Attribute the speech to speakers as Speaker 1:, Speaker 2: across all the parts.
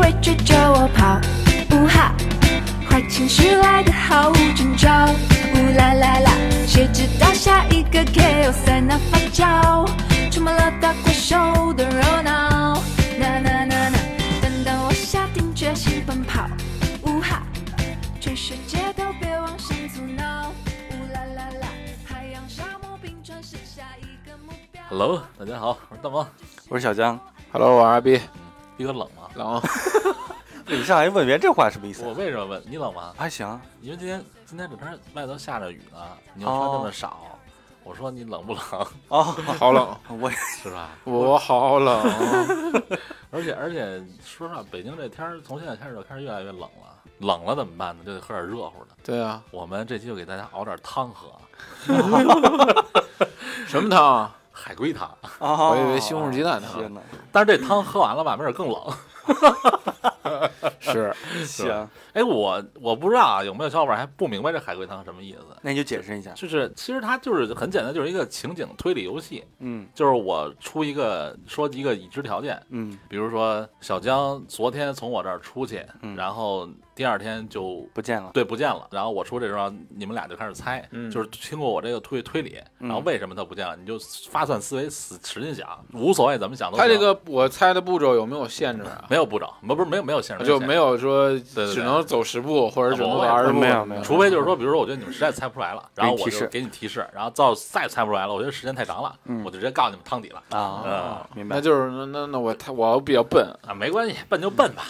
Speaker 1: 会追着我跑，呜哈，坏情绪来的毫无征兆，呜啦啦啦，谁知道下一个 KO 在哪发酵，充满了大怪兽的热闹，呐呐呐呐，等等我下定决心奔跑，呜哈，全世界都别妄想阻挠，呜啦啦啦，海洋沙漠冰川是下一个目标。
Speaker 2: Hello，大家好，我是大萌。
Speaker 3: 我是小江，
Speaker 4: Hello，我是二 B，
Speaker 2: 逼哥冷吗？
Speaker 4: 冷，
Speaker 3: 你上来问别人这话什么意思啊
Speaker 2: 我？为什么问你冷吗？
Speaker 3: 还行，
Speaker 2: 因为今天今天整天外头下着雨呢，你又穿这么少，我说你冷不冷
Speaker 3: 哦，
Speaker 4: 好冷，
Speaker 3: 我
Speaker 2: 是吧？
Speaker 4: 我好冷，
Speaker 2: 而且而且说实话，北京这天儿从现在开始就开始越来越冷了，冷了怎么办呢？就得喝点热乎的。
Speaker 4: 对啊，
Speaker 2: 我们这期就给大家熬点汤喝，
Speaker 4: 什么汤啊？
Speaker 2: 海龟汤。
Speaker 3: 哦
Speaker 4: 我以为西红柿鸡蛋汤
Speaker 3: 天，哪，
Speaker 2: 但是这汤喝完了吧，没准更冷。
Speaker 4: 是
Speaker 3: 行，
Speaker 2: 哎，我我不知道啊，有没有小伙伴还不明白这海龟汤什么意思？
Speaker 3: 那你就解释一下。
Speaker 2: 就是其实它就是很简单，就是一个情景推理游戏。
Speaker 3: 嗯
Speaker 2: 就是我出一个说一个已知条件，
Speaker 3: 嗯，
Speaker 2: 比如说小江昨天从我这儿出去，
Speaker 3: 嗯
Speaker 2: 然后第二天就
Speaker 3: 不见了。
Speaker 2: 对不见了，然后我出这时候你们俩就开始猜，
Speaker 4: 嗯
Speaker 2: 就是经过我这个推推理，
Speaker 3: 嗯
Speaker 2: 然后为什么他不见了，你就发散思维使使劲想，无所谓怎么想都行。
Speaker 4: 它这个我猜的步骤有没有限制啊？
Speaker 2: 没有步骤，没不是没有没有限制，
Speaker 4: 就
Speaker 2: 有
Speaker 4: 没有说
Speaker 2: 对对
Speaker 4: 只能走十步或者只能走
Speaker 2: 啊
Speaker 4: 二十步，
Speaker 3: 没有没
Speaker 2: 限制，
Speaker 3: 有
Speaker 2: 除非就是说，比如说我觉得你们实在猜不出来了，然后我
Speaker 3: 给你提
Speaker 2: 就
Speaker 3: 示
Speaker 2: 给你提示，然后到再猜不出来了，我觉得时间太长了，
Speaker 3: 嗯
Speaker 2: 我就直接告诉你们汤底了。
Speaker 3: 啊，明白
Speaker 4: 那。就是那那那我太我比较笨，
Speaker 2: 啊，没关系，笨就笨吧，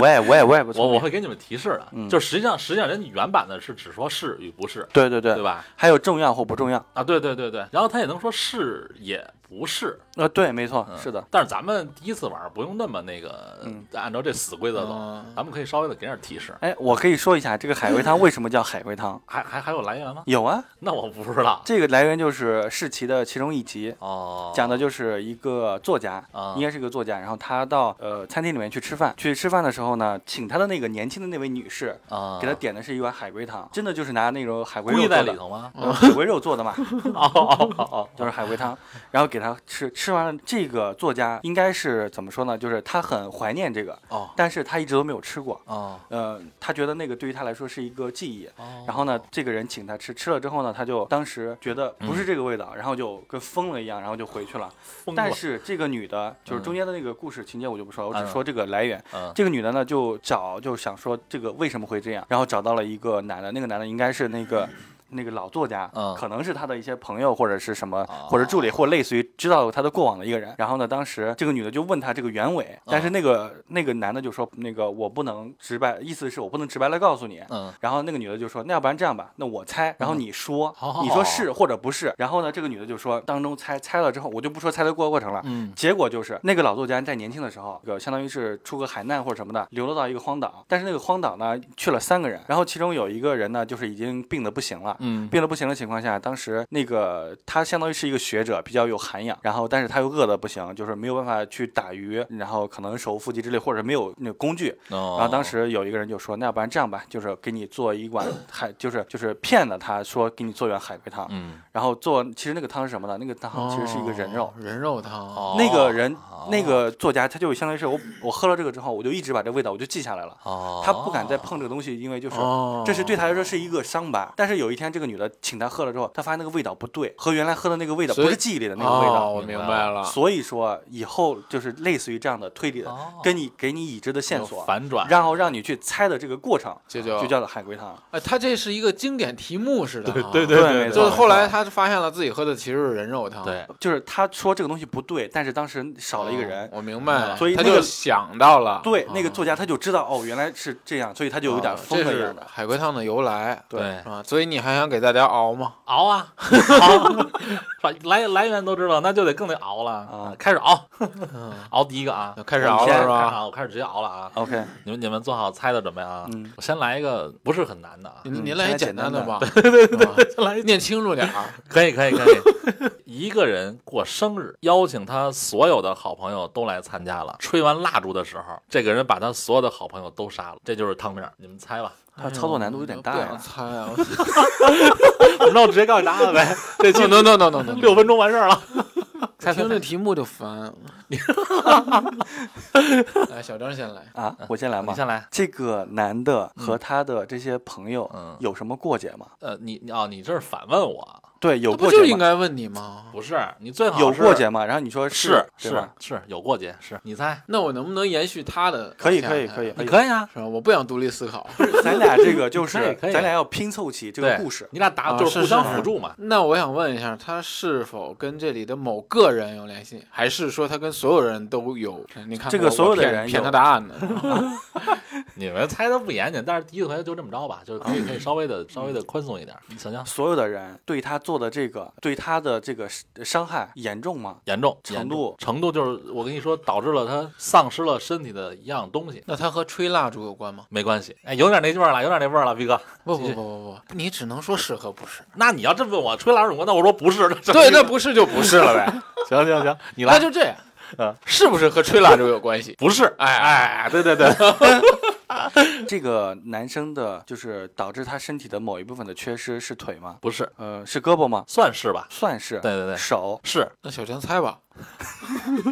Speaker 3: 我也我也我也不
Speaker 2: 我
Speaker 3: 嗯错。
Speaker 2: 我会给你们提示的，
Speaker 3: 嗯
Speaker 2: 就实际上实际上人原版的是只说是与不是，
Speaker 3: 对对对，
Speaker 2: 对？吧？
Speaker 3: 还有重要或不重要
Speaker 2: 啊，对对对对，然后他也能说是也不是，
Speaker 3: 啊？对，没错
Speaker 2: 嗯，
Speaker 3: 是的。。
Speaker 2: 但是咱们第一次玩不用那么那个，
Speaker 3: 嗯啊
Speaker 2: 按照这死规则走，
Speaker 4: 嗯
Speaker 2: 咱们可以稍微的给点提示。
Speaker 3: 哎，我可以说一下这个海龟汤为什么叫海龟汤？
Speaker 2: 还还还有来源吗？
Speaker 3: 有啊，
Speaker 2: 那我不知道
Speaker 3: 这个来源就是世奇的其中一集，
Speaker 2: 哦，
Speaker 3: 讲的就是一个作家
Speaker 2: 啊，
Speaker 3: 应该是一个作家，然后他到呃餐厅里面去吃饭，去吃饭的时候呢，请他的那个年轻的那位女士。
Speaker 2: 啊，
Speaker 3: 给他点的是一碗海龟汤，真的就是拿那种海龟
Speaker 2: 故
Speaker 3: 肉
Speaker 2: 意
Speaker 3: 做
Speaker 2: 在
Speaker 3: 的
Speaker 2: 里头吗？
Speaker 3: 呃海龟肉做的嘛，
Speaker 2: 哦哦哦哦，
Speaker 3: 就是海龟汤，然后给他吃，吃完了这个作家应该是怎么说呢？就是他很怀念这个，
Speaker 2: 哦
Speaker 3: 但是他一直都没有吃过，
Speaker 2: 哦
Speaker 3: 呃，他觉得那个对于他来说是一个记忆。
Speaker 2: 哦，
Speaker 3: 然后呢，这个人请他吃，吃了之后呢，他就当时觉得不
Speaker 2: 嗯
Speaker 3: 是这个味道，然后就跟疯了一样，然后就回去了。
Speaker 2: 疯了
Speaker 3: 但是这个女的，就是中间的那个故事情节我就不说了，我
Speaker 2: 嗯
Speaker 3: 只说这个来源。
Speaker 2: 嗯
Speaker 3: 这个女的呢，就找就想说这个为什么会这样，然后找到了一个男的，那个男的应该是那个。那个老作家，
Speaker 2: 嗯
Speaker 3: 可能是他的一些朋友或者是什么，
Speaker 2: 哦
Speaker 3: 或者助理，或类似于知道他的过往的一个人。然后呢，当时这个女的就问他这个原委，
Speaker 2: 嗯
Speaker 3: 但是那个那个男的就说，那个我不能直白，意思是我不能直白来告诉你。
Speaker 2: 嗯
Speaker 3: 然后那个女的就说，那要不然这样吧，那我猜，然后你说，
Speaker 2: 好好好
Speaker 3: 你说是或者不是。然后呢，这个女的就说当中猜猜了之后，我就不说猜的过过程了，
Speaker 2: 嗯
Speaker 3: 结果就是那个老作家在年轻的时候，这个相当于是出个海难或者什么的，流落到一个荒岛。但是那个荒岛呢，去了三个人，然后其中有一个人呢，就是已经病得不行了。
Speaker 2: 嗯
Speaker 3: 病得不行的情况下，当时那个他相当于是一个学者，比较有涵养，然后但是他又饿得不行，就是没有办法去打鱼，然后可能手无缚鸡之力，或者没有那个工具。
Speaker 2: 哦，
Speaker 3: 然后当时有一个人就说：“那要不然这样吧，就是给你做一碗海，就是就是骗了他说给你做一碗海龟汤。
Speaker 2: 嗯
Speaker 3: 然后做其实那个汤是什么呢？那个汤其实是一个人肉。
Speaker 4: 哦人肉汤，
Speaker 2: 哦
Speaker 3: 那个人、
Speaker 2: 哦
Speaker 3: 那个作家，他就相当于是我我喝了这个之后，我就一直把这味道我就记下来了。
Speaker 2: 哦，
Speaker 3: 他不敢再碰这个东西，因为就是、
Speaker 4: 哦
Speaker 3: 这是对他来说是一个伤疤。但是有一天，这个女的请他喝了之后，他发现那个味道不对，和原来喝的那个味道
Speaker 4: 所以
Speaker 3: 不是记忆里的那个味道。
Speaker 4: 哦我明白了，
Speaker 3: 所以说以后就是类似于这样的推理的，
Speaker 2: 哦
Speaker 3: 跟你给你已知的线
Speaker 2: 有
Speaker 3: 索，啊
Speaker 2: 反转，
Speaker 3: 然后让你去猜的这个过程，
Speaker 4: 这
Speaker 3: 就
Speaker 4: 就
Speaker 3: 叫做海龟汤。
Speaker 4: 哎，它这是一个经典题目似的啊，
Speaker 2: 对
Speaker 3: 对对没
Speaker 4: 就
Speaker 3: 错
Speaker 4: 是后来他发现了自己喝的其实是人肉汤，
Speaker 2: 对，
Speaker 3: 就是他说这个东西不对，但是当时少了一个人，
Speaker 4: 哦我明白了，
Speaker 3: 所以
Speaker 4: 他
Speaker 3: 那个
Speaker 4: 就想到了，
Speaker 3: 对那个作家他就知道哦，原来是这样，所以他就有点
Speaker 4: 啊
Speaker 3: 疯
Speaker 4: 这
Speaker 3: 了一
Speaker 4: 是
Speaker 3: 样的。
Speaker 4: 海龟汤的由来，
Speaker 3: 对
Speaker 2: 对
Speaker 4: 啊，所以你还想给大家熬吗？
Speaker 2: 熬啊，熬，把来来源都知道，那就得更得熬了
Speaker 3: 啊
Speaker 2: 开始熬，
Speaker 4: 嗯，
Speaker 2: 熬第一个啊，
Speaker 4: 开始熬
Speaker 3: 了
Speaker 2: 我
Speaker 3: 是
Speaker 4: 吧
Speaker 2: 开始熬我开始直接熬了啊！
Speaker 3: OK，
Speaker 2: 你们你们做好猜的准备啊！
Speaker 3: 嗯
Speaker 2: 我先来一个不是很难的啊，
Speaker 4: 您
Speaker 3: 嗯
Speaker 4: 您来一
Speaker 3: 先来
Speaker 4: 简
Speaker 3: 简
Speaker 4: 单
Speaker 3: 单
Speaker 4: 的
Speaker 3: 的
Speaker 4: 吧，对对对对，来念清楚点儿。
Speaker 2: 可以可以可以。一个人过生日，邀请他所有的好朋友都来参加了。吹完蜡烛的时候，这个人把他所有的好朋友都杀了，这就是汤面儿。你们猜吧，
Speaker 3: 他操作
Speaker 4: 嗯
Speaker 3: 难度有点大
Speaker 4: 不想
Speaker 3: 呀。
Speaker 4: 猜啊
Speaker 2: 那我直接告诉你答案呗。
Speaker 4: 这 no no no no no，
Speaker 2: 六分钟完事儿了。猜猜
Speaker 4: 听这
Speaker 2: 猜，
Speaker 4: 题目就烦。来，小张先来。
Speaker 3: 啊，我先来
Speaker 2: 你
Speaker 3: 嘛。
Speaker 2: 先来。
Speaker 3: 这个男的和他的这些朋友
Speaker 2: 嗯
Speaker 3: 有什么过节吗？
Speaker 2: 呃，你你哦，你这是反问我，啊
Speaker 3: 对，有
Speaker 4: 这不
Speaker 3: 过
Speaker 4: 就
Speaker 3: 节吗？
Speaker 4: 应该问你吗？
Speaker 2: 不是你最好
Speaker 3: 有
Speaker 2: 是
Speaker 3: 过节吗？然后你说
Speaker 2: 是是
Speaker 3: 是吧？
Speaker 2: 是有过节，是你猜，
Speaker 4: 那我能不能延续他的？
Speaker 3: 可以可以可以，，
Speaker 2: 你可以啊，
Speaker 4: 是吧？我不想独立思考。
Speaker 3: 不是咱俩这个就
Speaker 2: 可以
Speaker 3: 是
Speaker 2: 可以
Speaker 3: 咱俩要拼凑起这个
Speaker 2: 对，
Speaker 3: 故事。
Speaker 2: 你俩打
Speaker 4: 啊
Speaker 2: 就是互
Speaker 4: 是
Speaker 2: 相
Speaker 4: 是
Speaker 2: 辅助嘛。
Speaker 4: 那我想问一下，他是否跟这里的某个人有联系，还是说他跟所有人都有？你看
Speaker 3: 这个
Speaker 4: 我
Speaker 3: 所有的
Speaker 4: 我骗
Speaker 3: 人有
Speaker 4: 骗他答案呢？
Speaker 2: 你们猜的不严谨，但是第一回就这么着吧，就是可以可以稍微的稍微的宽松一点。你想想，
Speaker 3: 所有的人对他做的这个，对他的这个伤伤害严重吗？
Speaker 2: 严重
Speaker 3: 程
Speaker 2: 严重
Speaker 3: 度
Speaker 2: 程度就是我跟你说，导致了他丧失了身体的一样东西。
Speaker 4: 那他和吹蜡烛有关吗？
Speaker 2: 没关系，哎，有点那味儿了，有点那味儿了，逼哥。
Speaker 4: 不
Speaker 2: 继
Speaker 4: 不
Speaker 2: 续
Speaker 4: 不不不，你只能说是和不是。
Speaker 2: 那你要这么问我吹蜡烛有关，那我说不是，
Speaker 4: 对，那不是就不是了 呗。
Speaker 2: 行行行，你
Speaker 4: 那
Speaker 2: 来，
Speaker 4: 就这样
Speaker 3: 嗯，
Speaker 4: 是不是和吹蜡烛有关系？
Speaker 2: 不是，
Speaker 4: 哎哎，对对对，
Speaker 3: 这个男生的，就是导致他身体的某一部分的缺失是腿吗？
Speaker 2: 不是，
Speaker 3: 呃，是胳膊吗？
Speaker 2: 算是吧？
Speaker 3: 算是。
Speaker 2: 对对对
Speaker 3: 手
Speaker 2: 是，
Speaker 4: 那小强猜吧。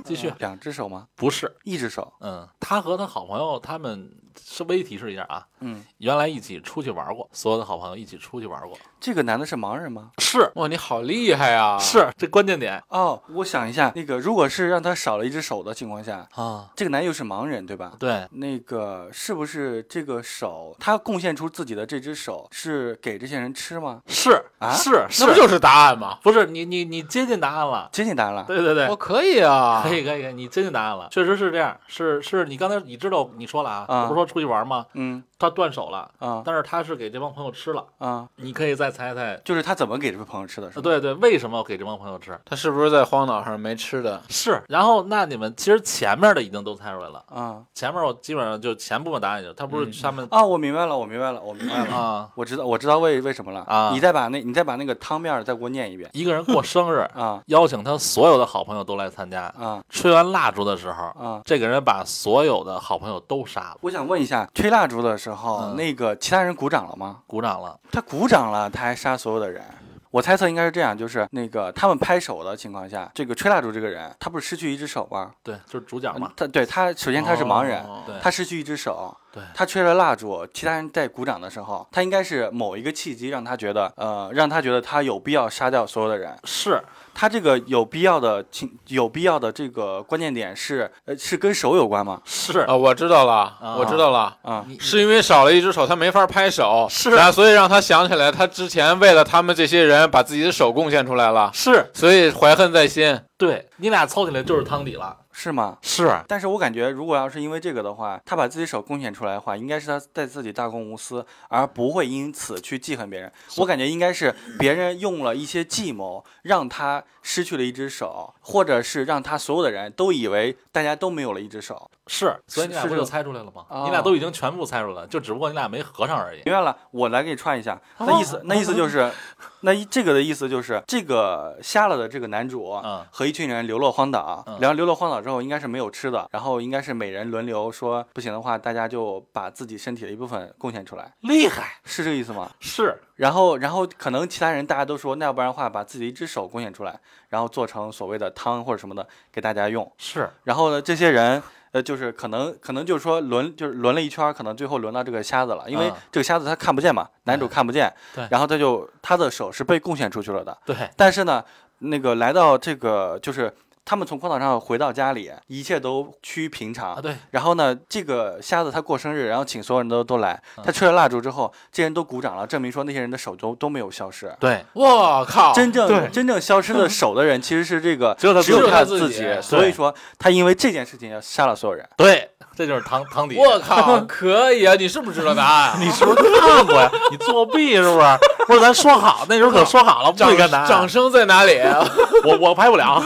Speaker 2: 继续，
Speaker 3: 两只手吗？
Speaker 2: 不是，
Speaker 3: 一只手。
Speaker 2: 嗯，他和他好朋友他们稍微提示一下啊，
Speaker 3: 嗯，
Speaker 2: 原来一起出去玩过，所有的好朋友一起出去玩过，
Speaker 3: 这个男的是盲人吗？
Speaker 2: 是
Speaker 4: 哇，你好厉害啊！，
Speaker 2: 是，这关键点
Speaker 3: 哦，我想一下，那个如果是让他少了一只手的情况下，
Speaker 2: 啊，
Speaker 3: 这个男又是盲人，对吧？
Speaker 2: 对，
Speaker 3: 那个是不是这个手，他贡献出自己的这只手是给这些人吃吗？
Speaker 2: 是
Speaker 3: 啊
Speaker 2: 是
Speaker 4: 那不
Speaker 2: 是，
Speaker 4: 就是答案吗？
Speaker 2: 不是你你你接近答案了，
Speaker 3: 接近答案了。
Speaker 2: 对对对
Speaker 4: 我。可以啊，
Speaker 2: 可以可以，可以，你接近答案了，确实是这样，是是你刚才你知道你说了啊，
Speaker 3: 啊
Speaker 2: 我不是说出去玩吗？
Speaker 3: 嗯
Speaker 2: 他断手了，
Speaker 3: 啊
Speaker 2: 但是他是给这帮朋友吃了，
Speaker 3: 啊，
Speaker 2: 你可以再猜猜，
Speaker 3: 就是他怎么给这位朋友吃的？是
Speaker 2: 呃
Speaker 3: 吧？
Speaker 2: 对对，为什么给这帮朋友吃？
Speaker 4: 他是不是在荒岛上没吃的？
Speaker 2: 是，然后那你们其实前面的已经都猜出来了，
Speaker 3: 啊
Speaker 2: 前面我基本上就前部分答案就，他不是他们
Speaker 3: 啊，我明白了，我明白了，我明白了。
Speaker 2: 啊，
Speaker 3: 我知道，我知道为为什么了
Speaker 2: 啊
Speaker 3: 你再把那，你再把那个汤面儿再给我念一遍，
Speaker 2: 一个人过生 日
Speaker 3: 啊
Speaker 2: 邀请他所有的好朋友都来参加，
Speaker 3: 啊
Speaker 2: 吹完蜡烛的时候，
Speaker 3: 啊！
Speaker 2: 这个人把所有的好朋友都杀了，
Speaker 3: 我想问一下，吹蜡烛的时候，
Speaker 2: 嗯
Speaker 3: 那个其他人鼓掌了吗？
Speaker 2: 鼓掌了，
Speaker 3: 他鼓掌了，他还杀所有的人。我猜测应该是这样，就是那个他们拍手的情况下，这个吹蜡烛这个人，他不是失去一只手吗？
Speaker 2: 对，就是主角嘛，
Speaker 3: 他对他，首先他是盲人，
Speaker 4: 哦
Speaker 2: 对
Speaker 3: 他失去一只手，
Speaker 2: 对
Speaker 3: 他吹了蜡烛，其他人在鼓掌的时候，他应该是某一个契机让他觉得，呃，让他觉得他有必要杀掉所有的人。
Speaker 2: 是
Speaker 3: 他这个有必要的情，有必要的这个关键点是，呃，是跟手有关吗？
Speaker 2: 是哦
Speaker 4: 啊，我知道了，我知道了。
Speaker 3: 啊、
Speaker 2: 你
Speaker 4: 是因为少了一只手，他没法拍手，
Speaker 2: 是
Speaker 4: 然后所以让他想起来，他之前为了他们这些人，把自己的手贡献出来了，
Speaker 2: 是
Speaker 4: 所以怀恨在心。
Speaker 2: 对你俩凑起来就是汤底了，
Speaker 3: 是吗？
Speaker 2: 是
Speaker 3: 但是我感觉，如果要是因为这个的话，他把自己手贡献出来的话，应该是他在自己大公无私，而不会因此去记恨别人。我感觉应该是别人用了一些计谋，让他失去了一只手，或者是让他所有的人都以为大家都没有了一只手。
Speaker 2: 是，所以你俩
Speaker 3: 是
Speaker 2: 不
Speaker 3: 这
Speaker 2: 就
Speaker 3: 个
Speaker 2: 猜出来了吗？
Speaker 3: 哦
Speaker 2: 你俩都已经全部猜出来了，就只不过你俩没合上而已。
Speaker 3: 明白了，我来给你串一下。
Speaker 2: 哦
Speaker 3: 那意思，那意 思就是，那一这个的意思就是，这个瞎了的这个男主
Speaker 2: 嗯
Speaker 3: 和一群人流落荒岛
Speaker 2: 嗯，
Speaker 3: 然后流落荒岛之后应该是没有吃的，然后应该是每人轮流说，不行的话，大家就把自己身体的一部分贡献出来，
Speaker 2: 厉害，
Speaker 3: 是这个意思吗？
Speaker 2: 是
Speaker 3: 然后，然后可能其他人大家都说，那要不然的话，把自己一只手贡献出来，然后做成所谓的汤或者什么的给大家用。
Speaker 2: 是，
Speaker 3: 然后呢，这些人。呃，就是可能可能就是说轮就是轮了一圈儿，可能最后轮到这个瞎子了，因为
Speaker 2: 啊
Speaker 3: 这个瞎子他看不见嘛，男主看不见，
Speaker 2: 对
Speaker 3: 然后他就他的手是被贡献出去了的，
Speaker 2: 对，
Speaker 3: 但是呢，那个来到这个就是他们从荒岛上回到家里，一切都趋于平常
Speaker 2: 啊，对，
Speaker 3: 然后呢，这个瞎子他过生日，然后请所有人都都来，
Speaker 2: 嗯
Speaker 3: 他吹了蜡烛之后，这些人都鼓掌了，证明说那些人的手都都没有消失。
Speaker 2: 对，
Speaker 4: 我靠，
Speaker 3: 真
Speaker 2: 对
Speaker 3: 正真正消失的手的人其实是这个，
Speaker 2: 只有他自己
Speaker 3: 有他
Speaker 4: 自己对
Speaker 3: 所以说他因为这件事情要杀了所有人。
Speaker 2: 对，这就是汤汤底。
Speaker 4: 我靠， 可以啊！你是不是知道答 案？
Speaker 2: 你是不是看过呀？你作弊是不是？不是，咱说好，那时候可说好了，不
Speaker 4: 掌
Speaker 2: 许干答案。
Speaker 4: 掌声在哪 里？
Speaker 2: 我我拍不了。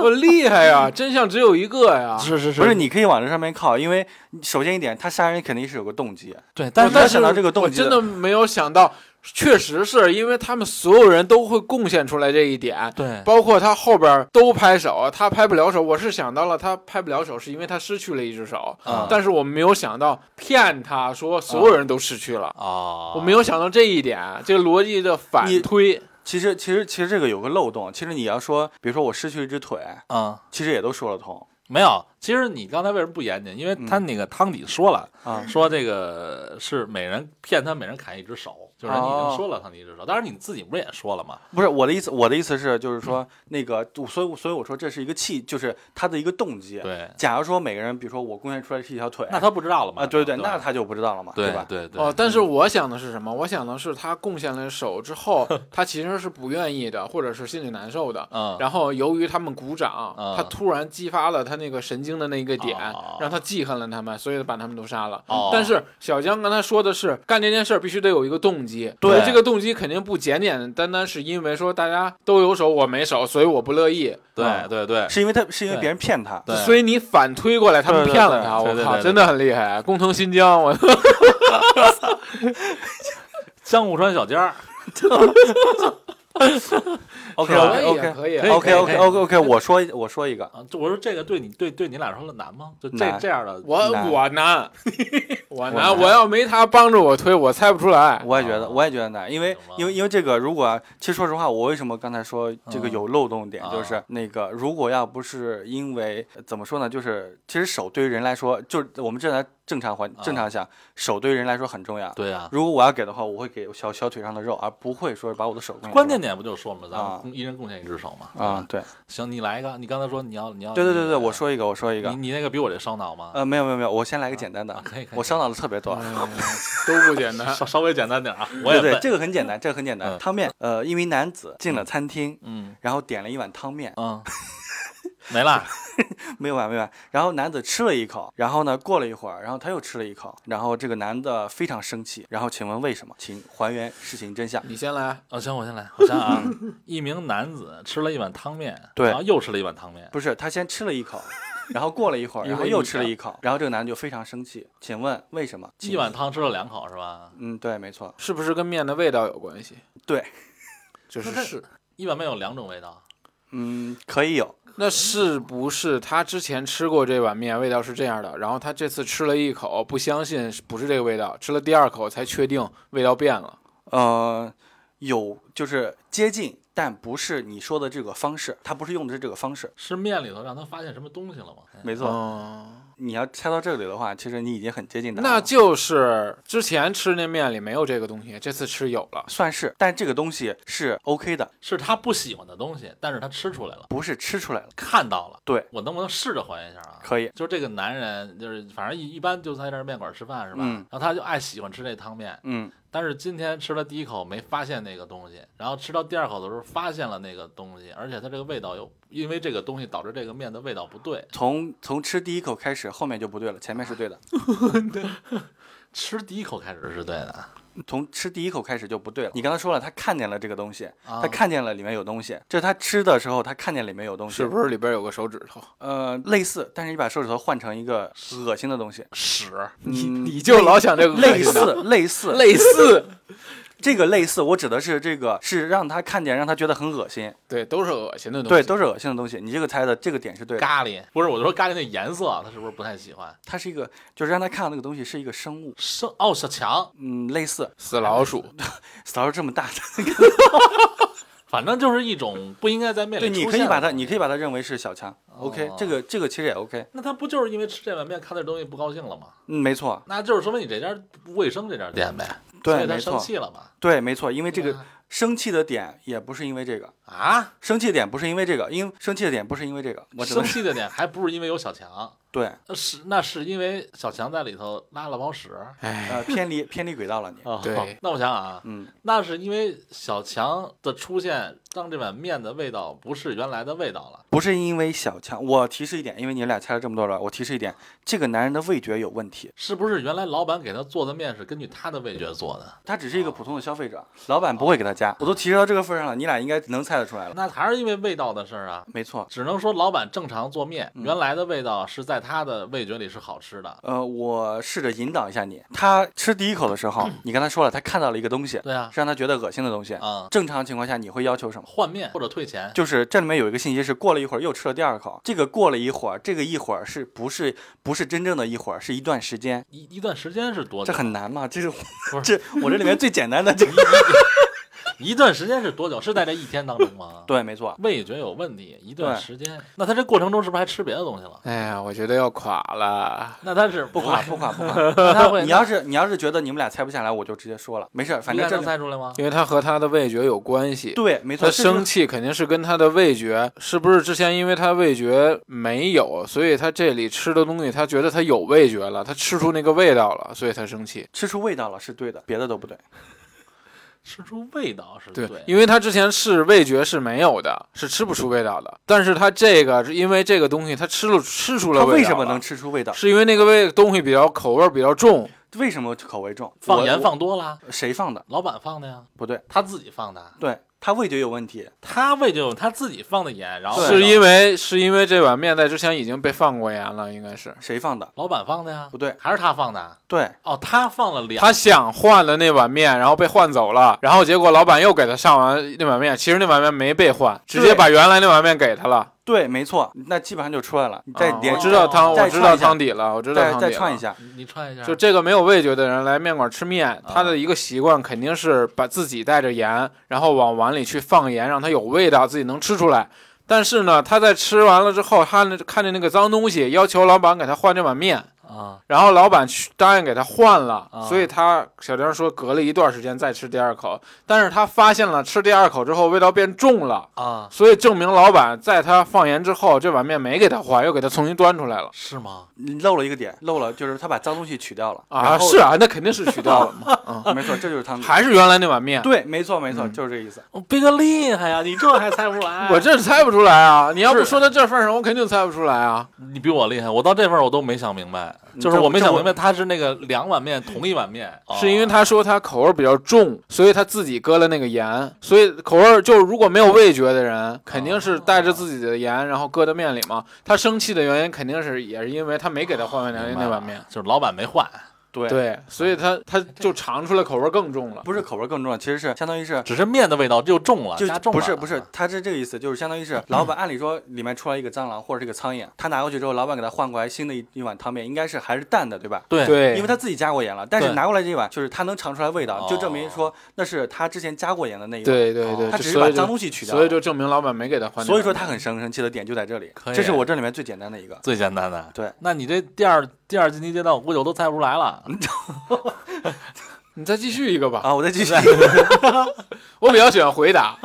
Speaker 4: 我厉害呀！真相只有一个呀！
Speaker 2: 是是
Speaker 3: 不是，你可以往这上面靠，因为首先一点，他杀人肯定是有个动机。
Speaker 2: 对，但
Speaker 3: 但是
Speaker 2: 是
Speaker 3: 他
Speaker 4: 但
Speaker 3: 想到这个动
Speaker 4: 我
Speaker 3: 机
Speaker 4: 真
Speaker 3: 的
Speaker 4: 的没有想到，确实是因为他们所有人都会贡献出来这一点，
Speaker 2: 对
Speaker 4: 包括他后边都拍手，他拍不了手。我是想到了他拍不了手，是因为他失去了一只手，
Speaker 2: 啊
Speaker 4: 但是我没有想到骗他说所有人都失去了。
Speaker 2: 啊，
Speaker 4: 我没有想到这一点，这个逻辑的反
Speaker 3: 你
Speaker 4: 推，
Speaker 3: 其实其实其实这个有个漏洞，其实你要说，比如说我失去一只腿，
Speaker 2: 嗯，
Speaker 3: 其实也都说得通
Speaker 2: 没有。其实你刚才为什么不严谨？因为他那个汤底说了，
Speaker 3: 啊。
Speaker 2: 说这个是每人骗他每人砍一只手，就是你已经说了汤底一只手，当然你自己不是也说了吗？
Speaker 3: 不是我的意思，我的意思是就是说那个，所以所以我说这是一个契，就是他的一个动机。
Speaker 2: 对，
Speaker 3: 假如说每个人，比如说我贡献出来是一条腿，
Speaker 2: 那他不知道了吗？
Speaker 3: 啊，对
Speaker 2: 对
Speaker 3: 对，那他就不知道了嘛，
Speaker 2: 对
Speaker 3: 吧？
Speaker 2: 对对嗯
Speaker 4: 哦，但是我想的是什么？我想的是他贡献了手 之后，他其实是不愿意的，或者是心里难受的。
Speaker 2: 嗯，
Speaker 4: 然后由于他们鼓掌，
Speaker 2: 嗯
Speaker 4: 他突然激发了他那个神经的那一个点，
Speaker 2: 哦
Speaker 4: 让他记恨了他们，所以把他们都杀了。
Speaker 2: 哦
Speaker 4: 但是小江刚才说的是，干这件事儿必须得有一个动机，
Speaker 2: 对
Speaker 4: 而这个动机肯定不简简单单是因为说大家都有手我没手，所以我不乐意，
Speaker 2: 对对对，
Speaker 3: 是因为他是因为
Speaker 2: 对
Speaker 3: 别人骗他，
Speaker 2: 对
Speaker 4: 所以你反推过来他们
Speaker 3: 对对
Speaker 4: 骗了他，
Speaker 2: 对对
Speaker 4: 我靠，
Speaker 2: 对对
Speaker 4: 真的很厉害，工藤新疆，我
Speaker 2: 江户川小江儿，
Speaker 3: OK
Speaker 2: 是吧
Speaker 3: OK
Speaker 4: 可以
Speaker 3: OK
Speaker 2: 啊可
Speaker 3: OK
Speaker 4: 可以
Speaker 2: 以
Speaker 3: OK
Speaker 2: 可以
Speaker 3: OK OK，我说我说一个，
Speaker 2: 啊，就我说这个对你对对你俩说了难吗？就这
Speaker 3: 难
Speaker 2: 这样的，
Speaker 4: 我
Speaker 3: 难
Speaker 4: 我难，我难，
Speaker 3: 难
Speaker 4: 我要没他帮着我推，我猜不出来。
Speaker 3: 我也觉
Speaker 2: 啊
Speaker 3: 得我也觉得难，因为
Speaker 2: 行吧
Speaker 3: 因为因为这个，如果其实说实话，我为什么刚才说这个
Speaker 2: 嗯
Speaker 3: 有漏洞点，就
Speaker 2: 啊
Speaker 3: 是那个如果要不是因为怎么说呢，就是其实手对于人来说，就是我们正常正常环正常想，手对于人来说很重要。
Speaker 2: 啊对啊，
Speaker 3: 如果我要给的话，我会给小小腿上的肉，而不会啊说是把我的手贡献出来。
Speaker 2: 关键点不就说嘛，咱
Speaker 3: 啊
Speaker 2: 们共一人贡献一只手嘛。
Speaker 3: 啊，，对
Speaker 2: 行，你来一个，你刚才说你要你要，
Speaker 3: 对对对
Speaker 2: 你
Speaker 3: 对，我说一个，我说一
Speaker 2: 你
Speaker 3: 个，
Speaker 2: 你那个比我这烧脑吗？
Speaker 3: 呃，没有没有没有，我先来个简单的
Speaker 2: 啊，可以可以
Speaker 3: 我烧脑的特别多。
Speaker 4: 嗯都不简单。
Speaker 2: 稍稍微简单点啊，我
Speaker 3: 对
Speaker 2: 也
Speaker 3: 对，
Speaker 2: 笨。
Speaker 3: 这个很简单，这个很简单。
Speaker 2: 嗯
Speaker 3: 汤面，呃，一名男子进了餐厅，
Speaker 2: 嗯
Speaker 3: 然后点了一碗汤面，
Speaker 2: 嗯，没啦。
Speaker 3: 没有完啊没完。然后男子吃了一口，然后呢，过了一会儿，然后他又吃了一口，然后这个男的非常生气。然后请问为什么？请还原事情真相。
Speaker 4: 你先来，
Speaker 2: 啊，行，我先来，我想想 啊，一名男子吃了一碗汤面，
Speaker 3: 对
Speaker 2: 然后又吃了一碗汤面，
Speaker 3: 不是，他先吃了一口，然后过了一会儿，
Speaker 4: 一
Speaker 3: 然后
Speaker 4: 会儿
Speaker 3: 又
Speaker 4: 你
Speaker 3: 吃了
Speaker 4: 讲
Speaker 3: 一口，然后这个男的就非常生气。请问为什么？
Speaker 2: 一碗汤吃了两口是吧？
Speaker 3: 嗯，对，没错，
Speaker 4: 是不是跟面的味道有关系？
Speaker 3: 对，
Speaker 4: 就是
Speaker 2: 那它
Speaker 4: 是，
Speaker 2: 一碗面有两种味道，
Speaker 3: 嗯，可以有，
Speaker 4: 那是不是他之前吃过这碗面，味道是这样的？然后他这次吃了一口，不相信是不是这个味道，吃了第二口才确定味道变了。
Speaker 3: 呃，有就是接近，但不是你说的这个方式，他不是用的是这个方式，
Speaker 2: 是面里头让他发现什么东西了吗？
Speaker 3: 没错。
Speaker 4: 嗯，
Speaker 3: 你要猜到这里的话，其实你已经很接近答案了
Speaker 4: 那就是之前吃那面里没有这个东西，这次吃有了。
Speaker 3: 算是，但这个东西是 OK 的，
Speaker 2: 是他不喜欢的东西，但是他吃出来了，
Speaker 3: 不是吃出来了。
Speaker 2: 看到了。
Speaker 3: 对，
Speaker 2: 我能不能试着还原一下啊？
Speaker 3: 可以，
Speaker 2: 就是这个男人，就是反正一一般就在这儿面馆吃饭是吧？
Speaker 3: 嗯
Speaker 2: 然后他就爱喜欢吃这汤面，
Speaker 3: 嗯，
Speaker 2: 但是今天吃了第一口没发现那个东西，然后吃到第二口的时候发现了那个东西，而且它这个味道又因为这个东西导致这个面的味道不对。
Speaker 3: 从从吃第一口开始，后面就不对了，前面是对 的，
Speaker 2: 吃第一口开始是对的，
Speaker 3: 从吃第一口开始就不对了。你刚才说了，他看见了这个东西，
Speaker 2: 啊
Speaker 3: 他看见了里面有东西，这是他吃的时候他看见里面有东西，
Speaker 4: 是不是里边有个手指头？
Speaker 3: 呃，类似，但是你把手指头换成一个恶心的东西，
Speaker 2: 屎
Speaker 4: 你
Speaker 3: 嗯
Speaker 4: 你就老想这个恶
Speaker 3: 类
Speaker 4: 心的
Speaker 3: 似 类似
Speaker 4: 类似，
Speaker 3: 这个类似，我指的是这个是让他看见，让他觉得很恶心，
Speaker 4: 对，都是恶心的东
Speaker 3: 对，
Speaker 4: 西。
Speaker 3: 都是恶心的东西。你这个猜的这个点是对的，
Speaker 2: 咖喱不是，我就说咖喱那颜色他是不是不太喜欢？
Speaker 3: 它是一个就是让他看到那个东西是一个生物，
Speaker 2: 生哦小强，
Speaker 3: 嗯，类似，
Speaker 4: 死老鼠，
Speaker 3: 扫帚这么大的，
Speaker 2: 反正就是一种不应该在面里
Speaker 3: 对，你
Speaker 2: 出
Speaker 3: 可以
Speaker 2: 现
Speaker 3: 把
Speaker 2: 的
Speaker 3: 它你可以把它认为是小强，OK，
Speaker 2: 哦
Speaker 3: 这个这个其实也 OK，
Speaker 2: 那他不就是因为吃这碗面看到这东西不高兴了吗？
Speaker 3: 嗯，没错，
Speaker 2: 那就是说明你这家不卫生这家店呗，
Speaker 3: 对
Speaker 2: 所以他
Speaker 3: 没错
Speaker 2: 生气了嘛？
Speaker 3: 对，没错，因为这
Speaker 2: 对
Speaker 3: 个
Speaker 2: 啊
Speaker 3: 生气的点也不是因为这个，
Speaker 2: 啊，
Speaker 3: 生气的点不是因为这个，因为生气的点不是因为这个，我只
Speaker 2: 生
Speaker 3: 能是
Speaker 2: 气的点还不是因为有小强，
Speaker 3: 对，
Speaker 2: 呃是那是因为小强在里头拉了泡屎。
Speaker 4: 哎，
Speaker 3: 呃，偏离偏离轨道了你，
Speaker 2: 哦
Speaker 4: 对
Speaker 2: 那我想想啊，
Speaker 3: 嗯，
Speaker 2: 那是因为小强的出现，让这碗面的味道不是原来的味道了。
Speaker 3: 不是因为小强，我提示一点，因为你们俩猜了这么多了，我提示一点，这个男人的味觉有问题，
Speaker 2: 是不是原来老板给他做的面是根据他的味觉做的？
Speaker 3: 他只是一个普通的消费者，老板不会给他加，我都提示到这个份儿上了，你俩应该能猜得出来了，
Speaker 2: 那还是因为味道的事儿啊。
Speaker 3: 没错，
Speaker 2: 只能说老板正常做面，原来的味道是在他的味觉里是好吃的。
Speaker 3: 呃，我试着引导一下你。他吃第一口的时候，你刚才说了，他看到了一个东西，
Speaker 2: 对啊
Speaker 3: 是让他觉得恶心的东西。
Speaker 2: 啊、
Speaker 3: 正常情况下，你会要求什么？
Speaker 2: 换面或者退钱，
Speaker 3: 就是这里面有一个信息是，过了一会儿又吃了第二口，这个过了一会儿，这个一会儿是不是不是真正的一会儿，是一段时间，
Speaker 2: 一一段时间是多
Speaker 3: 这
Speaker 2: 久？
Speaker 3: 很难嘛？这是
Speaker 2: 不是
Speaker 3: 这我这里面最简单的这个，
Speaker 2: 一段时间是多久？是在这一天当中吗？
Speaker 3: 对，没 错，
Speaker 2: 味觉有问题，一段
Speaker 3: 对
Speaker 2: 时间。那他这过程中是不是还吃别的东西了？
Speaker 4: 哎呀，我觉得要垮了。
Speaker 2: 那他是
Speaker 3: 不垮 不垮不垮。
Speaker 2: 那他会
Speaker 3: 你要是你要是觉得你们俩猜不下来，我就直接说了，没事儿，反正
Speaker 2: 应该
Speaker 3: 这
Speaker 2: 能猜出来吗？
Speaker 4: 因为它和他的味觉有关系。
Speaker 3: 对，没错，
Speaker 4: 他
Speaker 3: 这就是
Speaker 4: 生气肯定是跟他的味觉，是不是之前因为他味觉没有，所以他这里吃的东西，他觉得他有味觉了，他吃出那个味道了，所以他生气。
Speaker 3: 吃出味道了是对的，别的都不对。
Speaker 2: 吃出味道是
Speaker 4: 对，
Speaker 2: 对，
Speaker 4: 因为他之前是味觉是没有的，是吃不出味道的。但是他这个是因为这个东西，他吃了吃出了
Speaker 3: 它
Speaker 4: 味道了。
Speaker 3: 为什么能？吃出味道？
Speaker 4: 是因为那个味东西比较口味比较重，
Speaker 3: 为什么口味重？
Speaker 2: 放
Speaker 3: 我
Speaker 2: 盐放多了，
Speaker 3: 我谁放的？
Speaker 2: 老板放的呀，
Speaker 3: 不对，
Speaker 2: 他自己放的，
Speaker 3: 对他味觉有问题。
Speaker 2: 他味觉有他自己放的盐，然后
Speaker 3: 哦对
Speaker 4: 是因为是因为这碗面在之前已经被放过盐了，应该是
Speaker 3: 谁放的？
Speaker 2: 老板放的呀
Speaker 3: 不，对，
Speaker 2: 还是他放的？
Speaker 3: 对，
Speaker 2: 哦，他放了两，
Speaker 4: 他想换了那碗面，然后被换走了，然后结果老板又给他上完那碗面，其实那碗面没被换，直接把原来那碗面给他了。
Speaker 3: 对，没错，那基本上就出来了。你再
Speaker 4: 啊
Speaker 3: 连
Speaker 4: 我知道汤，
Speaker 3: 再
Speaker 4: 我知
Speaker 3: 串
Speaker 4: 道
Speaker 3: 一下
Speaker 4: 汤底了，我知道
Speaker 3: 再
Speaker 4: 汤底
Speaker 3: 再
Speaker 4: 了。
Speaker 3: 串一，下，啊
Speaker 2: 你你串一下，
Speaker 4: 就这个没有味觉的人来面馆吃面，他的一个习惯肯定是把自己带着盐，然后往碗里去放盐，让它有味道，自己能吃出来。但是呢，他在吃完了之后，他那看见那个脏东西，要求老板给他换这碗面。
Speaker 2: 啊，
Speaker 4: 然后老板去答应给他换了，
Speaker 2: 啊
Speaker 4: 所以他小张说隔了一段时间再吃第二口，但是他发现了吃第二口之后味道变重了，
Speaker 2: 啊，
Speaker 4: 所以证明老板在他放盐之后，这碗面没给他换，又给他重新端出来了。
Speaker 2: 是吗？
Speaker 3: 你漏了一个点，漏了就是他把脏东西取掉了
Speaker 4: 啊，是啊，那肯定是取掉了嘛，嗯
Speaker 3: 啊，没错，这就是汤底。
Speaker 4: 还是啊嗯原来那碗面。
Speaker 3: 对，没错没错，就是这个意思。
Speaker 2: 我逼哥哦厉害呀，你这还猜不出来？
Speaker 4: 我这猜不出来啊！你要不
Speaker 2: 是
Speaker 4: 说到这份儿上，我肯定猜不出来啊。
Speaker 2: 你比我厉害，我到这份儿我都没想明白，就是我没想明白他是那个两碗面同一碗面，
Speaker 4: 是因为
Speaker 2: 他。
Speaker 4: 他说他口味比较重，所以他自己搁了那个盐，所以口味就是如果没有味觉的人，肯定是带着自己的盐，然后搁到面里嘛。他生气的原因肯定是也是因为他没给他换完
Speaker 2: 明白
Speaker 4: 那
Speaker 2: 了
Speaker 4: 碗面，
Speaker 2: 就是老板没换，
Speaker 3: 对，
Speaker 4: 对，所以他他就尝出来口味更重了。
Speaker 3: 不是口味更重要，其实是相当于
Speaker 4: 啊
Speaker 3: 是
Speaker 2: 只是面的味道又重了，
Speaker 3: 就
Speaker 2: 加重了。
Speaker 3: 不是不是，他是这个意思，就是相当于 是老板，按理说里面出来一个蟑螂或者是一个苍蝇，他拿过去之后，老板给他换过来新的一一碗汤面，应该是还是淡的，对吧？
Speaker 2: 对
Speaker 4: 对，
Speaker 3: 因为他自己加过盐了，但是
Speaker 2: 对
Speaker 3: 拿过来这一碗，就是他能尝出来味道，就证明
Speaker 2: 哦
Speaker 3: 说那是他之前加过盐的那一碗，
Speaker 4: 对对对，
Speaker 3: 哦他
Speaker 4: 就
Speaker 3: 只是
Speaker 4: 所
Speaker 3: 把
Speaker 4: 以
Speaker 3: 脏
Speaker 4: 就
Speaker 3: 东西取掉了。
Speaker 4: 所以就证明老板没给他换那碗面。
Speaker 3: 所以说他很生生气的点就在这里
Speaker 4: 啊
Speaker 2: 可，以
Speaker 3: 这是我这里面最简单的一个。
Speaker 2: 最简单的。
Speaker 3: 对，
Speaker 2: 那你这第二第二进击阶段，我估计我都猜不出来了。
Speaker 4: 你再继续一个吧，
Speaker 3: 啊，我再继续。
Speaker 4: 我比较喜欢 回答，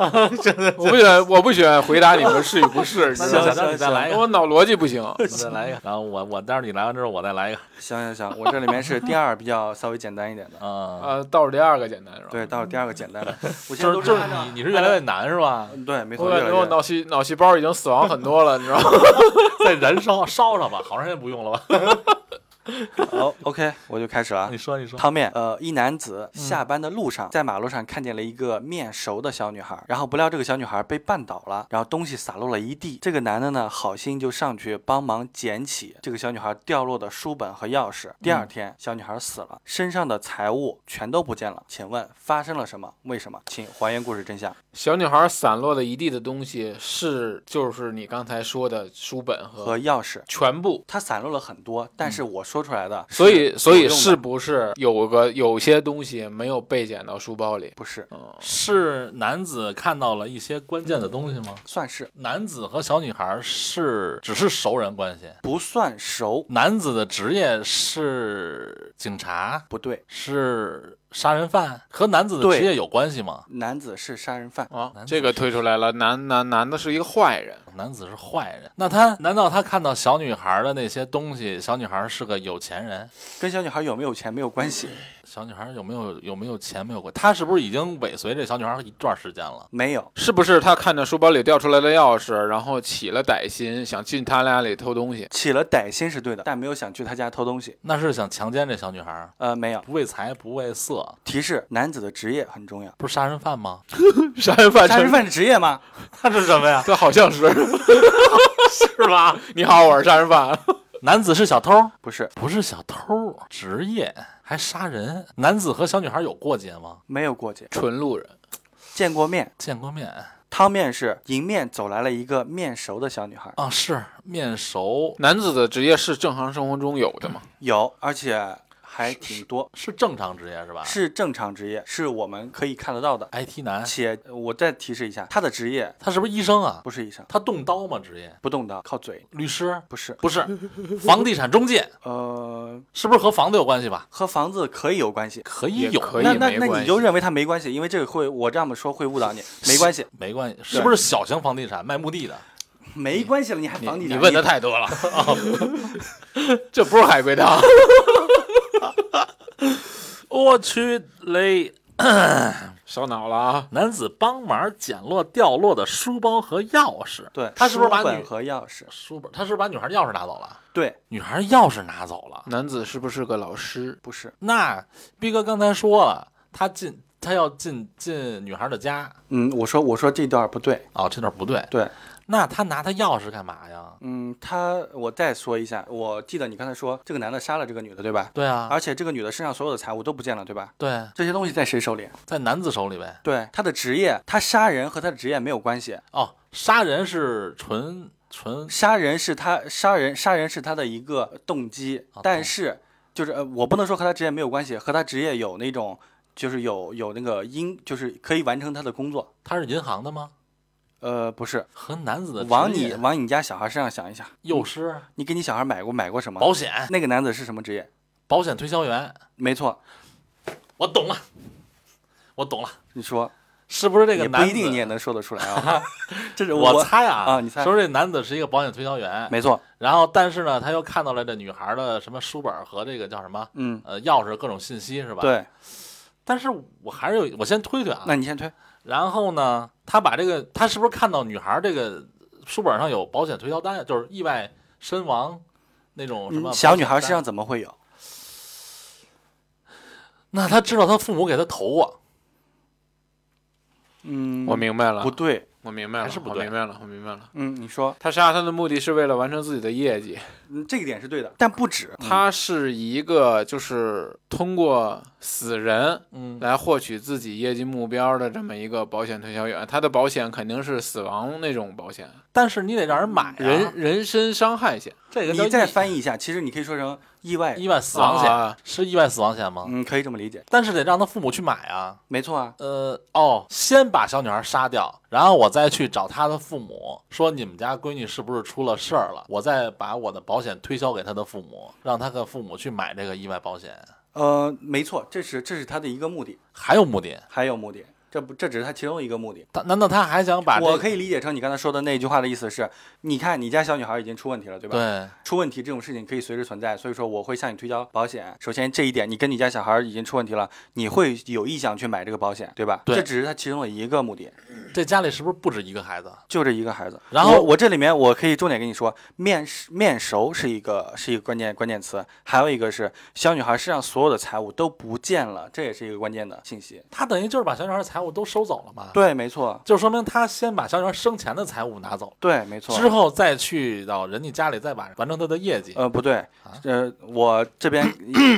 Speaker 4: 我不喜欢我不喜欢回答你们是与不是，你知道
Speaker 2: 行
Speaker 4: 吗
Speaker 2: 行行，你再来一个，
Speaker 4: 我脑逻辑不行。
Speaker 2: 你再来一个。然后我我待会儿你来完之后，我再来一个。
Speaker 3: 行行行，我这里面是第二比较稍微简单一点的，
Speaker 2: 啊，
Speaker 4: 呃，倒数第二个简单是吧？
Speaker 3: 对，到了第二个简单的，我现
Speaker 2: 就
Speaker 3: 在都
Speaker 2: 是就是
Speaker 3: 按 照嗯
Speaker 2: 你你是越来越难是吧？
Speaker 3: 对，没错，
Speaker 4: 我感
Speaker 3: 越
Speaker 4: 觉
Speaker 3: 来
Speaker 4: 我
Speaker 3: 越
Speaker 4: 脑细脑细胞已经死亡很多了，你知道吗？
Speaker 2: 再燃烧烧上吧，好长时间不用了吧？
Speaker 3: 好，OK，我就开始了啊
Speaker 2: 你。说你
Speaker 4: 嗯
Speaker 2: 说。
Speaker 3: 汤面，呃，一男子下班的路上，在马路上看见了一个面熟的小女孩，然后不料这个小女孩被绊倒了，然后东西洒落了一地。这个男的呢，好心就上去帮忙捡起这个小女孩掉落的书本和钥
Speaker 4: 嗯
Speaker 3: 匙。第二天，小女孩死了，身上的财物全都不见了。请问发生了什么？为什么？请还原故事真相。
Speaker 4: 小女孩散落的一地的东西是，就是你刚才说的书本和
Speaker 3: 和钥匙，
Speaker 4: 全部，
Speaker 3: 它散落了很多，但是我说出来的是
Speaker 4: 嗯所以所
Speaker 3: 有
Speaker 4: 以
Speaker 3: 用的
Speaker 4: 是不是有个有些东西没有被捡到书包里？
Speaker 3: 不是
Speaker 4: 嗯，
Speaker 2: 是男子看到了一些关键的东西吗？
Speaker 3: 算是
Speaker 2: 男子和小女孩是只是熟人关系。
Speaker 3: 不算熟？
Speaker 2: 男子的职业是警察，
Speaker 3: 不对，
Speaker 2: 是杀人犯，和男子的职业有关系吗？
Speaker 3: 男子是杀人犯，
Speaker 4: 啊
Speaker 2: 男，子
Speaker 4: 这个
Speaker 2: 是
Speaker 4: 推出来了，男男男的是一个坏人，
Speaker 2: 男子是坏人，那他难道他看到小女孩的那些东西，小女孩是个有钱人？
Speaker 3: 跟小女孩有没有钱没有关系。
Speaker 2: 小女孩有没有有没有钱没有过？他是不是已经尾随这小女孩一段时间了？
Speaker 3: 没有，
Speaker 4: 是不是他看着书包里掉出来的钥匙，然后起了歹心，想进他俩里偷东西？
Speaker 3: 起了歹心是对的，但没有想去他家偷东西。
Speaker 2: 那是想强奸这小女孩？
Speaker 3: 呃，没有。
Speaker 2: 不为财不为色，
Speaker 3: 提示：男子的职业很重要。
Speaker 2: 不是杀人犯吗？
Speaker 4: 杀人
Speaker 2: 啊
Speaker 4: 犯，
Speaker 3: 杀人，犯的职业吗？
Speaker 2: 他是什么呀？
Speaker 4: 这好 像是 是吧？你好，我是杀人犯。
Speaker 2: 男子是小偷，
Speaker 3: 不是，
Speaker 2: 不是小偷，职业还杀人。男子和小女孩有过节吗？
Speaker 3: 没有过节，
Speaker 4: 纯路人，
Speaker 3: 见过面。
Speaker 2: 见过面
Speaker 3: 汤面是迎面走来了一个面熟的小女孩，
Speaker 2: 啊？是面熟，
Speaker 4: 男子的职业是正常生活中有的吗？
Speaker 3: 有，而且还挺多，
Speaker 2: 是啊正常职业是吧？
Speaker 3: 是正常职业，是我们可以看得到的。
Speaker 2: IT 男，
Speaker 3: 且呃我再提示一下，他的职业
Speaker 2: 他是不是医生啊？
Speaker 3: 不是医生，
Speaker 2: 他动刀吗？职业
Speaker 3: 不动刀，靠嘴，
Speaker 2: 律师
Speaker 3: 不是，
Speaker 2: 不是，房地产中介
Speaker 3: 呃，
Speaker 2: 是不是和房子有关系吧？
Speaker 3: 和房子可以有关系。
Speaker 2: 可以
Speaker 4: 也
Speaker 2: 有，
Speaker 4: 可以
Speaker 3: 那那
Speaker 4: 没
Speaker 3: 那
Speaker 4: 关
Speaker 3: 你
Speaker 4: 系
Speaker 3: 就认为他没关系，因为这个会我这么说会误导 你，没关系，
Speaker 2: 没关系，是不是小型房地产卖墓地的？
Speaker 3: 没关系了，你还房地
Speaker 2: 你
Speaker 3: 产？
Speaker 2: 问的太多了。
Speaker 4: 这不是海龟汤，
Speaker 2: 我去嘞！
Speaker 4: 烧脑了啊！
Speaker 2: 男子帮忙捡落掉落的书包和钥匙。
Speaker 3: 对，
Speaker 2: 他是不是把
Speaker 3: 书本
Speaker 2: 女
Speaker 3: 和钥匙？
Speaker 2: 书本？他是不是把女孩钥匙拿走了？
Speaker 3: 对，
Speaker 2: 女孩钥匙拿走了。
Speaker 4: 男子是不是个老师？
Speaker 3: 不是，
Speaker 2: 那逼哥刚才说了，他进他要进进女孩的家。
Speaker 3: 嗯，我说我说这段不对，
Speaker 2: 哦，这段不对。
Speaker 3: 对，
Speaker 2: 那他拿他钥匙干嘛呀？
Speaker 3: 嗯，他我再说一下，我记得你刚才说这个男的杀了这个女的，对吧？
Speaker 2: 对啊，
Speaker 3: 而且这个女的身上所有的财物都不见了，对吧？
Speaker 2: 对，
Speaker 3: 这些东西在谁手里？啊
Speaker 2: 在男子手里呗。
Speaker 3: 对，他的职业，他杀人和他的职业没有关系，
Speaker 2: 哦，杀人是纯纯
Speaker 3: 杀人是他杀人杀人是他的一个动机
Speaker 2: 哦，
Speaker 3: 但
Speaker 2: 懂
Speaker 3: 是就是呃，我不能说和他职业没有关系，和他职业有那种就是有有那个因，就是可以完成他的工作。
Speaker 2: 他是银行的吗？
Speaker 3: 呃，不是，
Speaker 2: 和男子的
Speaker 3: 往
Speaker 2: 职业
Speaker 3: 你往你家小孩身上想一下，
Speaker 2: 幼师、
Speaker 3: 你给你小孩买过买过什么？
Speaker 2: 保险、
Speaker 3: 那个男子是什么职业？
Speaker 2: 保险推销员。
Speaker 3: 没错，
Speaker 2: 我懂了，我懂了，
Speaker 3: 你说
Speaker 2: 是不是这个
Speaker 3: 也不
Speaker 2: 男子？
Speaker 3: 一定你也能说得出来啊。这是
Speaker 2: 我
Speaker 3: 我
Speaker 2: 猜啊，
Speaker 3: 啊你猜
Speaker 2: 说这男子是一个保险推销员，
Speaker 3: 没错，
Speaker 2: 然后但是呢，他又看到了这女孩的什么书本和这个叫什么
Speaker 3: 嗯，
Speaker 2: 呃钥匙各种信息是吧？。
Speaker 3: 对。
Speaker 2: 但是我还是有，我先推推啊。
Speaker 3: 那你先推，
Speaker 2: 然后呢，他把这个他是不是看到女孩这个书本上有保险推销单，就是意外身亡那种什么
Speaker 3: 嗯
Speaker 2: 保险
Speaker 3: 小
Speaker 2: 单、
Speaker 3: 女孩身上怎么会有？
Speaker 2: 那他知道他父母给他投啊过，
Speaker 3: 嗯，
Speaker 4: 我明白了
Speaker 3: 不，对，
Speaker 4: 我明白了，
Speaker 2: 还是不对
Speaker 4: 我明白了，我明白了。
Speaker 3: 嗯，你说，
Speaker 4: 他杀他的目的是为了完成自己的业绩，
Speaker 3: 嗯，这个点是对的，但不止
Speaker 2: 嗯
Speaker 4: 他是一个就是通过死人
Speaker 2: 嗯，
Speaker 4: 来获取自己业绩目标的这么一个保险推销员。他的保险肯定是死亡那种保险，
Speaker 2: 但是你得让人买、啊、
Speaker 4: 人人身伤害险。
Speaker 2: 这个叫
Speaker 3: 你再
Speaker 2: 意
Speaker 3: 翻译一下，其实你可以说成意外，
Speaker 2: 意外死亡险、
Speaker 4: 啊
Speaker 2: 是意外死亡险吗？
Speaker 3: 嗯，可以这么理解，
Speaker 2: 但是得让他父母去买啊。
Speaker 3: 没错啊，
Speaker 2: 呃，哦，先把小女孩杀掉，然后我再去找她的父母，说你们家闺女是不是出了事儿了？我再把我的保险推销给她的父母，让她的父母去买这个意外保险。
Speaker 3: 呃，没错，这是这是他的一个目的，
Speaker 2: 还有目的，
Speaker 3: 还有目的，这不这只是他其中一个目的。
Speaker 2: 他难道他还想把、这个、
Speaker 3: 我可以理解成你刚才说的那句话的意思是，你看你家小女孩已经出问题了，对吧？
Speaker 2: 对
Speaker 3: 出问题这种事情可以随时存在，所以说我会向你推销保险。首先这一点，你跟你家小孩已经出问题了，你会有意向去买这个保险，对吧？
Speaker 2: 对
Speaker 3: 这只是他其中的一个目的，
Speaker 2: 这家里是不是不止一个孩子？
Speaker 3: 就这一个孩子。
Speaker 2: 然后
Speaker 3: 我我这里面我可以重点跟你说，面熟面熟是一个是一个关键关键词，还有一个是小女孩身上所有的财物都不见了，这也是一个关键的信息。
Speaker 2: 他等于就是把小女孩的财物都收走了嘛？，
Speaker 3: 对，没错，
Speaker 2: 就说明他先把小女孩生前的财物拿走，
Speaker 3: 对，没错。
Speaker 2: 之后再去到人家家里再把完成她的业绩。
Speaker 3: 呃，不对，
Speaker 2: 啊
Speaker 3: 呃，我这边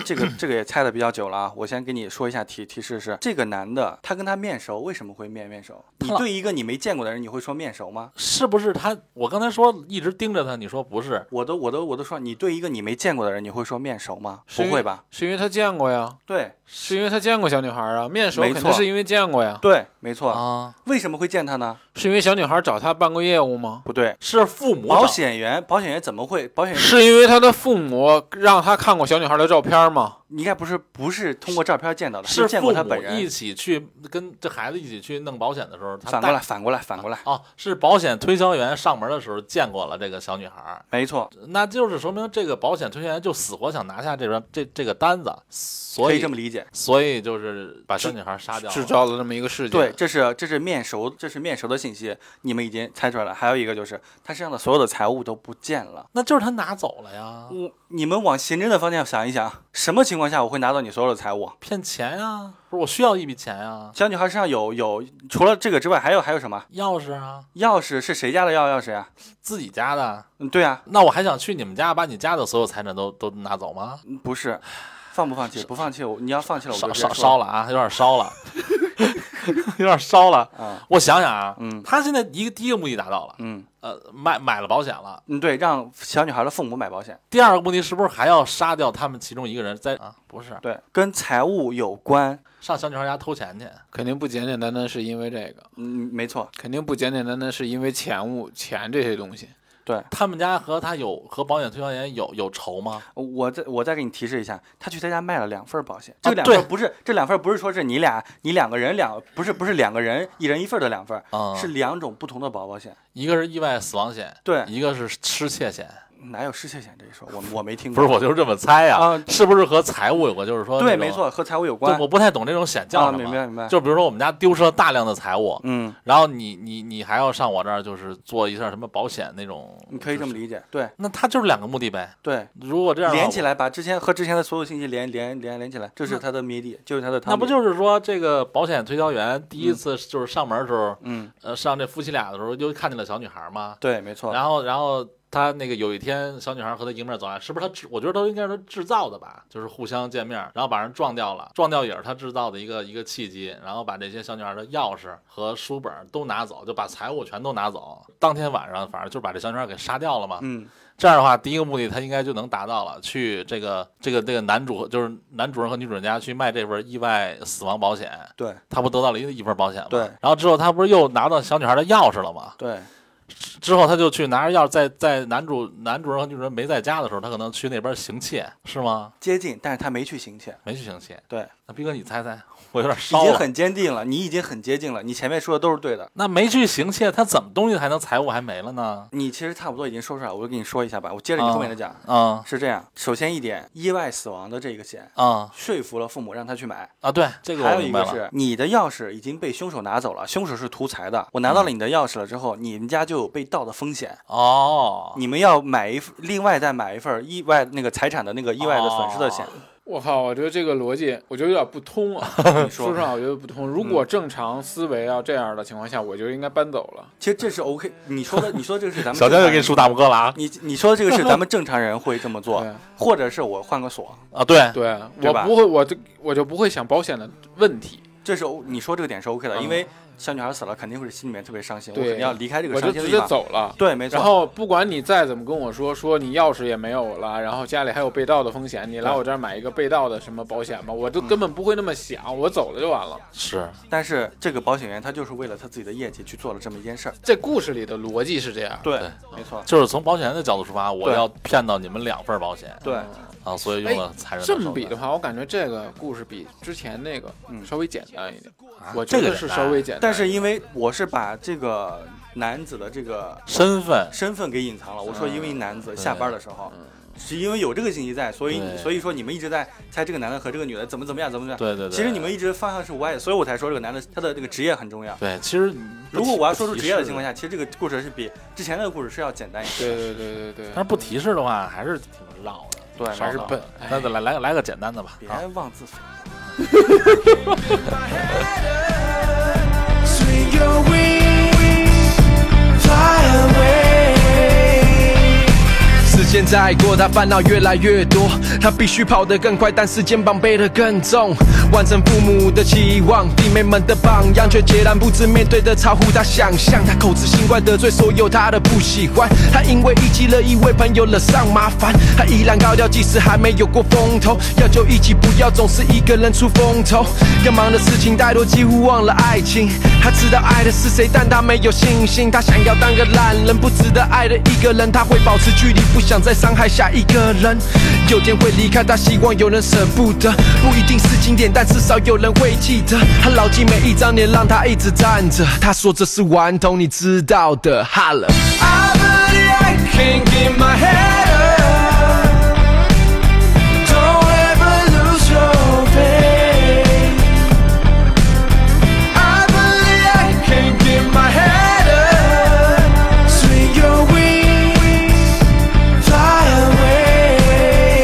Speaker 3: 这个这个也猜的比较久了啊。我先跟你说一下提提示是，这个男的他跟他面熟，为什么会面面熟？你
Speaker 2: 他
Speaker 3: 对一个你没见过的人，你会说面熟吗？
Speaker 2: 是不是他？我刚才说一直盯着他，你说不是？
Speaker 3: 我都我都我都说，你对一个你没见过的人，你会说面熟吗？
Speaker 4: 是
Speaker 3: 不
Speaker 4: 因
Speaker 3: 会吧？
Speaker 4: 是因为他见过呀，
Speaker 3: 对
Speaker 4: 是因为他见过小女孩啊，面熟
Speaker 3: 没
Speaker 4: 肯
Speaker 3: 错
Speaker 4: 定是因为见过呀，
Speaker 3: 对，没错。
Speaker 2: 啊，
Speaker 3: 为什么会见他呢？
Speaker 4: 是因为小女孩找他办过业务吗？
Speaker 3: 不对，
Speaker 2: 是父母
Speaker 3: 保
Speaker 2: 找
Speaker 3: 险员保险员怎么会保险员？
Speaker 4: 是因为他的父母让他看过小女孩的照片吗？
Speaker 3: 应该不是不是通过照片见到的，
Speaker 2: 是
Speaker 3: 见
Speaker 2: 父
Speaker 3: 过他
Speaker 2: 母
Speaker 3: 本
Speaker 2: 一
Speaker 3: 人。
Speaker 2: 起去跟这孩子一起去弄保险的时候，他
Speaker 3: 反
Speaker 2: 带
Speaker 3: 过来，反过来，反过来，
Speaker 2: 哦，是保险推销员上门的时候见过了这个小女孩儿，
Speaker 3: 没错，
Speaker 2: 那就是说明这个保险推销员就死活想拿下这张这这个单子，所
Speaker 3: 可以
Speaker 2: 以
Speaker 3: 这么理解。
Speaker 2: 所以就是把小女孩杀掉了
Speaker 4: 制造了这么一个事件。
Speaker 3: 对，，这是这是面熟，这是面熟的信息，你们已经猜出来了。还有一个就是他身上的所有的财物都不见了。
Speaker 2: 那就是他拿走了呀，
Speaker 3: 我你们往刑侦的方向想一想，什么情况下我会拿到你所有的财物？
Speaker 2: 骗钱呀，不是我需要一笔钱呀，
Speaker 3: 小女孩身上有有，除了这个之外，还有还有什么？
Speaker 2: 钥匙啊，
Speaker 3: 钥匙是谁家的钥钥匙呀、
Speaker 2: 自己家的，
Speaker 3: 嗯，对啊，
Speaker 2: 那我还想去你们家把你家的所有财产都都拿走吗？
Speaker 3: 嗯不是，放不放弃？不放弃，我你要放弃了，我
Speaker 2: 烧
Speaker 3: 就
Speaker 2: 烧烧
Speaker 3: 了。
Speaker 2: 了啊，有点烧了， 有点烧了。
Speaker 3: 啊，
Speaker 2: 我想想啊，
Speaker 3: 嗯
Speaker 2: 他现在一个第一个目的达到了，
Speaker 3: 嗯，
Speaker 2: 呃，买买了保险了。
Speaker 3: 嗯，对，让小女孩的父母买保险，
Speaker 2: 第二个目的是不是还要杀掉他们其中一个人在？啊，不是，
Speaker 3: 对，跟财务有关。
Speaker 2: 上小女孩家偷钱去。
Speaker 4: 肯定不简简单单是因为这个，
Speaker 3: 嗯，没错，
Speaker 4: 肯定不简简单单是因为钱物钱这些东西。
Speaker 3: 对
Speaker 2: 他们家和他有和保险推销员有有仇吗？
Speaker 3: 我再我再给你提示一下，他去他家卖了两份保险，这
Speaker 2: 啊
Speaker 3: 两份
Speaker 2: 对
Speaker 3: 不是、这两份不是说是你俩你两个人两不是不是两个人一人一份的两份，
Speaker 2: 啊、
Speaker 3: 是两种不同的保保险。
Speaker 2: 一个是意外死亡险，
Speaker 3: 对嗯
Speaker 2: 一个是失窃险。
Speaker 3: 哪有失窃险这一说？我我没听
Speaker 2: 不
Speaker 3: 过。
Speaker 2: 是，我就是这么猜呀、
Speaker 3: 啊
Speaker 2: 是不是和财务有关？就是说，
Speaker 3: 对，没。错，和财务有
Speaker 2: 对
Speaker 3: 关，。
Speaker 2: 我不太懂这种险叫
Speaker 3: 啊，
Speaker 2: 什么。
Speaker 3: 明白明白。
Speaker 2: 就比如说我们家丢失了大量的财物，
Speaker 3: 嗯，
Speaker 2: 然后你你你还要上我这儿，就是做一下什么保险那种。
Speaker 3: 你可以这么
Speaker 2: 就是
Speaker 3: 理解，对
Speaker 2: 那他就是两个目的呗。
Speaker 3: 对。
Speaker 2: 如果这样的话
Speaker 3: 连起，来，把之前和之前的所有信息连连连连起来，这是他的谜底，就是他的汤
Speaker 2: 那
Speaker 3: 底。
Speaker 2: 不就是说这个保险推销员第一次就是上门的时候，
Speaker 3: 嗯，
Speaker 2: 呃，上这夫妻俩的时候就看见了小女孩吗？
Speaker 3: 对，没错。
Speaker 2: 然后，然后他那个有一天，小女孩和他迎面走来，是不是他制？我觉得都应该是他制造的吧，就是互相见面，然后把人撞掉了，撞掉也是他制造的一个一个契机，然后把这些小女孩的钥匙和书本都拿走，就把财物全都拿走。当天晚上，反正就把这小女孩给杀掉了嘛。
Speaker 3: 嗯，
Speaker 2: 这样的话，第一个目的他应该就能达到了，去这个这个这个男主就是男主人和女主人家去卖这份意外死亡保险，
Speaker 3: 对
Speaker 2: 他不得到了一一份保险吗？
Speaker 3: 对
Speaker 2: 然后之后他不是又拿到小女孩的钥匙了吗？
Speaker 3: 对，
Speaker 2: 之后他就去拿着钥匙，在在男主男主人和女主人没在家的时候，他可能去那边行窃，是吗？
Speaker 3: 接近，但是他没去行窃，
Speaker 2: 没去行窃。
Speaker 3: 对，
Speaker 2: 那斌哥，你猜猜，我有点
Speaker 3: 已
Speaker 2: 烧
Speaker 3: 经
Speaker 2: 了。
Speaker 3: 很坚定了，你已经很接近了，你前面说的都是对的。
Speaker 2: 那没去行窃，他怎么东西还能财物还没了呢？
Speaker 3: 你其实差不多已经说出来了，我就跟你说一下吧，我接着你
Speaker 2: 啊
Speaker 3: 后面的讲。
Speaker 2: 啊
Speaker 3: 是这样，首先一点，意外死亡的这个险，
Speaker 2: 啊
Speaker 3: 说服了父母让他去买。
Speaker 2: 啊！对，这个我
Speaker 3: 还有一
Speaker 2: 明白
Speaker 3: 个
Speaker 2: 了。
Speaker 3: 是，你的钥匙已经被凶手拿走了，凶手是图财的。我拿
Speaker 2: 嗯
Speaker 3: 到了你的钥匙了之后，你们家就有被盗的风险，
Speaker 2: 哦，
Speaker 3: 你们要买一份另外再买一份意外那个财产的那个意外的
Speaker 2: 啊
Speaker 3: 损失的险。
Speaker 4: 我靠，我觉得这个逻辑，我觉得有点不通 啊。
Speaker 3: 你
Speaker 4: 说
Speaker 3: 说
Speaker 4: 实话，我觉得不通。如果正常思维要这样的情况下，我就应该搬走了。
Speaker 3: 其实这是 OK，你说的，你说这个是咱们
Speaker 2: 小
Speaker 3: 正
Speaker 2: 江又给
Speaker 3: 常
Speaker 2: 你
Speaker 3: 人
Speaker 2: 竖大拇哥了 啊！
Speaker 3: 你你说的这个是咱们正常人会这么做
Speaker 4: 对，
Speaker 3: 或者是我换个锁，
Speaker 2: 啊，对，
Speaker 4: 对，
Speaker 3: 对
Speaker 4: 我
Speaker 3: 吧
Speaker 4: 不会，我就我就不会想保险的问题。
Speaker 3: 这是 O- 你说这个点是 OK 的，
Speaker 4: 嗯
Speaker 3: 因为小女孩死了，肯定会心里面特别伤心，我
Speaker 4: 对
Speaker 3: 肯定要离开这个
Speaker 4: 我就
Speaker 3: 伤心
Speaker 4: 直
Speaker 3: 的
Speaker 4: 接
Speaker 3: 地方。
Speaker 4: 走了。
Speaker 3: 对，没错。
Speaker 4: 然后不管你再怎么跟我说，说你钥匙也没有了，然后家里还有被盗的风险，你来我这儿买一个被盗的什么保险吧，我都根本不会那么想，我走了就完了。
Speaker 2: 是
Speaker 3: 但是这个保险员他就是为了他自己的业绩去做了这么一件事儿。
Speaker 4: 这故事里的逻辑是这样，
Speaker 3: 对
Speaker 2: 对，
Speaker 3: 没错。
Speaker 2: 就是从保险人的角度出发，我
Speaker 3: 对哎
Speaker 2: 要骗到你们两份保险
Speaker 3: 对，
Speaker 4: 嗯
Speaker 2: 啊，所以用了残忍的
Speaker 4: 这
Speaker 2: 手
Speaker 4: 么比
Speaker 2: 段
Speaker 4: 的话，我感觉这个故事比之前那个
Speaker 3: 嗯
Speaker 4: 稍微简单一点，
Speaker 2: 啊
Speaker 4: 我觉
Speaker 2: 这
Speaker 4: 得
Speaker 2: 个
Speaker 4: 是
Speaker 2: 简单
Speaker 4: 稍微简单。
Speaker 3: 但是因为我是把这个男子的这个
Speaker 2: 身份
Speaker 3: 身份给隐藏了，我说
Speaker 4: 嗯
Speaker 3: 因为男子下班的时候。是因为有这个信息在，所以你
Speaker 2: 对
Speaker 3: 所以说你们一直在猜这个男的和这个女的怎么怎么样，怎么怎么样。
Speaker 2: 对对对
Speaker 3: 其实你们一直方向是歪的，所以我才说这个男的他的这个职业很重要。
Speaker 2: 对，其实
Speaker 3: 如果我要说出职业的情况
Speaker 2: 下，
Speaker 3: 下，其实这个故事是比之前那个故事是要简单一些。
Speaker 4: 对对对对对
Speaker 2: 但，是不提示的话，还是挺绕的。
Speaker 3: 对，没
Speaker 4: 还是
Speaker 3: 错
Speaker 4: 笨。
Speaker 2: 那再来来来个简单的吧。
Speaker 3: 别
Speaker 2: 啊
Speaker 3: 妄自菲薄。
Speaker 5: Swing your wings, fly away. 时间在过，他烦恼越来越多，他必须跑得更快，但是肩膀背得更重，完成父母的期望，弟妹们的榜样，却截然不知面对的超乎他想象。他口直心快，得罪所有他的不喜欢。他因为一己了，一位朋友惹上麻烦，他依然高调，即使还没有过风头。要就一起，不要总是一个人出风头。要忙的事情太多，几乎忘了爱情。他知道爱的是谁，但他没有信心。他想要当个烂人，不值得爱的一个人。他会保持距离，不想再伤害下一个人。有天会离开，他希望有人舍不得。不一定是经典，但至少有人会记得。他牢记每一张脸，让他一直站着。他说这是顽童，你知道的。哈了。I believe I can get my head up. Don't ever lose your faith. I believe I can get my head up. Swing your wings, fly away.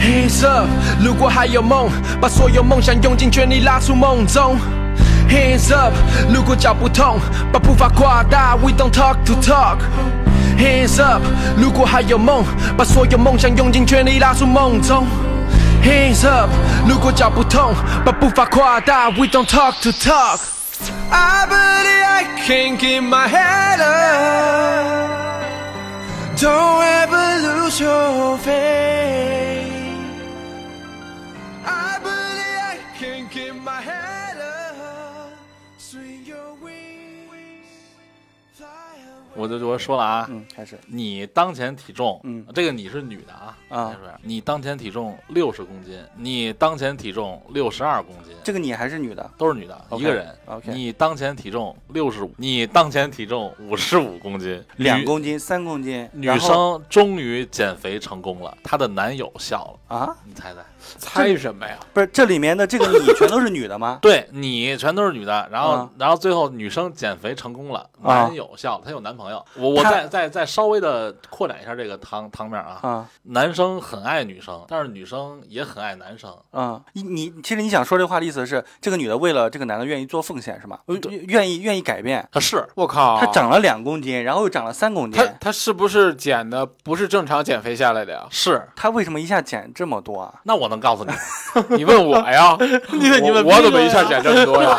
Speaker 5: Hands up，如果还有梦，把所有梦想用尽，全力拉出梦中。Hands up，如果脚不痛，把步伐扩大。We don't talk to talk。Hands up，如果还有梦，把所有梦想用尽，全力拉出梦中。Hands up，如果脚不痛，把步伐扩大。We don't talk to talk。 I believe I can keep my head up. Don't ever lose your faith. I believe I can keep my head up. Swing your wings, fly away.
Speaker 2: 我就我说了啊，
Speaker 3: 嗯，开始
Speaker 2: 你当前体重，
Speaker 3: 嗯
Speaker 2: 这个你是女的啊，
Speaker 3: 啊
Speaker 2: 是不是？你当前体重六十公斤，你当前体重六十二公斤，
Speaker 3: 这个你还是女的，
Speaker 2: 都是女的
Speaker 3: OK，
Speaker 2: 一个人。
Speaker 3: OK
Speaker 2: 你当前体重六十五，你当前体重五十五公斤，女
Speaker 3: 两公斤、三公斤，
Speaker 2: 女
Speaker 3: 然后
Speaker 2: 生终于减肥成功了，她的男友笑了，
Speaker 3: 啊，
Speaker 2: 你猜猜？？
Speaker 4: 猜什么呀？
Speaker 3: 不是这里面的这个你全都是女的 吗
Speaker 2: 对你全都是女的，然后、
Speaker 3: 啊
Speaker 2: 然后最后女生减肥成功了，
Speaker 3: 啊
Speaker 2: 男友笑了，她有男朋友。我我
Speaker 3: 她
Speaker 2: 再再再稍微的扩展一下这个汤汤面啊，
Speaker 3: 啊
Speaker 2: 男生很爱女生，但是女生也很爱男生。
Speaker 3: 啊，你你其实你想说这话的意思是，这个女的为了这个男的愿意做奉献是吗？呃愿意愿意改变，
Speaker 2: 啊，是？
Speaker 4: 我靠，
Speaker 3: 她长了两公斤，然后又长了三公斤
Speaker 4: 他，他是不是减的不是正常减肥下来的呀
Speaker 2: 是，
Speaker 3: 她为什么一下减这么多 啊？
Speaker 2: 那我能告诉你，
Speaker 4: 你问我呀？你
Speaker 2: 得你
Speaker 4: 我
Speaker 2: 问
Speaker 4: 我
Speaker 2: 逼
Speaker 4: 怎么
Speaker 2: 哥
Speaker 4: 一下
Speaker 2: 呀
Speaker 4: 减这么多呀？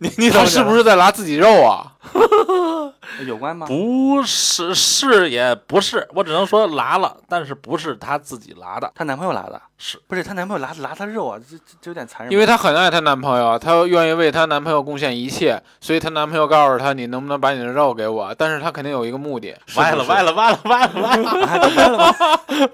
Speaker 2: 你 你
Speaker 4: 他是不
Speaker 2: 是
Speaker 4: 是在拿自己肉啊？
Speaker 3: 有关吗？
Speaker 2: 不是是也不是？我只能说拉了，但是不是她自己拉的，
Speaker 3: 她男朋友拉的，
Speaker 2: 是
Speaker 3: 不是她男朋友拉拉她肉啊？这这这有点残忍吧。
Speaker 4: 因为她很爱她男朋友啊，她愿意为她男朋友贡献一切，所以她男朋友告诉她，你能不能把你的肉给我？但是她肯定有一个目的。
Speaker 2: 歪了歪了歪了歪了歪
Speaker 3: 啊
Speaker 2: 了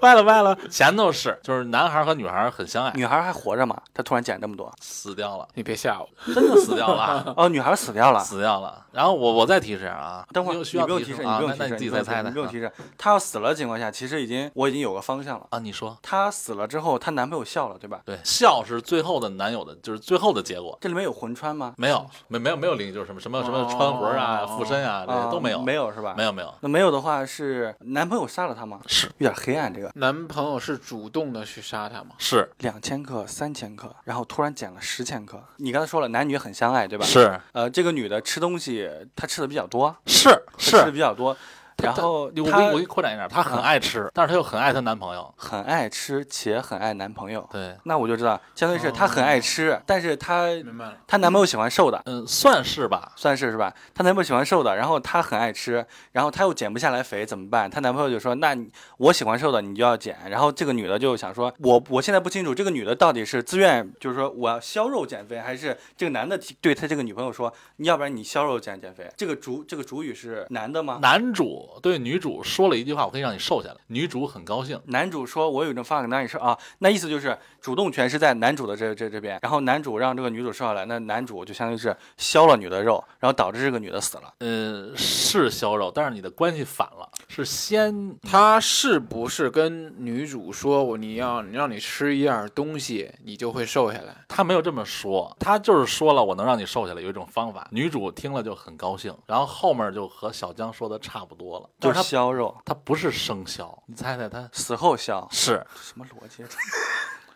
Speaker 2: 歪了歪了，前头是就是男孩和女孩很相爱，
Speaker 3: 女孩还活着嘛？她突然减这么多，
Speaker 2: 死掉了，
Speaker 4: 你别吓我，
Speaker 2: 真的死掉了。啊
Speaker 3: 哦，女孩死掉了。
Speaker 2: 死掉了，然后我我再提示啊，
Speaker 3: 等会儿
Speaker 2: 你有需
Speaker 3: 你
Speaker 2: 要
Speaker 3: 不用
Speaker 2: 示
Speaker 3: 示，你
Speaker 2: 啊
Speaker 3: 不，用
Speaker 2: 那
Speaker 3: 提
Speaker 2: 那
Speaker 3: 示，
Speaker 2: 自己
Speaker 3: 不用
Speaker 2: 再
Speaker 3: 提示
Speaker 2: 猜啊
Speaker 3: 你
Speaker 2: 猜
Speaker 3: 不用提示。她要死了的情况下，其实已经我已经有个方向了。
Speaker 2: 啊，你说
Speaker 3: 她死了之后，她男朋友笑了，对吧？
Speaker 2: 对，笑是最后的男友的，就是最后的结果，
Speaker 3: 这里面有魂穿吗？
Speaker 2: 没有没没有没有灵异，就是什么什么什么
Speaker 3: 哦
Speaker 2: 穿魂啊、
Speaker 4: 哦
Speaker 2: 附身啊，这
Speaker 3: 啊
Speaker 2: 些都没有，
Speaker 3: 没有是吧？
Speaker 2: 没。有没有，
Speaker 3: 那没有的话是男朋友杀了她吗？
Speaker 2: 是
Speaker 3: 有点黑暗，这个
Speaker 4: 男朋友是主动的去杀她吗？
Speaker 2: 是
Speaker 3: 两千克、三千克，然后突然减了十千克。你刚才说了，男女很相爱，对吧？。
Speaker 2: 是
Speaker 3: 呃，这个女的吃东西，她吃的比较多，
Speaker 2: 是
Speaker 3: 她吃的
Speaker 2: 是，
Speaker 3: 比较多，然后
Speaker 2: 我
Speaker 3: 啊
Speaker 2: 给
Speaker 3: 她
Speaker 2: 我给你扩展一点，她很爱吃，但是她又很爱她男朋友，
Speaker 3: 很爱吃且很爱男朋友。
Speaker 2: 对，
Speaker 3: 那我就知道，相当于是她很爱吃，但是她
Speaker 4: 明白了。
Speaker 3: 她男朋友喜欢瘦的，
Speaker 2: 嗯，算是吧，
Speaker 3: 算是是吧？她男朋友喜欢瘦的，然后她很爱吃，然后她又减不下来肥，怎么办？她男朋友就说：“那你我喜欢瘦的，你就要减。”然后这个女的就想说：“我我现在不清楚这个女的到底是自愿，就是说我要削肉减肥，还是这个男的提对她这个女朋友说，你要不然你削肉减减肥？”这个主这个主语是男的吗？
Speaker 2: 男主对女主说了一句话，我可以让你瘦下来，女主很高兴，
Speaker 3: 男主说：“我有一种方法能让你瘦啊。”那意思就是主动权是在男主的这这这边，然后男主让这个女主瘦下来，那男主就相当于是削了女的肉，然后导致这个女的死了。
Speaker 2: 呃，是削肉，但是你的关系反了，是先
Speaker 4: 他是不是跟女主说我你要你让你吃一样东西，你就会瘦下来？
Speaker 2: 他没有这么说，他就是说了我能让你瘦下来有一种方法。女主听了就很高兴，然后后面就和小江说的差不多了，就
Speaker 3: 就
Speaker 2: 是是他
Speaker 3: 削肉，
Speaker 2: 他不是生肖，你猜猜他
Speaker 3: 死后削，
Speaker 2: 是、
Speaker 3: 什么逻辑？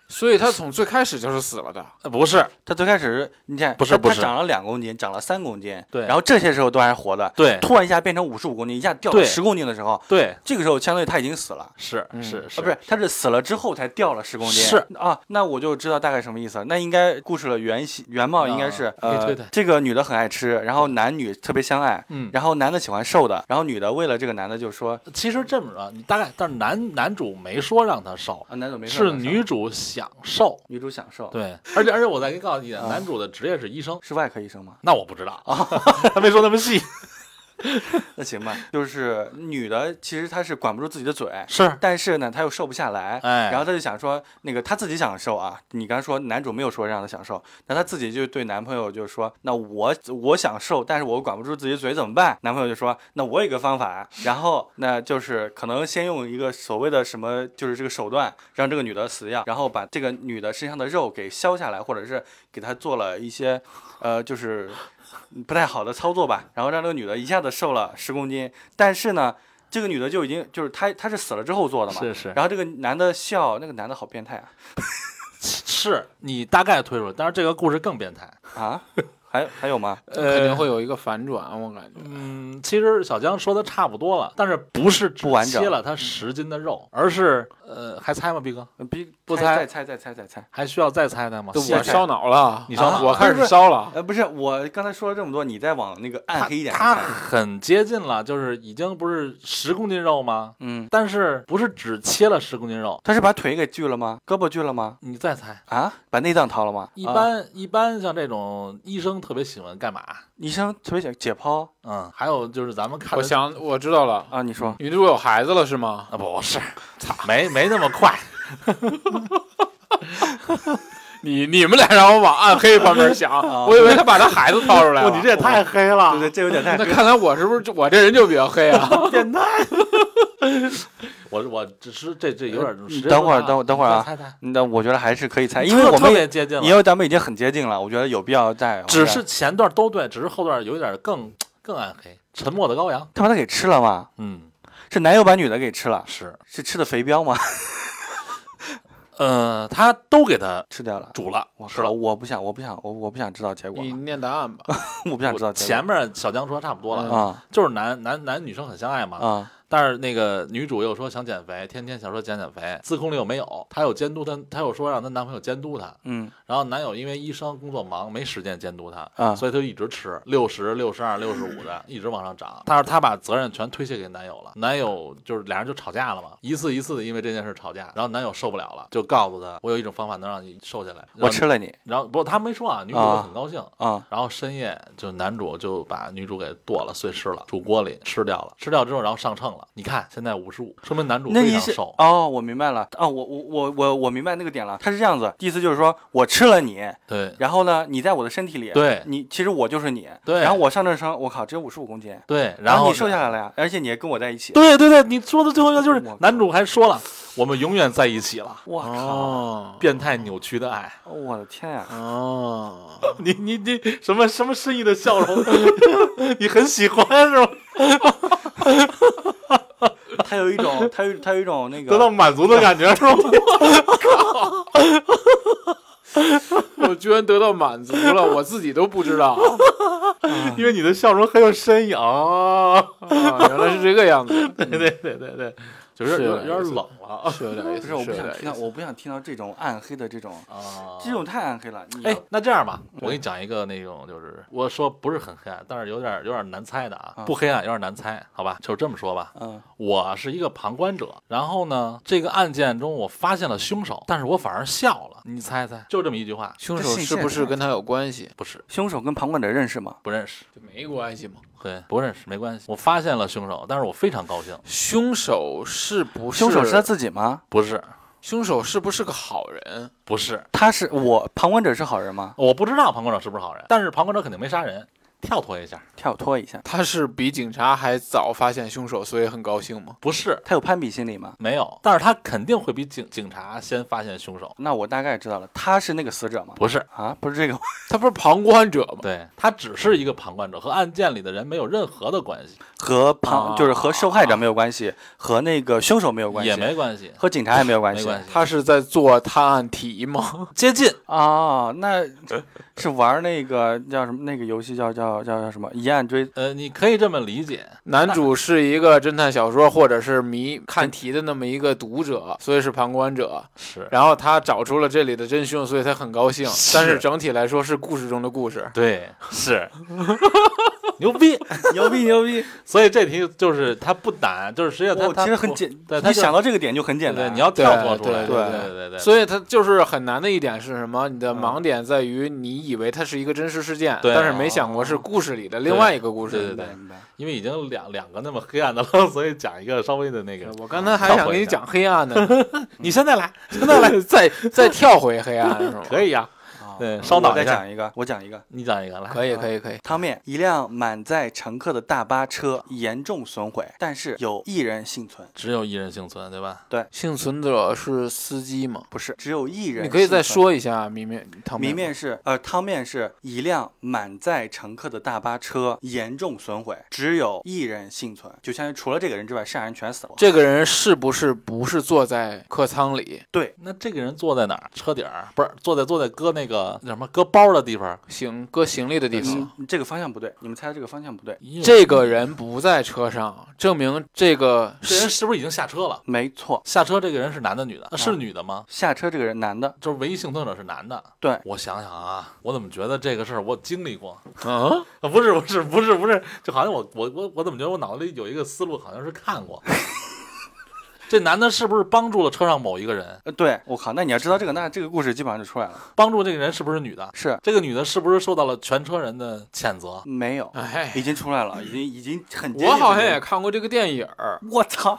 Speaker 4: 所以她从最开始就是死了的。
Speaker 2: 呃、不是？
Speaker 3: 他最开始你看，
Speaker 2: 不是
Speaker 3: 他
Speaker 2: 不
Speaker 3: 他
Speaker 2: 是
Speaker 3: 长了两公斤，长了三公斤，
Speaker 2: 对
Speaker 3: 然后这些时候都还是活的，
Speaker 2: 对
Speaker 3: 突然一下变成五十五公斤，一下掉
Speaker 2: 对
Speaker 3: 十公斤的时候，
Speaker 2: 对，
Speaker 3: 这个时候相当于他已经死了。
Speaker 2: 是
Speaker 4: 嗯
Speaker 2: 是
Speaker 3: 啊，
Speaker 2: 是，
Speaker 3: 不是，他是死了之后才掉了十公斤，
Speaker 2: 是
Speaker 3: 啊，那我就知道大概什么意思了。那应该故事的原系原貌应该是，
Speaker 2: 啊
Speaker 3: 呃，
Speaker 2: 对对对
Speaker 3: 这个女的很爱吃，然后男女特别相爱，
Speaker 2: 嗯
Speaker 3: 然后男的喜欢瘦的，然后女的为了这个男的就说，
Speaker 2: 其实这么着，你大概，但是男男主没说让他瘦，
Speaker 3: 啊，男主没事儿
Speaker 2: 是
Speaker 3: 没事儿
Speaker 2: 女主想瘦。
Speaker 3: 女主想瘦，，
Speaker 2: 对，而且而且我再给你告诉你一
Speaker 3: 啊
Speaker 2: 点，男主的职业是医生，
Speaker 3: 是外科医生吗？
Speaker 2: 那我不知道，
Speaker 3: 啊
Speaker 2: 他没说那么细。
Speaker 3: 那行吧，就是女的其实她是管不住自己的嘴，
Speaker 2: 是
Speaker 3: 但是呢，她又瘦不下来，
Speaker 2: 哎
Speaker 3: 然后她就想说，那个她自己想瘦啊。你刚才说男主没有说让她想瘦，那她自己就对男朋友就说，那我我想瘦，但是我管不住自己嘴怎么办？男朋友就说，那我有一个方法，然后那就是可能先用一个所谓的什么，就是这个手段让这个女的死掉，然后把这个女的身上的肉给削下来，或者是给她做了一些，呃，就是不太好的操作吧，然后让这个女的一下子瘦了十公斤，但是呢，这个女的就已经就是她她是死了之后做的嘛，
Speaker 2: 是是
Speaker 3: 然后这个男的笑，那个男的好变态啊
Speaker 2: 是，你大概推出，但是这个故事更变态。
Speaker 3: 啊，还还有吗？
Speaker 4: 肯定会有一个反转，我感觉。
Speaker 2: 嗯，其实小江说的差不多了，但是不是只
Speaker 3: 不完整嗯
Speaker 2: 切了他十斤的肉，而是呃，还猜吗，毕哥？
Speaker 3: 别
Speaker 2: 不猜
Speaker 3: 再猜再猜再猜。
Speaker 2: 还需要再猜猜吗？啊
Speaker 4: 对
Speaker 2: 现
Speaker 4: 我
Speaker 2: 在
Speaker 4: 烧脑了，
Speaker 2: 你烧脑
Speaker 4: 我开始烧了。
Speaker 3: 呃，不是，我刚才说了这么多，你再往那个暗
Speaker 2: 他
Speaker 3: 黑一点
Speaker 2: 他
Speaker 3: 猜
Speaker 2: 很接近了，就是已经不是十公斤肉吗？
Speaker 3: 嗯，
Speaker 2: 但是不是只切了十公斤肉？
Speaker 3: 他是把腿给锯了吗？胳膊锯了吗？
Speaker 2: 你再猜。
Speaker 3: 啊，把内脏掏了吗？
Speaker 2: 一
Speaker 3: 啊
Speaker 2: 般、一般像这种医生特别喜欢干嘛？
Speaker 3: 医生特别想解剖
Speaker 2: 嗯，还有就是咱们看
Speaker 4: 我
Speaker 2: 的
Speaker 4: 想我知道了，
Speaker 3: 啊，你说
Speaker 4: 女主有孩子了是吗？
Speaker 2: 啊，不是，没没那么快。
Speaker 4: 你你们俩让我往暗黑方面想， 我以为他把他孩子掏出来了。
Speaker 2: 哇，你这也太黑了，
Speaker 3: 嗯对对，这有 点太
Speaker 4: 那看来我是不是就我这人就比较黑啊？
Speaker 2: 变态。我我只是这这有点时间
Speaker 3: 嗯等会儿
Speaker 2: 不大
Speaker 3: 等会儿等会儿啊
Speaker 2: 你再猜猜，
Speaker 3: 那我觉得还是可以猜，因为我
Speaker 2: 特
Speaker 3: 们
Speaker 2: 别
Speaker 3: 也
Speaker 2: 接近
Speaker 3: 因
Speaker 2: 了，
Speaker 3: 为咱们已经很接近了，我觉得有必要再往
Speaker 2: 只
Speaker 3: 下
Speaker 2: 哦是啊前段都对，只是后段有点更更暗黑，沉默的羔羊。
Speaker 3: 他把他给吃了吗？
Speaker 2: 嗯，
Speaker 3: 是男友把女的给吃了，
Speaker 2: 是，
Speaker 3: 是吃的肥膘吗？
Speaker 2: 呃，他都给他
Speaker 3: 吃掉了。
Speaker 2: 煮了
Speaker 3: 我，
Speaker 2: 吃
Speaker 3: 靠！
Speaker 2: 了。
Speaker 3: 我不想，我不想，我我不想知道结果了
Speaker 4: 你，念答案吧。
Speaker 3: 我不想知道结果
Speaker 2: 前面小江说差不多了，
Speaker 3: 啊
Speaker 2: 就是男男男女生很相爱嘛，
Speaker 3: 啊
Speaker 2: 但是那个女主又说想减肥，天天想说减减肥，自控力又没有，她有监督她，她又说让她男朋友监督她，
Speaker 3: 嗯
Speaker 2: 然后男友因为医生工作忙，没时间监督她，
Speaker 3: 啊
Speaker 2: 所以她就一直吃六十六十二六十五 的，一直往上涨。但是她把责任全推卸给男友了，男友就是俩人就吵架了嘛，一次一次的因为这件事吵架，然后男友受不了了，就告诉她我有一种方法能让你瘦下来，
Speaker 3: 我吃
Speaker 2: 了，
Speaker 3: 了你
Speaker 2: 然后不，她没说啊，女主
Speaker 3: 啊
Speaker 2: 就很高兴。
Speaker 3: 啊
Speaker 2: 然后深夜就男主就把女主给剁了碎尸了，煮锅里吃掉了，吃掉之后然后上秤了，你看现在五十五，说明男主
Speaker 3: 那
Speaker 2: 非
Speaker 3: 一
Speaker 2: 常
Speaker 3: 是
Speaker 2: 瘦。
Speaker 3: 哦，我明白了啊，我我我我我明白那个点了，他是这样子，意思就是说我吃了你，
Speaker 2: 对
Speaker 3: 然后呢，你在我的身体里，
Speaker 2: 对
Speaker 3: 你其实我就是你，
Speaker 2: 对
Speaker 3: 然后我上正称，我靠，只有五十五公斤，
Speaker 2: 对，
Speaker 3: 然
Speaker 2: 后
Speaker 3: 你瘦下来了呀，而且你还跟我在一起，
Speaker 2: 对对对，你说的最后一个就是
Speaker 3: 我靠
Speaker 2: 男主还说了，我们永远在一起了，
Speaker 3: 我
Speaker 2: 啊
Speaker 3: 靠，
Speaker 4: 哦
Speaker 2: 变态扭曲的爱。
Speaker 3: 我的天呀！
Speaker 2: 啊
Speaker 4: 哦，
Speaker 2: 你你你什么什么深意的笑容？你很喜欢是吗？
Speaker 3: 他有一种，他有他有一种那
Speaker 2: 得到
Speaker 3: 个，
Speaker 2: 满足的感觉是吗？
Speaker 4: 我居然得到满足了，我自己都不知 道。
Speaker 2: 因为你的笑容很有深意啊。
Speaker 4: 啊，原来是这个样子，嗯
Speaker 2: 对对对对对，就是
Speaker 4: 是
Speaker 2: 有
Speaker 4: 有
Speaker 2: 有
Speaker 4: 点
Speaker 2: 点
Speaker 4: 意思
Speaker 2: 冷了
Speaker 4: 是有点意
Speaker 3: 不
Speaker 4: 思，
Speaker 3: 是，我不想
Speaker 4: 有点
Speaker 3: 听
Speaker 4: 意
Speaker 3: 到，
Speaker 4: 思。
Speaker 3: 我不想听到这种暗黑的这种，
Speaker 2: 啊。
Speaker 3: 这种太暗黑了。你
Speaker 2: 哎，那这样吧，我给你讲一个那种，就是我说不是很黑暗，但是有点有点难猜的啊，不黑暗，有点难猜，好吧，就这么说吧。
Speaker 3: 嗯，
Speaker 2: 我是一个旁观者，然后呢，这个案件中我发现了凶手，但是我反而笑了，你猜猜，就这么一句话，
Speaker 4: 凶
Speaker 3: 这
Speaker 4: 手
Speaker 3: 信
Speaker 4: 是
Speaker 3: 息
Speaker 4: 不
Speaker 3: 也
Speaker 4: 是跟他有关系？
Speaker 2: 不是
Speaker 3: 凶手跟旁观者认识吗？
Speaker 2: 不认识，
Speaker 4: 就没关系嘛。
Speaker 2: 对，不认识没关系。我发现了凶手，但是我非常高兴，
Speaker 4: 凶手是不是
Speaker 3: 凶手是他自己吗？
Speaker 2: 不是
Speaker 4: 凶手是不是个好人？
Speaker 2: 不是，
Speaker 3: 他是我旁观者是好人吗？
Speaker 2: 我不知道旁观者是不是好人，但是旁观者肯定没杀人，跳脱一下，
Speaker 3: 跳脱一下，
Speaker 4: 他是比警察还早发现凶手，所以很高兴吗？
Speaker 2: 不是
Speaker 3: 他有攀比心理吗？
Speaker 2: 没有，但是他肯定会比警警察先发现凶手，
Speaker 3: 那我大概知道了，他是那个死者吗？
Speaker 2: 不是。
Speaker 3: 啊，不是这个吗，
Speaker 4: 他不是旁观者吗？
Speaker 2: 对他只是一个旁观者，和案件里的人没有任何的关系，
Speaker 3: 和旁
Speaker 4: 啊
Speaker 3: 就是和受害者没有关系，和那个凶手没有关系，
Speaker 2: 也没关系，
Speaker 3: 和警察也没有关
Speaker 2: 没
Speaker 3: 系。
Speaker 2: 关系。
Speaker 4: 他是在做探案题吗？
Speaker 2: 接近
Speaker 3: 哦，那是玩那个 叫什么？那个游戏叫叫叫叫什么？一案追
Speaker 2: 呃，你可以这么理解，
Speaker 4: 男主是一个侦探小说或者是迷看题的那么一个读者，所以是旁观者。
Speaker 2: 是
Speaker 4: 然后他找出了这里的真凶，所以他很高兴。但是整体来说是故事中的故事。
Speaker 2: 对，是牛逼。
Speaker 3: 牛逼牛逼！
Speaker 2: 所以这题就是它不难，就是实际上它
Speaker 3: 我
Speaker 2: 它
Speaker 3: 哦其实很
Speaker 2: 不
Speaker 3: 简，
Speaker 2: 对，它
Speaker 3: 你
Speaker 2: 就
Speaker 3: 想到这个点就很简
Speaker 2: 对，
Speaker 3: 单。
Speaker 2: 你要跳脱出来，对
Speaker 4: 对
Speaker 3: 对
Speaker 2: 对对对。
Speaker 4: 所以他就是很难的一点是什么？你的盲点在于你以为它是一个真实事件，
Speaker 2: 对
Speaker 4: 但是没想过是故事里的另外一个故事。
Speaker 2: 对对对
Speaker 3: 明白
Speaker 2: 因为已经两两个那么黑暗的了，所以讲一个稍微的那个。
Speaker 4: 我刚才还想给你讲黑暗呢，你现在来，现在来， 再再跳回黑暗是吗？
Speaker 2: 可以啊呀、
Speaker 3: 啊
Speaker 2: 对烧脑
Speaker 3: 我再
Speaker 2: 一下
Speaker 3: 讲一个，我讲一个。
Speaker 2: 你讲一个来。
Speaker 4: 可以，可以，可以。
Speaker 3: 汤面，一辆满载乘客的大巴车严重损毁，但是有一人幸存，
Speaker 2: 只有一人幸存，对吧？
Speaker 4: 幸存者是司机吗？
Speaker 3: 不是，只有一人。
Speaker 4: 你可以再。说一下谜面汤
Speaker 3: 谜
Speaker 4: 面。
Speaker 3: 面是，呃，汤面是一辆满载乘客的大巴车严重损毁，只有一人幸存，就相当于除了这个人之外，剩下人全死了。
Speaker 4: 这个人是不是不是坐在客舱里？
Speaker 2: 那这个人坐在哪儿？车底儿不是坐在坐在搁那个个叫什么搁包的地方，
Speaker 4: 行搁行李的地方。
Speaker 3: 嗯这个方向不对，你们猜这个方向不
Speaker 2: 哎
Speaker 3: 对，
Speaker 4: 这个人不在车上，证明这个
Speaker 2: 这人是不是已经下车了？啊
Speaker 3: 没错。
Speaker 2: 下车这个人是男的女的？那是女的吗？
Speaker 3: 下车这个人男的，
Speaker 2: 就是唯一幸存者是男的。
Speaker 3: 对
Speaker 2: 我想想啊，我怎么觉得这个事儿我经历过？
Speaker 4: 嗯，
Speaker 2: 啊不是不是不是不是，就好像我我我我怎么觉得我脑子里有一个思路，好像是看 过。这男的是不是帮助了车上某一个人？
Speaker 3: 呃，对我靠，那你要知道这个，那这个故事基本上就出来了，
Speaker 2: 帮助这个人是不是女的？
Speaker 3: 是
Speaker 2: 这个女的是不是受到了全车人的谴责？
Speaker 3: 没有，
Speaker 4: 哎
Speaker 3: 已经出来了，已经已经很接近
Speaker 4: 我好像
Speaker 3: 这个
Speaker 4: 也看过这个电影儿，
Speaker 3: 我操，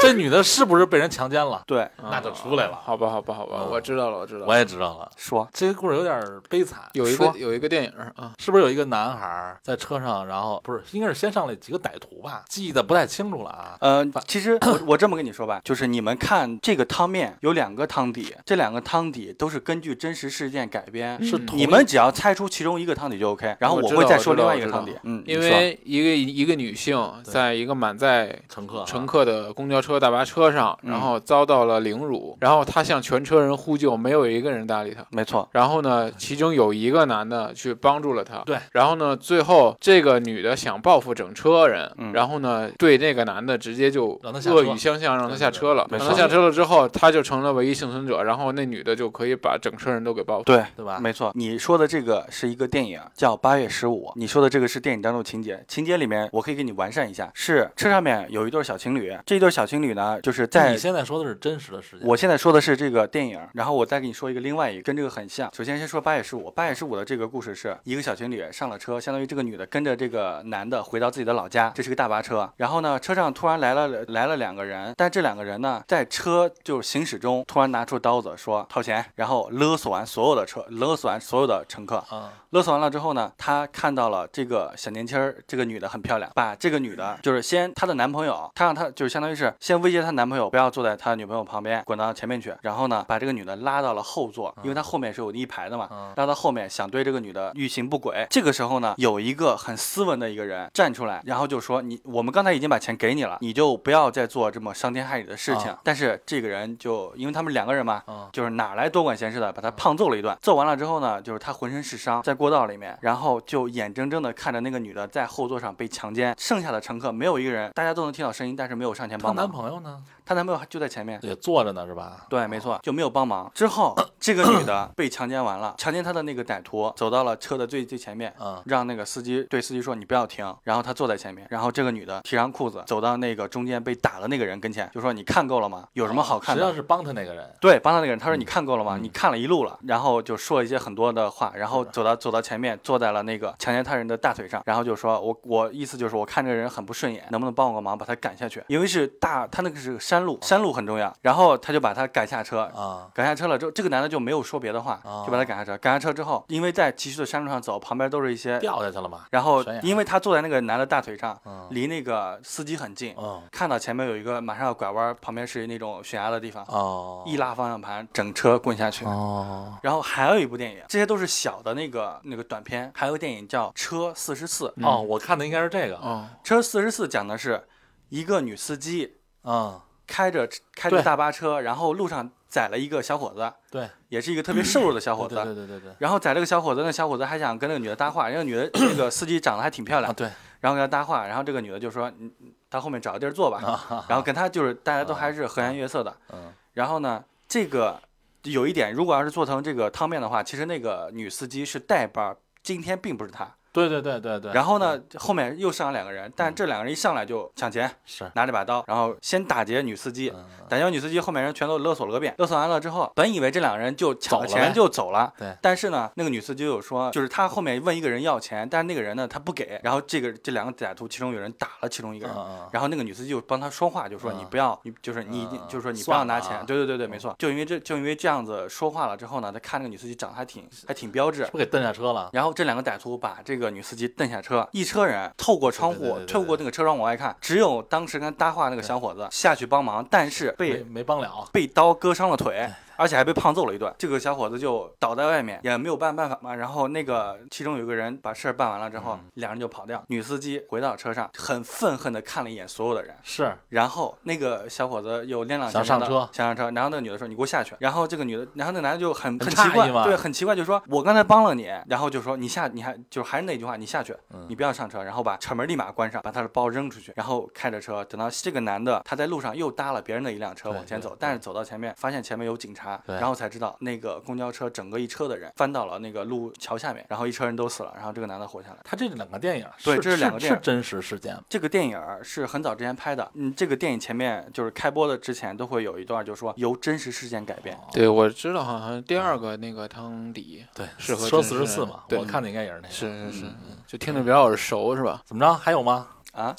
Speaker 2: 这女的是不是被人强奸了？
Speaker 3: 对，
Speaker 2: 那就出来了。
Speaker 4: 啊好吧，好吧，好吧，
Speaker 2: 嗯
Speaker 4: 我知道了，我知道
Speaker 2: 我
Speaker 4: 了。
Speaker 2: 也知道了，
Speaker 3: 说
Speaker 2: 这个故事有点悲惨。
Speaker 4: 有一个
Speaker 3: 说
Speaker 4: 有一个电影儿啊，
Speaker 2: 是不是有一个男孩儿在车上，然后不是应该是先上来几个歹徒吧？记得不太清楚了啊。
Speaker 3: 呃，其实我我这么跟你说吧，就是你们看这个汤面有两个汤底，这两个汤底都是根据真实事件改编，
Speaker 2: 是同
Speaker 3: 你们只要猜出其中一个汤底就 OK，然后
Speaker 4: 我知道
Speaker 3: 会再
Speaker 4: 我知
Speaker 3: 说另
Speaker 4: 道
Speaker 3: 外
Speaker 4: 我
Speaker 3: 一个
Speaker 4: 知
Speaker 3: 汤
Speaker 4: 道
Speaker 3: 底。嗯，
Speaker 4: 因
Speaker 3: 你说
Speaker 4: 为一个一个女性在一个满载
Speaker 2: 乘客啊
Speaker 4: 乘客的公交车、大巴车上，
Speaker 3: 嗯
Speaker 4: 然后遭到了凌辱，然后她向全车人呼救，没有一个人搭理她。
Speaker 3: 没错，
Speaker 4: 然后呢，其中有一个男的去帮助了她。
Speaker 2: 对。
Speaker 4: 然后呢，最后这个女的想报复整车人，
Speaker 3: 嗯
Speaker 4: 然后呢，对那个男的直接就
Speaker 2: 让他下车
Speaker 4: 恶语相向，让他下车了。
Speaker 3: 对对对
Speaker 4: 让他
Speaker 3: 没错
Speaker 4: 下车了之后，他就成了唯一幸存者，然后那女的就可以把整车人都给报复。
Speaker 3: 对。
Speaker 2: 对吧？
Speaker 3: 没错，你说的这个是一个电影，叫《八月十五》。你说的这个是电影当中情节，情节里面我可以给你完善一下，是车上面有一对小情侣，这一对小情侣呢，就是在
Speaker 2: 你现在说的是真实的事件，
Speaker 3: 我现在说的是这个电影，然后我再给你说一个另外一个跟这个很像。首先先说八月十五，八月十五的这个故事是一个小情侣上了车，相当于这个女的跟着这个男的回到自己的老家，这是个大巴车。然后呢，车上突然来了来了两个人，但这两个人呢，在车就是行驶中突然拿出刀子说掏钱，然后勒索完所有的车，勒索完所有的乘客，
Speaker 2: 啊，
Speaker 3: 勒索完了之后呢，她看到了这个小年轻儿，这个女的很漂亮，把这个女的，就是先她的男朋友，她让她就是相当于是先威胁她男朋友不要坐在她女朋友旁边，滚到前面去，然后呢，把这个女的拉到了后座，因为她后面是有一排的嘛，
Speaker 2: 嗯
Speaker 3: 拉到后面想对这个女的欲行不轨。这个时候呢，有一个很斯文的一个人站出来，然后就说你，我们刚才已经把钱给你了，你就不要再做这么伤天害理的事情。
Speaker 2: 啊
Speaker 3: 但是这个人就因为他们两个人嘛，
Speaker 2: 啊
Speaker 3: 就是哪来多管闲事的，把他胖揍了一顿。揍完了之后呢，就是他浑身是伤，在过道里面，然后就眼睁睁的看着那个女的在后座上被强奸。剩下的乘客没有一个人，大家都能听到声音，但是没有上前
Speaker 2: 她
Speaker 3: 帮
Speaker 2: 男
Speaker 3: 忙。
Speaker 2: 朋友呢？
Speaker 3: 她男朋友还就在前面。
Speaker 2: 也坐着呢是吧？
Speaker 3: 对，没错，就没有帮忙。之后，这个 女的被强奸完了，强奸她的那个歹徒走到了车的最最前面，
Speaker 2: 啊，
Speaker 3: 让那个司机对司机说：“你不要停。”然后他坐在前面，然后这个女的提上裤子走到那个中间被打的那个人跟前，就说：“你看够了吗？有什么好看
Speaker 2: 实
Speaker 3: 的？”
Speaker 2: 际上是帮他那个人，
Speaker 3: 对，帮到那个人，他
Speaker 2: 嗯
Speaker 3: 说你看够了吗？你看了一路了，然后就说了一些很多的话，然后走到走到前面，坐在了那个强奸他人的大腿上，然后就说我我意思就是我看这个人很不顺眼，能不能帮我个忙把他赶下去？因为是大，他那个是山
Speaker 2: 哦
Speaker 3: 路，山路很重要，然后他就把他赶下车。
Speaker 2: 啊，
Speaker 3: 赶下车了之后，这个男的就没有说别的话，
Speaker 2: 哦
Speaker 3: 就把他赶下车。赶下车之后，因为在崎岖的山路上走，旁边都是一些，
Speaker 2: 掉下去了嘛？
Speaker 3: 然后
Speaker 2: 悬崖
Speaker 3: 因为他坐在那个男的大腿上，
Speaker 2: 嗯
Speaker 3: 离那个司机很近，
Speaker 2: 嗯
Speaker 3: 看到前面有一个马上要拐弯，旁边是那种悬崖的地方，
Speaker 2: 哦
Speaker 3: 一拉方向盘，整车滚下去。
Speaker 2: 哦，
Speaker 3: 然后还有一部电影，这些都是小的那个那个短片，还有个电影叫《车四十四》。
Speaker 2: 哦，我看的应该是这个，
Speaker 4: 哦，
Speaker 3: 车四十四讲的是一个女司机
Speaker 2: 嗯，
Speaker 3: 开着开着
Speaker 2: 对
Speaker 3: 大巴车，然后路上载了一个小伙子，
Speaker 2: 对，
Speaker 3: 也是一个特别瘦弱的小伙
Speaker 2: 对
Speaker 3: 子。
Speaker 2: 对对对对，
Speaker 3: 然后载这个小伙子，那小伙子还想跟那个女的搭话，那个女的那个司机长得还挺漂
Speaker 2: 啊，
Speaker 3: 亮
Speaker 2: 对，
Speaker 3: 然后跟他搭话，然后这个女的就说：“你到后面找个地儿坐吧。
Speaker 2: 啊
Speaker 3: 然后跟他就是大家都还是和颜悦色的。
Speaker 2: 嗯
Speaker 3: 然后呢，这个有一点，如果要是做成这个汤面的话，其实那个女司机是代班儿，今天并不是她。
Speaker 2: 对对对对对，嗯
Speaker 3: 然后呢，后面又上来两个人，但这两个人一上来就抢钱，
Speaker 2: 是，
Speaker 3: 拿着把刀，然后先打劫女司机。
Speaker 2: 嗯
Speaker 3: 打劫女司机后面人全都勒索了个遍，勒索完了之后，本以为这两个人就抢了
Speaker 2: 走了
Speaker 3: 钱
Speaker 2: 呗
Speaker 3: 就走了，
Speaker 2: 对
Speaker 3: 但是呢，那个女司机有说，就是她后面问一个人要钱，但是那个人呢他不给，然后这个这两个歹徒其中有人打了其中一
Speaker 2: 嗯
Speaker 3: 个人，
Speaker 2: 嗯，
Speaker 3: 然后那个女司机就帮他说话，就说
Speaker 2: 嗯
Speaker 3: 你不要，你就是你一定
Speaker 2: 嗯
Speaker 3: 就是说你不
Speaker 2: 算
Speaker 3: 要拿
Speaker 2: 了
Speaker 3: 钱
Speaker 2: 啊，
Speaker 3: 对对对对，没错，就因为这就因为这样子说话了之后呢，他看那个女司机长得还挺还挺标致
Speaker 2: 是。不是给蹬下车了？
Speaker 3: 然后这两个歹徒把这个女司机蹬下车，一车人透过
Speaker 2: 对对
Speaker 3: 窗户
Speaker 2: 对对，对
Speaker 3: 透过那个车窗往外看，只有当时跟他搭话那个小伙子下去帮忙，但是
Speaker 2: 没
Speaker 3: 被
Speaker 2: 没帮了，
Speaker 3: 被刀割伤了腿，而且还被胖揍了一顿。这个小伙子就倒在外面，也没有办办法嘛。然后那个其中有一个人把事儿办完了之后，两人就跑掉。女司机回到车上，很愤恨地看了一眼所有的人，
Speaker 2: 是
Speaker 3: 然后那个小伙子又踉踉
Speaker 2: 想
Speaker 3: 跄跄
Speaker 2: 上
Speaker 3: 地
Speaker 2: 车
Speaker 3: 想上车。然后那个女的说：“你给我下去。”然后这个女的，然后那男的就很
Speaker 2: 很
Speaker 3: 很
Speaker 2: 诧
Speaker 3: 奇怪
Speaker 2: 异嘛，
Speaker 3: 对，很奇怪，就说：“我刚才帮了你。”然后就说：“你下，你还就还是那句话，你下去，
Speaker 2: 嗯
Speaker 3: 你不要上车。”然后把车门立马关上，把他的包扔出去，然后开着车。等到这个男的他在路上又搭了别人的一辆车
Speaker 2: 对
Speaker 3: 往前
Speaker 2: 对
Speaker 3: 走
Speaker 2: 对，
Speaker 3: 但是走到前面发现前面有警察，
Speaker 2: 对
Speaker 3: 然后才知道那个公交车整个一车的人翻到了那个路桥下面，然后一车人都死了，然后这个男的活下来。
Speaker 2: 他这两个电影，
Speaker 3: 对
Speaker 2: 是
Speaker 3: 这是两个电影
Speaker 2: 是真实事件吗？
Speaker 3: 这个电影儿是很早之前拍的，嗯，这个电影前面就是开播的之前都会有一段，就是说由真实事件改编。
Speaker 4: 对，我知道，好像第二个那个汤底
Speaker 2: 对，
Speaker 4: 适合
Speaker 2: 说
Speaker 4: 真
Speaker 2: 四十
Speaker 4: 实的
Speaker 2: 四嘛，
Speaker 4: 对
Speaker 2: 我看的应该也是那个。
Speaker 4: 是是是，就听着比较耳熟，是吧？
Speaker 2: 怎么着？还有吗？
Speaker 3: 啊，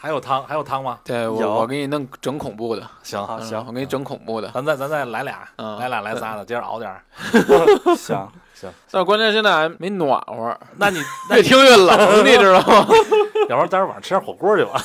Speaker 2: 还有汤？还有汤吗？
Speaker 4: 对
Speaker 3: 有
Speaker 4: 我，我给你弄整恐怖的，
Speaker 2: 啊行，
Speaker 3: 好
Speaker 4: 嗯我给你整恐怖的。
Speaker 2: 咱再咱再来俩，
Speaker 4: 嗯
Speaker 2: 来俩来仨的，接着熬点儿。
Speaker 3: 行，
Speaker 4: 但是关键现在还没暖和，
Speaker 2: 那你那
Speaker 4: 越
Speaker 2: 你
Speaker 4: 听越冷，你知道吗？
Speaker 2: 要不然待会儿晚上吃点火锅去吧。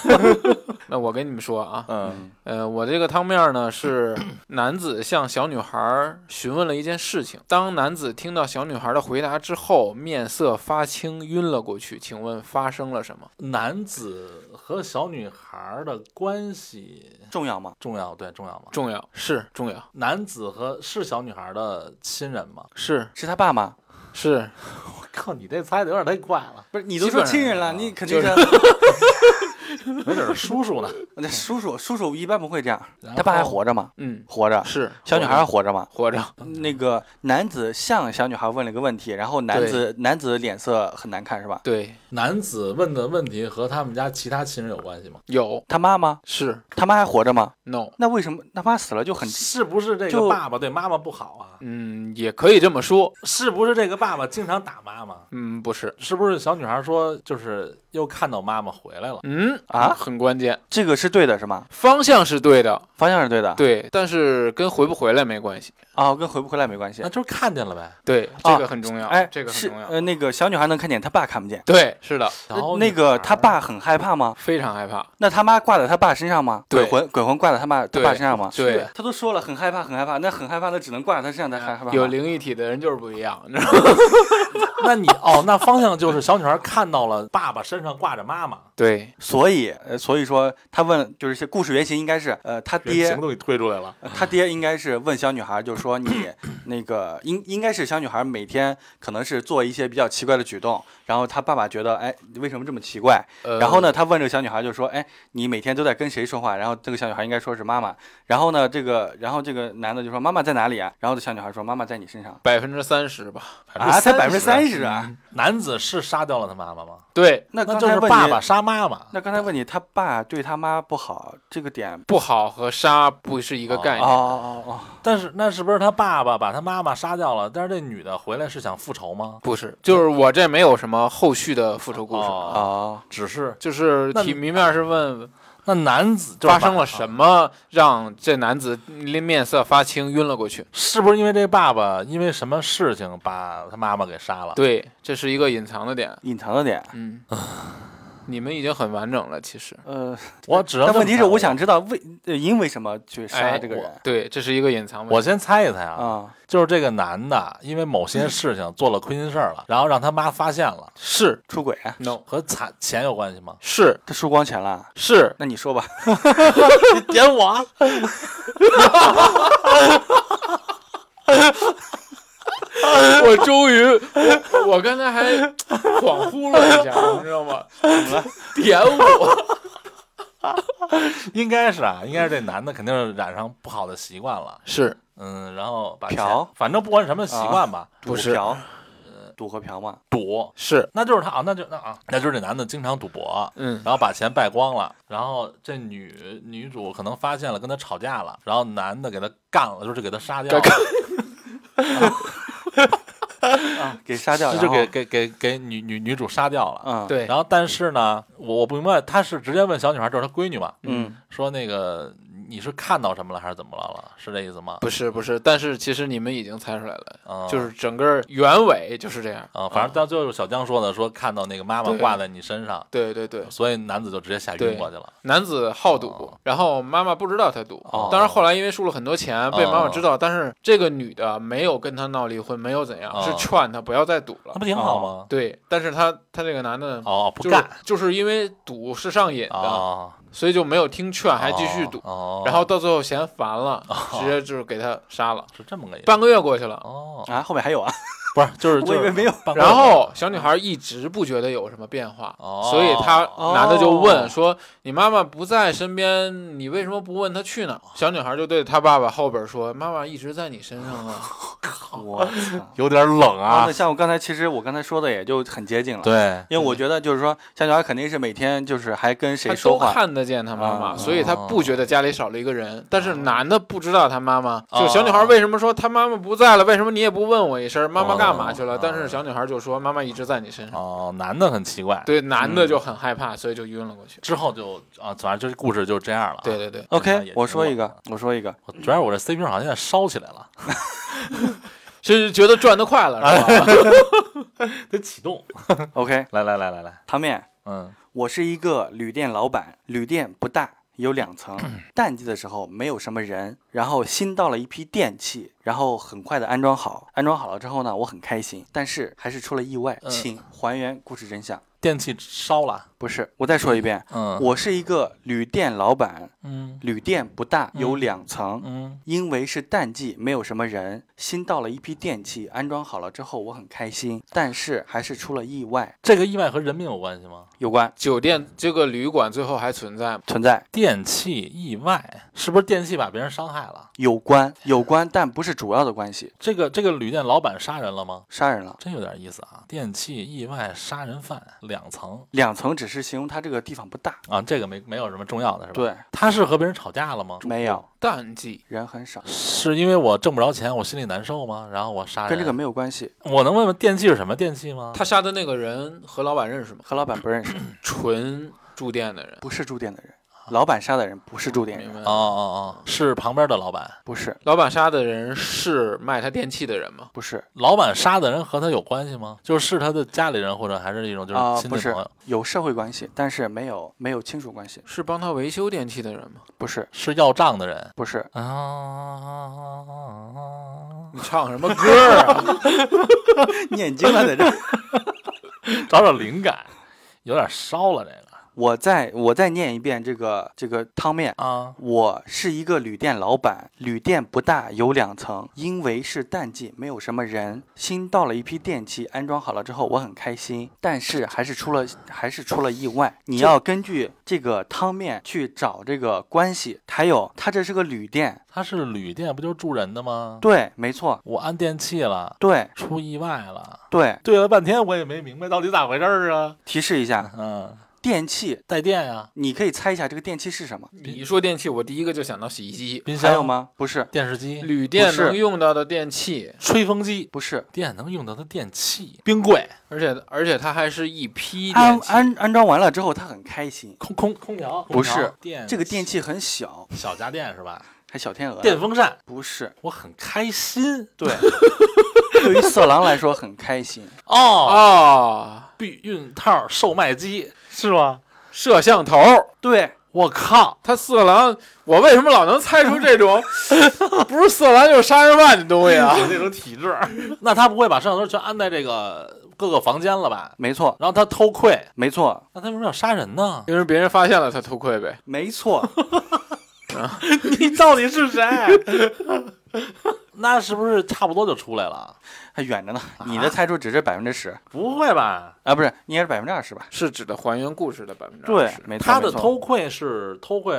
Speaker 4: 那我跟你们说啊，
Speaker 2: 嗯，
Speaker 4: 呃，我这个汤面呢是男子向小女孩询问了一件事情，当男子听到小女孩的回答之后，面色发青，晕了过去。请问发生了什么？
Speaker 2: 男子和小女孩的关系
Speaker 3: 重要吗？
Speaker 2: 重要对重要吗？
Speaker 4: 重要是重要
Speaker 2: 男子和是小女孩的亲人吗？
Speaker 4: 是
Speaker 3: 是他爸吗？
Speaker 4: 是，
Speaker 2: 我靠，你这猜的有点太快了，
Speaker 3: 不是，你都
Speaker 4: 基
Speaker 3: 说
Speaker 4: 本上
Speaker 3: 亲人了，你肯定
Speaker 4: 就是
Speaker 2: 有点叔叔呢。
Speaker 3: 那叔叔，叔叔一般不会这样
Speaker 2: 然。后
Speaker 3: 他爸还活着吗？
Speaker 4: 嗯
Speaker 3: 活着。
Speaker 4: 是
Speaker 3: 小女孩还活着吗？
Speaker 4: 活着，
Speaker 3: 那个男子向小女孩问了一个问题，然后男
Speaker 4: 对
Speaker 3: 子男子脸色很难看是吧？
Speaker 4: 对，
Speaker 2: 男子问的问题和他们家其他亲人有关系吗？
Speaker 4: 有
Speaker 3: 他妈吗？
Speaker 4: 是
Speaker 3: 他妈还活着吗？
Speaker 4: no，
Speaker 3: 那为什么他妈死了就很
Speaker 2: 是不是这个
Speaker 3: 就
Speaker 2: 爸爸对妈妈不好啊？
Speaker 4: 嗯，也可以这么说，
Speaker 2: 是不是这个爸爸经常打妈妈？
Speaker 4: 嗯，不是，
Speaker 2: 是不是小女孩说就是又看到妈妈回来了？
Speaker 4: 嗯
Speaker 3: 啊
Speaker 4: 很关键，
Speaker 3: 这个是对的是吗？
Speaker 4: 方向是对的，
Speaker 3: 方向是对的。
Speaker 4: 对，但是跟回不回来没关系，
Speaker 3: 哦，跟回不回来没关系
Speaker 2: 那。就是看见了呗。
Speaker 4: 对，
Speaker 3: 啊
Speaker 4: 这个很重要，
Speaker 3: 哎，
Speaker 4: 这个
Speaker 3: 是
Speaker 4: 很重要，
Speaker 3: 呃，那个小女孩能看见，她爸看不见。
Speaker 4: 对，是的，
Speaker 2: 然后
Speaker 3: 那个他爸很害怕吗？
Speaker 4: 非常害怕，
Speaker 3: 那他妈挂在他爸身上吗？
Speaker 4: 对
Speaker 3: 鬼魂，鬼魂挂在他爸他
Speaker 4: 对
Speaker 3: 爸身上吗？
Speaker 4: 对，
Speaker 3: 他都说了很害怕，很害怕，那很害怕，那只能挂在他身上才哎害害怕。
Speaker 4: 有灵异体的人就是不一样，你知道吗？
Speaker 2: 那你哦，那方向就是小女孩看到了爸爸身上挂着妈妈，
Speaker 4: 对，
Speaker 3: 所以呃，所以说他问，就是这故事原型应该是，呃，他爹，
Speaker 2: 都给推出来了。
Speaker 3: 呃他爹应该是问小女孩，就是说 你那个应应该是小女孩每天可能是做一些比较奇怪的举动，然后他爸爸觉得，哎，你为什么这么奇怪？
Speaker 4: 呃
Speaker 3: 然后呢，，他问这个小女孩就说：“哎，你每天都在跟谁说话？”然后这个小女孩应该说是妈妈。然后呢，这个然后这个男的就说：“妈妈在哪里啊？”然后这小女孩说：“妈妈在你身上。
Speaker 4: 百分之三十吧，”
Speaker 3: 啊，才百分之三十啊！
Speaker 2: 嗯男子是杀掉了他妈妈吗？
Speaker 4: 对，
Speaker 3: 那
Speaker 2: 那
Speaker 3: 刚
Speaker 2: 就
Speaker 3: 才
Speaker 2: 是
Speaker 3: 问
Speaker 2: 爸
Speaker 3: 你
Speaker 2: 爸杀妈妈。
Speaker 3: 那刚才问你，他爸对他妈不好这个点，
Speaker 4: 不好和杀不是一个
Speaker 3: 哦
Speaker 4: 概念，
Speaker 3: 哦哦
Speaker 2: 但是那是不是他爸爸把他妈妈杀掉了？但是这女的回来是想复仇吗？
Speaker 4: 不是，就是我这没有什么后续的复仇故事，
Speaker 3: 哦
Speaker 2: 哦
Speaker 3: 哦，
Speaker 2: 只是
Speaker 4: 就是
Speaker 2: 那
Speaker 4: 题谜面是问
Speaker 2: 那男子就是
Speaker 4: 发生了
Speaker 2: 爸
Speaker 4: 什
Speaker 3: 啊
Speaker 4: 么让这男子面色发青，晕了过去。
Speaker 2: 是不是因为这爸爸因为什么事情把他妈妈给杀
Speaker 3: 啊
Speaker 2: 了？，
Speaker 4: 对，这是一个隐藏的点。
Speaker 3: 隐藏的点。
Speaker 4: 嗯，你们已经很完整了，其实。
Speaker 3: 呃，
Speaker 2: 我只能这
Speaker 3: 但
Speaker 2: 么
Speaker 3: 问题是，
Speaker 2: 猜
Speaker 3: 我想知道为呃因为什么去杀
Speaker 4: 哎
Speaker 3: 这个人
Speaker 4: 对，这是一个隐藏问
Speaker 2: 我
Speaker 4: 题。
Speaker 2: 先猜一猜啊，嗯
Speaker 3: 啊？
Speaker 2: 就是这个男的因为某些事情做了亏心事儿了，然后让他妈发现了，
Speaker 4: 是
Speaker 3: 出轨，啊
Speaker 4: no
Speaker 2: 和惨钱有关系吗？
Speaker 4: 是
Speaker 3: 他输光钱了。
Speaker 4: 是，
Speaker 3: 那你说吧，
Speaker 2: 点我，
Speaker 4: 我终于，我我刚才还恍惚了一下，你知道吗？点 我，
Speaker 2: 应该是啊，应该是这男的肯定是染上不好的习惯了，
Speaker 4: 是
Speaker 2: 嗯，然后把
Speaker 3: 嫖
Speaker 2: 钱，反正不管什么习惯吧，
Speaker 4: 不
Speaker 3: 赌
Speaker 4: 是
Speaker 3: 嫖，赌和嫖嘛？
Speaker 2: 赌，
Speaker 4: 是，
Speaker 2: 那啊就是他啊，那就那啊，那就是这男的经常赌博，
Speaker 4: 嗯，
Speaker 2: 然后把钱败光了，然后这女女主可能发现了，跟他吵架了，然后男的给他干了，就是给他杀掉了，
Speaker 3: 啊，给杀掉，
Speaker 2: 就
Speaker 3: 然
Speaker 2: 就
Speaker 3: 后
Speaker 2: 给给给给女女女主杀掉了。
Speaker 3: 嗯
Speaker 4: 对
Speaker 2: 然，后但是呢，我我不明白，他是直接问小女孩，就是她闺女嘛，
Speaker 3: 嗯
Speaker 2: 说那个你是看到什么了还是怎么了了？是这意思吗？
Speaker 4: 不是不是，但是其实你们已经猜出来了，
Speaker 2: 啊
Speaker 4: 就是整个原委就是这样嗯
Speaker 2: 啊，反正到最后小江说的，说看到那个妈妈
Speaker 4: 对
Speaker 2: 挂在你身上，
Speaker 4: 对对对，
Speaker 2: 所以男子就直接吓晕过去了。
Speaker 4: 男子好赌，
Speaker 2: 哦
Speaker 4: 然后妈妈不知道他赌，
Speaker 2: 哦
Speaker 4: 当然后来因为输了很多钱被妈妈知道，但是这个女的没有跟他闹离婚，没有怎样，
Speaker 2: 哦
Speaker 4: 是劝他不要再赌了
Speaker 2: 那。不挺好吗？
Speaker 4: 对，但是他他这个男的。
Speaker 2: 哦，不
Speaker 4: 就是
Speaker 2: 干
Speaker 4: 就是因为赌是上瘾的，
Speaker 2: 哦，
Speaker 4: 所以就没有听劝，还继续赌，
Speaker 2: 哦，
Speaker 4: 然后到最后嫌烦了，直接就是给他杀了。
Speaker 2: 是这么个意思。
Speaker 4: 半个月过去了，
Speaker 2: 哦，
Speaker 3: 啊，后面还有啊，
Speaker 2: 不是，就是
Speaker 3: 我以为没有，
Speaker 2: 就是
Speaker 4: 然后小女孩一直不觉得有什么变化，
Speaker 2: 哦
Speaker 4: 所以她男的就
Speaker 3: 哦
Speaker 4: 问说：“你妈妈不在身边，你为什么不问她去
Speaker 2: 哦
Speaker 4: 哪儿？”小女孩就对她爸爸后边说：“妈妈一直在你身上啊。
Speaker 3: 我操！
Speaker 2: 有点冷
Speaker 3: 啊，
Speaker 2: 啊
Speaker 3: 那。像我刚才其实我刚才说的也就很接近了，，
Speaker 2: 对，
Speaker 3: 因为我觉得就是说小女孩肯定是每天就是还跟”谁
Speaker 4: 她
Speaker 3: 说
Speaker 4: 都
Speaker 3: 话，
Speaker 4: 看得见她妈妈，
Speaker 3: 啊
Speaker 4: 所以她不觉得家里少了一个人。但是男的不知道她妈妈，
Speaker 2: 啊
Speaker 4: 就小女孩为什么说她妈妈不在了？为什么你也不问我一声？妈妈干嘛去了？
Speaker 2: 啊
Speaker 4: 但是小女孩就说：“妈妈一直在你身上。
Speaker 2: 哦，男的很奇怪。”
Speaker 4: 对，男的就很害怕，所以就晕了过去。
Speaker 2: 之后就啊，反正就是故事就这样了。
Speaker 4: 对，对对，
Speaker 2: 也
Speaker 3: OK，
Speaker 2: 挺
Speaker 3: 我说一
Speaker 2: 冷
Speaker 3: 个，我说一个，
Speaker 2: 我主要是我这 CP 好像有点烧起来了，
Speaker 4: 是觉得赚得快了是吧？
Speaker 2: 得启动。
Speaker 3: OK，
Speaker 2: 来来来来来，
Speaker 3: 汤面，
Speaker 2: 嗯，
Speaker 3: 我是一个旅店老板，旅店不大，有 两层。淡季的时候没有什么人，然后新到了一批电器，然后很快的安装好。安装好了之后呢，我很开心，但是还是出了意外。
Speaker 2: 嗯
Speaker 3: 请还原故事真相。
Speaker 2: 电器烧了。
Speaker 3: 不是，我再说一遍，
Speaker 2: 嗯，
Speaker 3: 我是一个旅店老板，
Speaker 2: 嗯
Speaker 3: 旅店不大，有两层。
Speaker 2: 嗯
Speaker 3: 因为是淡季，没有什么人，新到了一批电器，安装好了之后，我很开心，但是还是出了意外，，
Speaker 2: 这个意外和人命有关系吗？
Speaker 3: 有关
Speaker 4: 酒店这个旅馆最后还存在吗？
Speaker 3: 存在。
Speaker 2: 电器意外是不是电器把别人伤害了？
Speaker 3: 有关，有关，但不是主要的关系。
Speaker 2: 这个这个旅店老板杀人了吗？
Speaker 3: 杀人了，
Speaker 2: 真有点意思啊！电器意外杀人犯两层
Speaker 3: 两层只是形容他这个地方不大，
Speaker 2: 啊，这个没没有什么重要的是吧？，
Speaker 3: 对，
Speaker 2: 他是和别人吵架了吗？
Speaker 3: 没有
Speaker 4: 淡季
Speaker 3: 人很少，
Speaker 2: 是因为我挣不着钱，我心里难受吗？然后我杀人？
Speaker 3: 跟这个没有关系，
Speaker 2: 我能问问电器是什么电器吗？
Speaker 4: 他杀的那个人和老板认识吗？
Speaker 3: 和老板不认识，
Speaker 4: 纯住店的人，
Speaker 3: 不是住店的人，老板杀的人不是住店
Speaker 4: 明
Speaker 3: 人，
Speaker 4: 白
Speaker 2: 哦
Speaker 4: 吗？
Speaker 2: 哦哦，是旁边的老板，
Speaker 3: 不是，
Speaker 4: 老板杀的人是卖他电器的人吗？
Speaker 3: 不是
Speaker 2: 老板杀的人和他有关系吗？就是是他的家里人，或者还是一种就是
Speaker 3: 啊、
Speaker 2: 亲
Speaker 3: 不
Speaker 2: 戚朋
Speaker 3: 是
Speaker 2: 友？
Speaker 3: 有社会关系，但是没有没有亲属关系，
Speaker 4: 是帮他维修电器的人吗？
Speaker 3: 不是，
Speaker 2: 是要账的人
Speaker 3: 不是，啊
Speaker 2: 啊？
Speaker 4: 你唱什么歌啊？
Speaker 3: 念经啊了在这儿，
Speaker 2: 找找灵感，有点烧了这个
Speaker 3: 我再我再念一遍这个这个汤面
Speaker 2: 啊。
Speaker 3: 我是一个旅店老板，旅店不大，有两层。因为是淡季，没有什么人。新到了一批电器，安装好了之后，我很开心，但是还是出了还是出了意外。你要根据这个汤面去找这个关系，还有它这是个旅店，
Speaker 2: 他是旅店，不就是住人的吗？
Speaker 3: 对，没错，
Speaker 2: 我安电器了，
Speaker 3: 对
Speaker 2: 出意外了，
Speaker 3: 对。
Speaker 2: 对了半天我也没明白到底咋回事儿啊。
Speaker 3: 提示一下，
Speaker 2: 嗯，
Speaker 3: 电器，
Speaker 2: 带电呀、
Speaker 3: 你可以猜一下这个电器是什么？
Speaker 4: 你一说电器，我第一个就想到洗衣机。
Speaker 2: 冰箱
Speaker 3: 还有？吗？不是，
Speaker 2: 电视机、
Speaker 4: 旅店
Speaker 3: 不是
Speaker 4: 能用到的电器，
Speaker 2: 吹风机、
Speaker 3: 不是。
Speaker 2: 电能用到的电器、冰柜、
Speaker 4: 而且而且它还是一批
Speaker 3: 安
Speaker 4: 电器。
Speaker 3: 安安装完了之后，他很开心。
Speaker 2: 空空空调，
Speaker 3: 不
Speaker 2: 空调
Speaker 3: 是
Speaker 2: 电
Speaker 3: 这个电器很小，
Speaker 2: 小家电是吧？
Speaker 3: 还小天鹅。
Speaker 2: 电风扇，
Speaker 3: 不是，
Speaker 2: 我很开心
Speaker 3: 对， 对于色狼来说很开心，
Speaker 2: 哦。
Speaker 4: 哦，
Speaker 2: 避孕套售卖机是吗？
Speaker 4: 摄像头。
Speaker 3: 对，
Speaker 2: 我靠！
Speaker 4: 他色狼，我为什么老能猜出这种 不是色狼就是杀人犯的东西啊？
Speaker 2: 这种体质，那他不会把摄像头全安在这个各个房间了吧？
Speaker 3: 没错，
Speaker 2: 然后他偷窥，
Speaker 3: 没错，
Speaker 2: 那他为什么要杀人呢？
Speaker 4: 因为别人发现了他偷窥呗。
Speaker 3: 没错，
Speaker 2: 你到底是谁？那是不是差不多就出来了？
Speaker 3: 还远着呢。你的猜出只是百分之十
Speaker 2: 不会吧？
Speaker 3: 啊，不是，应该是百分之二十吧？
Speaker 4: 是指的还原故事的百分之
Speaker 3: 对，没错，
Speaker 2: 他的
Speaker 3: 没错
Speaker 2: 偷窥是偷窥，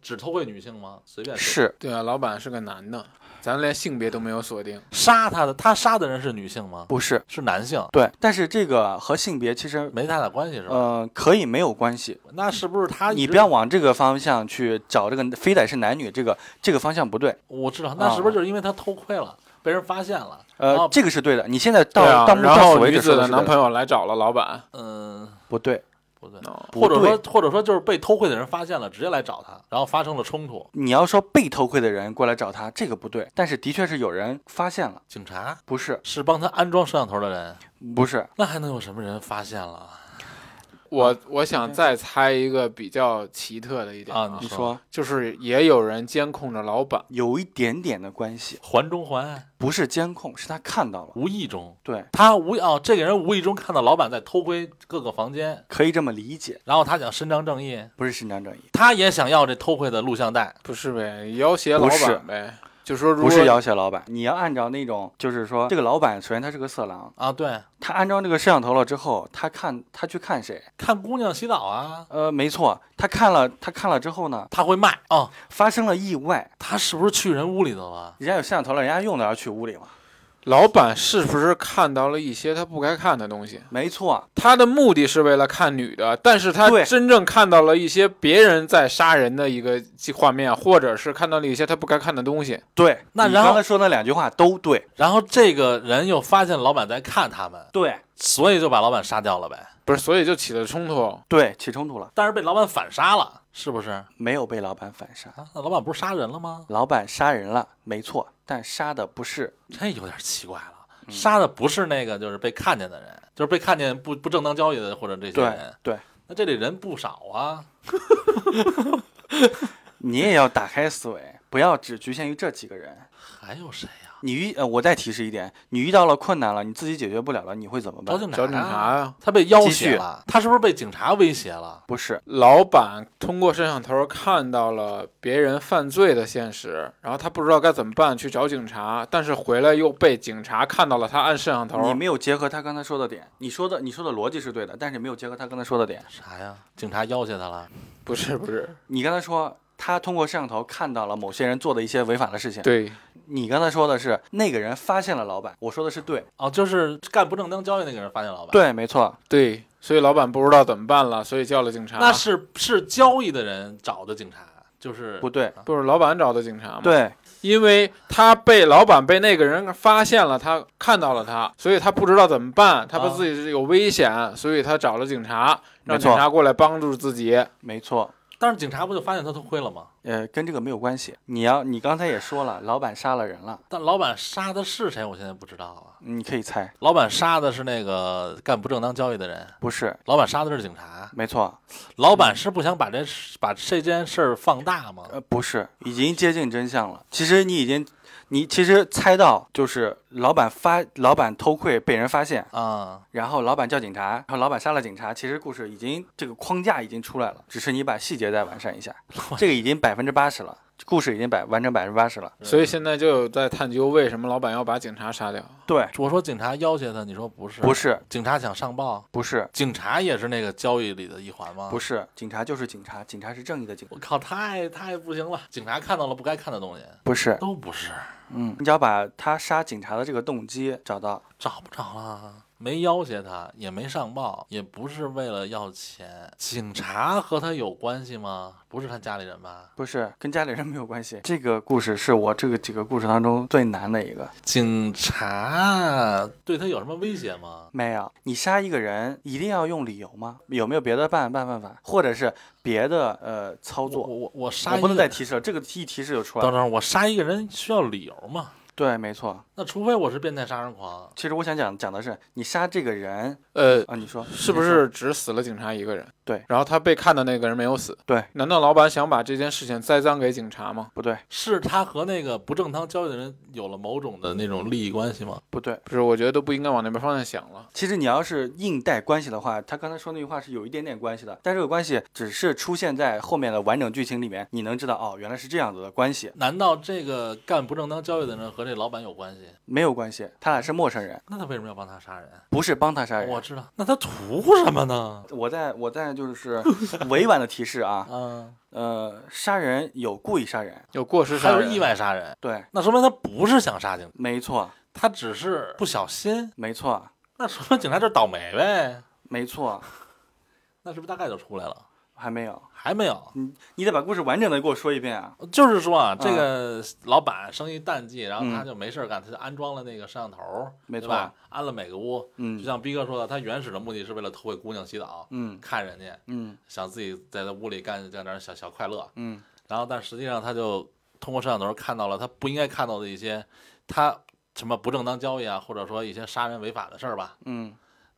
Speaker 2: 只偷窥女性吗？随便
Speaker 3: 是
Speaker 4: 对啊，老板是个男的，咱连性别都没有锁定。
Speaker 2: 杀他的，他杀的人是女性吗？
Speaker 3: 不是？
Speaker 2: 是男性，
Speaker 3: 对，但是这个和性别其实
Speaker 2: 没太大关系是吧？
Speaker 3: 呃可以没有关系。
Speaker 2: 那是不是他一直？
Speaker 3: 呃你不要往这个方向去找，这个非得是男女这个这个方向不对，
Speaker 2: 我知道，那是不是就是因为他偷窥了，被人发现了？然
Speaker 3: 啊呃
Speaker 2: 后，
Speaker 3: 这个是对的。你现在到
Speaker 4: 啊
Speaker 3: 到，目到
Speaker 4: 然
Speaker 3: 此
Speaker 4: 后
Speaker 3: 为
Speaker 4: 女
Speaker 3: 止
Speaker 4: 子
Speaker 3: 说的
Speaker 4: 的
Speaker 3: 是
Speaker 4: 男
Speaker 3: 对
Speaker 4: 朋
Speaker 3: 的
Speaker 4: 友来找了老板，
Speaker 2: 嗯、
Speaker 3: 不对，
Speaker 2: 不对，
Speaker 4: 哦
Speaker 2: 或者
Speaker 3: 不对
Speaker 2: 说或者说就是被偷窥的人发现了，直接来找他，然后发生了冲突。
Speaker 3: 你要说被偷窥的人过来找他，这个不对，但是的确是有人发现了，
Speaker 2: 警察
Speaker 3: 不是，
Speaker 2: 是帮他安装摄像头的人，
Speaker 3: 不是，
Speaker 2: 那还能有什么人发现了
Speaker 4: 我我想再猜一个比较奇特的一点
Speaker 2: 啊？
Speaker 3: 你
Speaker 2: 说
Speaker 3: 说
Speaker 4: 就是也有人监控着老板，
Speaker 3: 有一点点的关系，
Speaker 2: 环中环，
Speaker 3: 不是监控，是他看到了，
Speaker 2: 无意中
Speaker 3: 对，
Speaker 2: 他无意哦，这个人无意中看到老板在偷窥各个房间，
Speaker 3: 可以这么理解，
Speaker 2: 然后他想伸张正义，
Speaker 3: 不是伸张正义，
Speaker 2: 他也想要这偷窥的录像带。
Speaker 4: 不是呗？要挟老
Speaker 3: 不是
Speaker 4: 板呗？就说如
Speaker 3: 不
Speaker 4: 果
Speaker 3: 是要挟老板，你要按照那种，就是说这个老板，首先他是个色狼，
Speaker 2: 啊，对，
Speaker 3: 他安装这个摄像头了之后，他看他去看谁，
Speaker 2: 看姑娘洗澡啊，
Speaker 3: 呃，没错，他看了他看了之后呢，
Speaker 2: 他会卖啊、哦
Speaker 3: 发生了意外，
Speaker 2: 他是不是去人屋里头了？
Speaker 3: 人家有摄像头了，人家用得着去屋里吗？
Speaker 4: 老板是不是看到了一些他不该看的东西？
Speaker 3: 没错，
Speaker 4: 他的目的是为了看女的，但是他
Speaker 3: 对
Speaker 4: 真正看到了一些别人在杀人的一个画面，或者是看到了一些他不该看的东西。
Speaker 3: 对，
Speaker 2: 那
Speaker 3: 你
Speaker 2: 然后
Speaker 3: 刚才说那两句话都对，
Speaker 2: 然后这个人又发现老板在看他们，
Speaker 3: 对
Speaker 2: 所以就把老板杀掉了呗。
Speaker 4: 不是，所以就起了冲突。哦
Speaker 3: 对，起冲突了，
Speaker 2: 但是被老板反杀了，是不是？啊，
Speaker 3: 没有被老板反杀，
Speaker 2: 那老板不是杀人了吗？
Speaker 3: 老板杀人了，没错，但杀的不是，
Speaker 2: 这有点奇怪了。杀的不是那个，就是被看见的人，就是被看见不不正当交易的或者这些
Speaker 3: 对
Speaker 2: 人。
Speaker 3: 对，
Speaker 2: 那这里人不少啊，
Speaker 3: 你也要打开思维，不要只局限于这几个人。
Speaker 2: 还有谁啊呀、
Speaker 3: 你遇呃，我再提示一点，你遇到了困难了，你自己解决不了了，你会怎么办
Speaker 2: 找？警察、啊
Speaker 4: 找警察呀
Speaker 2: 他被要
Speaker 3: 继续
Speaker 2: 挟了，他是不是被警察威胁了？
Speaker 3: 不是，
Speaker 4: 老板通过摄像头看到了别人犯罪的现实，然后他不知道该怎么办，去找警察，但是回来又被警察看到了他按摄像头。
Speaker 3: 你没有结合他刚才说的点，你说的你说的逻辑是对的，但是没有结合他刚才说的点。
Speaker 2: 啥呀？警察要挟他了？
Speaker 4: 不是不是，
Speaker 3: 你刚才说他通过摄像头看到了某些人做的一些违法的事情，
Speaker 4: 对，
Speaker 3: 你刚才说的是那个人发现了老板，我说的是对，
Speaker 2: 哦，就是干不正当交易那个人发现
Speaker 4: 啊
Speaker 2: 老板。
Speaker 3: 对，没错，
Speaker 4: 对，所以老板不知道怎么办了，所以叫了警察。
Speaker 2: 那是是交易的人找的警察，就是
Speaker 3: 不对，
Speaker 4: 不是老啊板找的警察吗？，
Speaker 3: 对，
Speaker 4: 因为他被老板被那个人发现了，他看到了他，所以他不知道怎么办，他怕
Speaker 2: 啊
Speaker 4: 自己是有危险，所以他找了警察，
Speaker 3: 没
Speaker 4: 让
Speaker 3: 错
Speaker 4: 警察过来帮助自己。
Speaker 3: 没错，
Speaker 2: 但是警察不就发现他偷窥了吗？
Speaker 3: 呃，跟这个没有关系。你要你刚才也说了，老板杀了人了，
Speaker 2: 但老板杀的是谁，我现在不知道啊。
Speaker 3: 你可以猜，
Speaker 2: 老板杀的是那个干不正当交易的人，
Speaker 3: 不是，
Speaker 2: 老板杀的是警察。
Speaker 3: 没错，
Speaker 2: 老板是不想把这事把这件事儿放大吗？
Speaker 3: 呃，不是，已经接近真相了。其实你已经，你其实猜到，就是老板发，老板偷窥被人发现，
Speaker 2: 啊、
Speaker 3: 然后老板叫警察，然后老板杀了警察。其实故事已经这个框架已经出来了，只是你把细节再完善一下。这个已经百分之八十了，故事已经百完成百分之八十了。
Speaker 4: 所以现在就有在探究为什么老板要把警察杀掉。
Speaker 3: 对，
Speaker 2: 我说警察要挟他，你说不是？
Speaker 3: 不，是，
Speaker 2: 警察想上报，
Speaker 3: 不是，
Speaker 2: 警察也是那个交易里的一环吗？
Speaker 3: 不
Speaker 2: 是，
Speaker 3: 是，警察就是警察，警察是正义的警
Speaker 2: 我靠，太太不行了！警察看到了不该看的东西，
Speaker 3: 不是，
Speaker 2: 都不是，
Speaker 3: 嗯，你只要把他杀警察的这个动机找到，
Speaker 2: 找不着了，没要挟他，也没上报，也不是为了要钱。警察和他有关系吗？不是他家里人吧？
Speaker 3: 不是跟家里人没有关系。这个故事是我这个几个故事当中最难的一个。
Speaker 2: 警察对他有什么威胁吗？
Speaker 3: 没有，你杀一个人一定要用理由吗？有没有别的办办办法，或者是别的呃操
Speaker 2: 我
Speaker 3: 作？
Speaker 2: 我我杀
Speaker 3: 我
Speaker 2: 一
Speaker 3: 不
Speaker 2: 个
Speaker 3: 能再提示了，这个一提示就出来
Speaker 2: 等
Speaker 3: 了。
Speaker 2: 等，我杀一个人需要理由吗？
Speaker 3: 对，没错。
Speaker 2: 那除非我是变态杀人狂，
Speaker 3: 其实我想讲讲的是，你杀这个人
Speaker 4: 呃，
Speaker 3: 啊，你说
Speaker 4: 是不？
Speaker 3: 你说
Speaker 4: 是只死了警察一个人？
Speaker 3: 对
Speaker 4: 然后他被看的那个人没有死。
Speaker 3: 对，
Speaker 4: 难道老板想把这件事情栽赃给警察吗？
Speaker 3: 不对，
Speaker 2: 是他和那个不正当交易的人有了某种的那种利益关系吗？
Speaker 3: 不对。
Speaker 4: 不是，我觉得都不应该往那边方向想了。
Speaker 3: 其实你要是硬带关系的话，他刚才说那句话是有一点点关系的，但这个关系只是出现在后面的完整剧情里面，你能知道哦，原来是这样子的关系，
Speaker 2: 难道这个干不正当交易的人和这老板有关系？
Speaker 3: 没有关系，他俩是陌生人，
Speaker 2: 那他为什么要帮他杀人？
Speaker 3: 不是帮他
Speaker 4: 哎
Speaker 3: 杀人。
Speaker 2: 我知道，那他图什么呢？
Speaker 3: 我在我在就是 委婉的提示啊，
Speaker 2: 嗯，
Speaker 3: 呃，杀人有故意杀人，
Speaker 4: 有过失
Speaker 2: 还
Speaker 4: 杀
Speaker 2: 有
Speaker 4: 人
Speaker 2: 意，外杀人，
Speaker 3: 对，
Speaker 2: 那说明他不是想杀警察，
Speaker 3: 没错，
Speaker 2: 他只是不小心。
Speaker 3: 没错，
Speaker 2: 那说明警察就是倒霉呗，
Speaker 3: 没错，
Speaker 2: 那是不是大概就出来了？
Speaker 3: 还没有，
Speaker 2: 还没有，
Speaker 3: 你得把故事完整的给我说一遍啊。
Speaker 2: 就是说啊，这个老板生意淡季，然后他就没事儿干，他就安装了那个摄像头儿，
Speaker 3: 嗯没
Speaker 2: 对
Speaker 3: 错
Speaker 2: 吧？安了每个屋，
Speaker 3: 嗯
Speaker 2: 就像逼哥说的，他原始的目的是为了偷窥姑娘洗澡，
Speaker 3: 嗯
Speaker 2: 看人家，
Speaker 3: 嗯
Speaker 2: 想自己在那屋里干干点小小快乐，
Speaker 3: 嗯
Speaker 2: 然后但实际上他就通过摄像头看到了他不应该看到的一些他什么不正当交易啊，或者说一些杀人违法的事儿吧，
Speaker 3: 嗯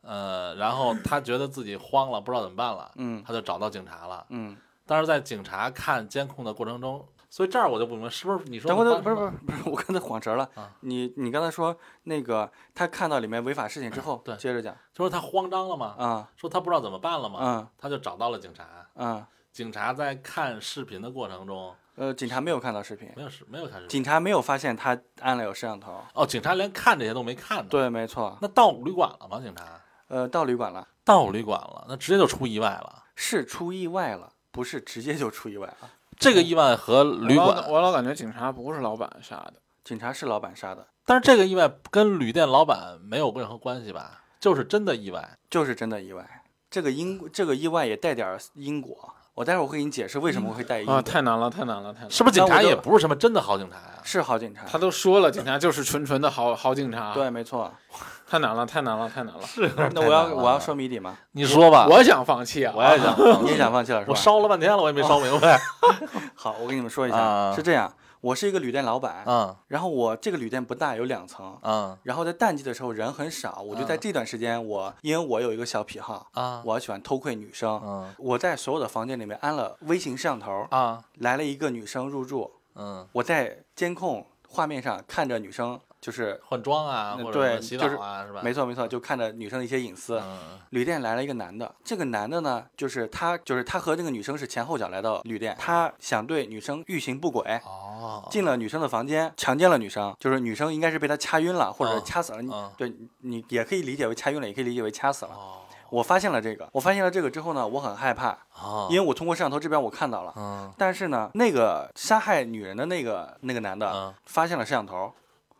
Speaker 2: 呃，然后他觉得自己慌了，不知道怎么办了，
Speaker 3: 嗯
Speaker 2: 他就找到警察了。
Speaker 3: 嗯。
Speaker 2: 但是在警察看监控的过程中，所以这儿我就不明白，是不是你说
Speaker 3: 等会
Speaker 2: 的
Speaker 3: 儿，不是不是不是， 我刚才晃神儿了。
Speaker 2: 啊
Speaker 3: 你你刚才说那个他看到里面违法事情之后，
Speaker 2: 啊对
Speaker 3: 接着讲
Speaker 2: 就是他慌张了嘛，
Speaker 3: 啊
Speaker 2: 说他不知道怎么办了嘛，
Speaker 3: 啊
Speaker 2: 他就找到了警察。
Speaker 3: 啊。
Speaker 2: 警察在看视频的过程中，
Speaker 3: 呃，警察没有看到视频，
Speaker 2: 没有视没有看视频
Speaker 3: 警察没有发现他按了有摄像头。
Speaker 2: 哦，警察连看这些都没看呢。，
Speaker 3: 对，没错。
Speaker 2: 那到旅馆了吗？警察
Speaker 3: 呃，到旅馆了，
Speaker 2: 到旅馆了，那直接就出意外了。
Speaker 3: 是出意外了，不是直接就出意外啊了。
Speaker 2: 这个意外和旅
Speaker 4: 我老
Speaker 2: 馆，
Speaker 4: 我老感觉警察不是老板杀的，
Speaker 3: 警察是老板杀的，
Speaker 2: 但是这个意外跟旅店老板没有任何关系吧？就是真的意外，
Speaker 3: 就是真的意外。这个因这个意外也带点儿因果，我待会儿会给你解释为什么会
Speaker 2: 嗯
Speaker 3: 带因果。
Speaker 4: 啊，太难了，太难了，太难了。
Speaker 2: 是不是？警
Speaker 3: 那我
Speaker 2: 察
Speaker 3: 就
Speaker 2: 也不是什么真的好警察呀、
Speaker 3: 是好警察，
Speaker 4: 他都说了，警察就是纯纯的好好警察，，啊
Speaker 3: 对，没错。
Speaker 4: 太难了，太难了，太难了。
Speaker 2: 是
Speaker 3: 那我要我要说谜底吗？
Speaker 2: 你说吧，
Speaker 4: 我想放弃啊，
Speaker 2: 我也想，
Speaker 3: 你也想放弃了是吧？
Speaker 2: 我烧了半天了，我也没烧明白。
Speaker 3: 好，我跟你们说一下，
Speaker 2: 啊
Speaker 3: 是这样，我是一个旅店老板，
Speaker 2: 嗯
Speaker 3: 然后我这个旅店不大，有两层。
Speaker 2: 嗯
Speaker 3: 然后在淡季的时候人很少，我就在
Speaker 2: 啊
Speaker 3: 这段时间我，因为我有一个小癖好，
Speaker 2: 啊
Speaker 3: 我喜欢偷窥女生，
Speaker 2: 嗯
Speaker 3: 我在所有的房间里面安了微型摄像头，
Speaker 2: 啊
Speaker 3: 来了一个女生入住，
Speaker 2: 嗯，
Speaker 3: 我在监控画面上看着女生，就是、
Speaker 2: 换装啊，
Speaker 3: 嗯
Speaker 2: 或者
Speaker 3: 对
Speaker 2: 什么洗澡啊，是吧？
Speaker 3: 没错没错，就看着女生的一些隐私。
Speaker 2: 嗯
Speaker 3: 旅店来了一个男的，这个男的呢，就是他，就是他和那个女生是前后脚来到旅店，他想对女生欲行不轨，
Speaker 2: 哦，
Speaker 3: 进了女生的房间，强奸了女生，就是女生应该是被他掐晕了，或者
Speaker 2: 啊
Speaker 3: 掐死了。你
Speaker 2: 啊
Speaker 3: 对你也可以理解为掐晕了，也可以理解为掐死了。
Speaker 2: 哦
Speaker 3: 我发现了这个，我发现了这个之后呢，我很害怕，
Speaker 2: 哦，
Speaker 3: 因为我通过摄像头这边我看到了。
Speaker 2: 嗯
Speaker 3: 但是呢，那个杀害女人的那个那个男的
Speaker 2: 嗯
Speaker 3: 发现了摄像头，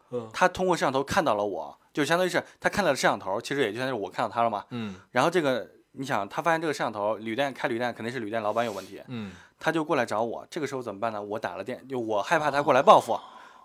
Speaker 2: 嗯
Speaker 3: 他通过摄像头看到了我，就相当于是他看到了摄像头，其实也就相当于我看到他了嘛。
Speaker 2: 嗯
Speaker 3: 然后这个你想，他发现这个摄像头，旅店开旅店肯定是旅店老板有问题，
Speaker 2: 嗯
Speaker 3: 他就过来找我，这个时候怎么办呢？我打了电，就我害怕他过来报复，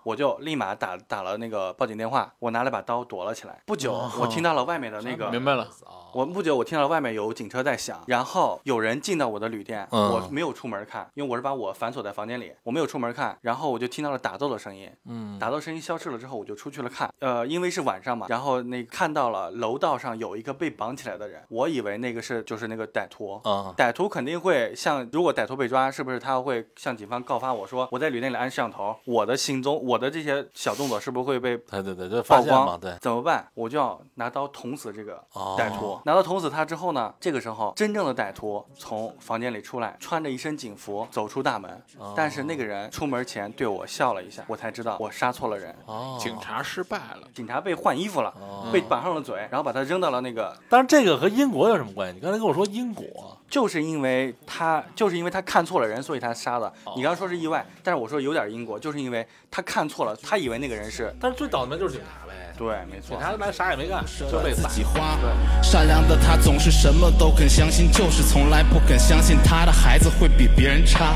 Speaker 3: 我就立马打打了那个报警电话，我拿了把刀躲了起来。不久，我听到了外面的那个，
Speaker 4: 明白了。
Speaker 2: 哦
Speaker 3: 我不久我听到外面有警车在响，然后有人进到我的旅店，
Speaker 2: 嗯
Speaker 3: 我没有出门看，因为我是把我反锁在房间里，我没有出门看，然后我就听到了打斗的声音，
Speaker 2: 嗯
Speaker 3: 打斗声音消失了之后，我就出去了看，呃，因为是晚上嘛，然后那个看到了楼道上有一个被绑起来的人，我以为那个是就是那个歹徒，
Speaker 2: 啊
Speaker 3: 歹徒肯定会向，如果歹徒被抓，是不是他会向警方告发我说我在旅店里安摄像头，我的行踪，我的这些小动作是不是会被
Speaker 2: 对对对，就
Speaker 3: 曝
Speaker 2: 发现嘛，
Speaker 3: 光？
Speaker 2: 对，
Speaker 3: 怎么办？我就要拿刀捅死这个
Speaker 2: 哦
Speaker 3: 歹徒。拿刀捅死他之后呢，这个时候真正的歹徒从房间里出来，穿着一身警服走出大门，
Speaker 2: 哦
Speaker 3: 但是那个人出门前对我笑了一下，我才知道我杀错了人。
Speaker 2: 哦，
Speaker 4: 警。察失败了，
Speaker 3: 警察被换衣服了，
Speaker 2: 哦
Speaker 3: 被绑上了嘴，然后把他扔到了那个
Speaker 2: 但是这个和因果有什么关系？你刚才跟我说因果，
Speaker 3: 就是因为他，就是因为他看错了人，所以他杀的。
Speaker 2: 哦
Speaker 3: 你刚刚说是意外，但是我说有点因果，就是因为他看错了，他以为那个人是
Speaker 2: 但是最倒霉就是警察呗，
Speaker 3: 对，没错
Speaker 2: 警。察来啥也没干，就被
Speaker 6: 自
Speaker 2: 宰。
Speaker 6: 己花。善良的他总是什么都肯相信，就是从来不肯相信他的孩子会比别人差。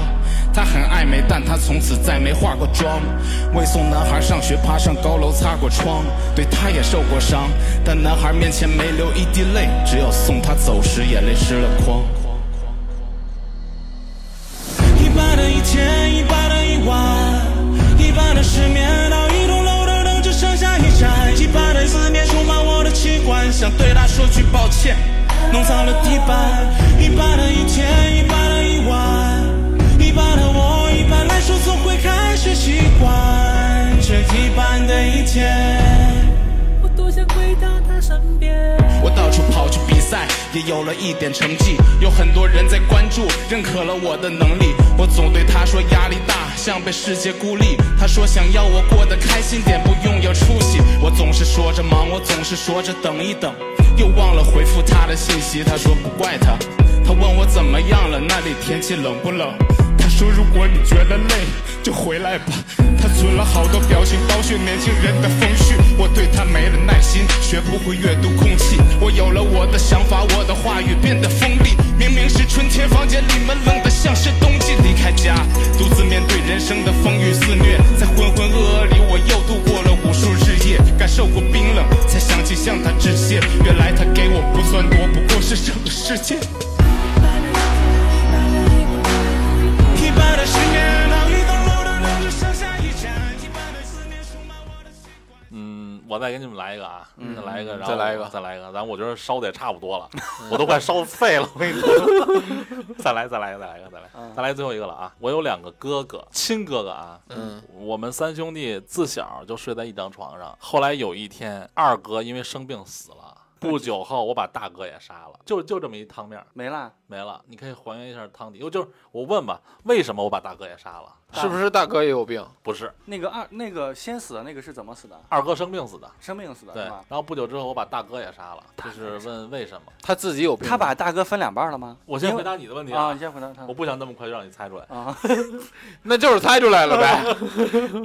Speaker 6: 他很爱美，但他从此再没化过妆。为送男孩上学，爬上高楼，擦过窗。对他也受过伤，但男孩面前没流一滴泪，只有送他走时，眼泪湿了眶。一般的一天，一般的一晚，一般的失眠，到一栋楼的灯只剩下一盏，一般的思念充满我的器官，想对他说句抱歉，弄脏了地板。一般的一天，一般的一晚，一般的我，一般来说总会开始习惯这一般的一天。
Speaker 7: 我多想回到他身边。
Speaker 6: 我到处跑去比赛，也有了一点成绩，有很多人在关注，认可了我的能力。我总对他说压力大，像被世界孤立。他说想要我过得开心点，不用有出息。我总是说着忙，我总是说着等一等，又忘了回复他的信息。他说不怪他，他问我怎么样了，那里天气冷不冷？他说如果你觉得累，
Speaker 8: 就回来吧。他存了好多表情包，学年轻人的风趣。我对他没了耐心，学不会阅读空气。我有了我的想法，我的话语变得锋利。明明是春天，房间里闷冷的像是冬季。离开家，独自面对人生的风雨肆虐，在浑浑噩噩里，我又度过了无数日夜。感受过冰冷，才想起向他致谢。原来他给我不算多，不过是这个世界。
Speaker 6: 一般的失眠，到一栋楼的楼只剩下一盏。一般的思念充满我的习惯。
Speaker 2: 嗯，我再给你们来一个啊，再来一个，然后
Speaker 4: 再来一个
Speaker 2: 再来一个，咱我觉得烧的也差不多了，我都快烧废了，我跟你说， 再来，再来一个，再来一个，再来，再来最后一个了啊！我有两个哥哥，亲哥哥啊，嗯，我们三兄弟自小就睡在一张床上，后来有一天，二哥因为生病死了。不久后，我把大哥也杀了，就就这么一汤面儿
Speaker 3: 没啦，
Speaker 2: 没了。你可以还原一下汤底，又就是我问吧，为什么我把大哥也杀了？
Speaker 4: 是不是大哥也有病？
Speaker 2: 不是
Speaker 3: 那个二那个先死的那个是怎么死的？
Speaker 2: 二哥生病死的，
Speaker 3: 生病死的
Speaker 2: 对。
Speaker 3: 是
Speaker 2: 然
Speaker 3: 吗？
Speaker 2: 后不久之后，我把大哥也杀了，就是问为什么？
Speaker 4: 他自己有病。
Speaker 3: 他把大哥分两半了吗？
Speaker 2: 我先
Speaker 3: 因为
Speaker 2: 回答你的问题
Speaker 3: 啊，你先回答他
Speaker 2: 我。不想那么快就让你猜出来。
Speaker 3: 啊，
Speaker 4: 那就是猜出来了呗，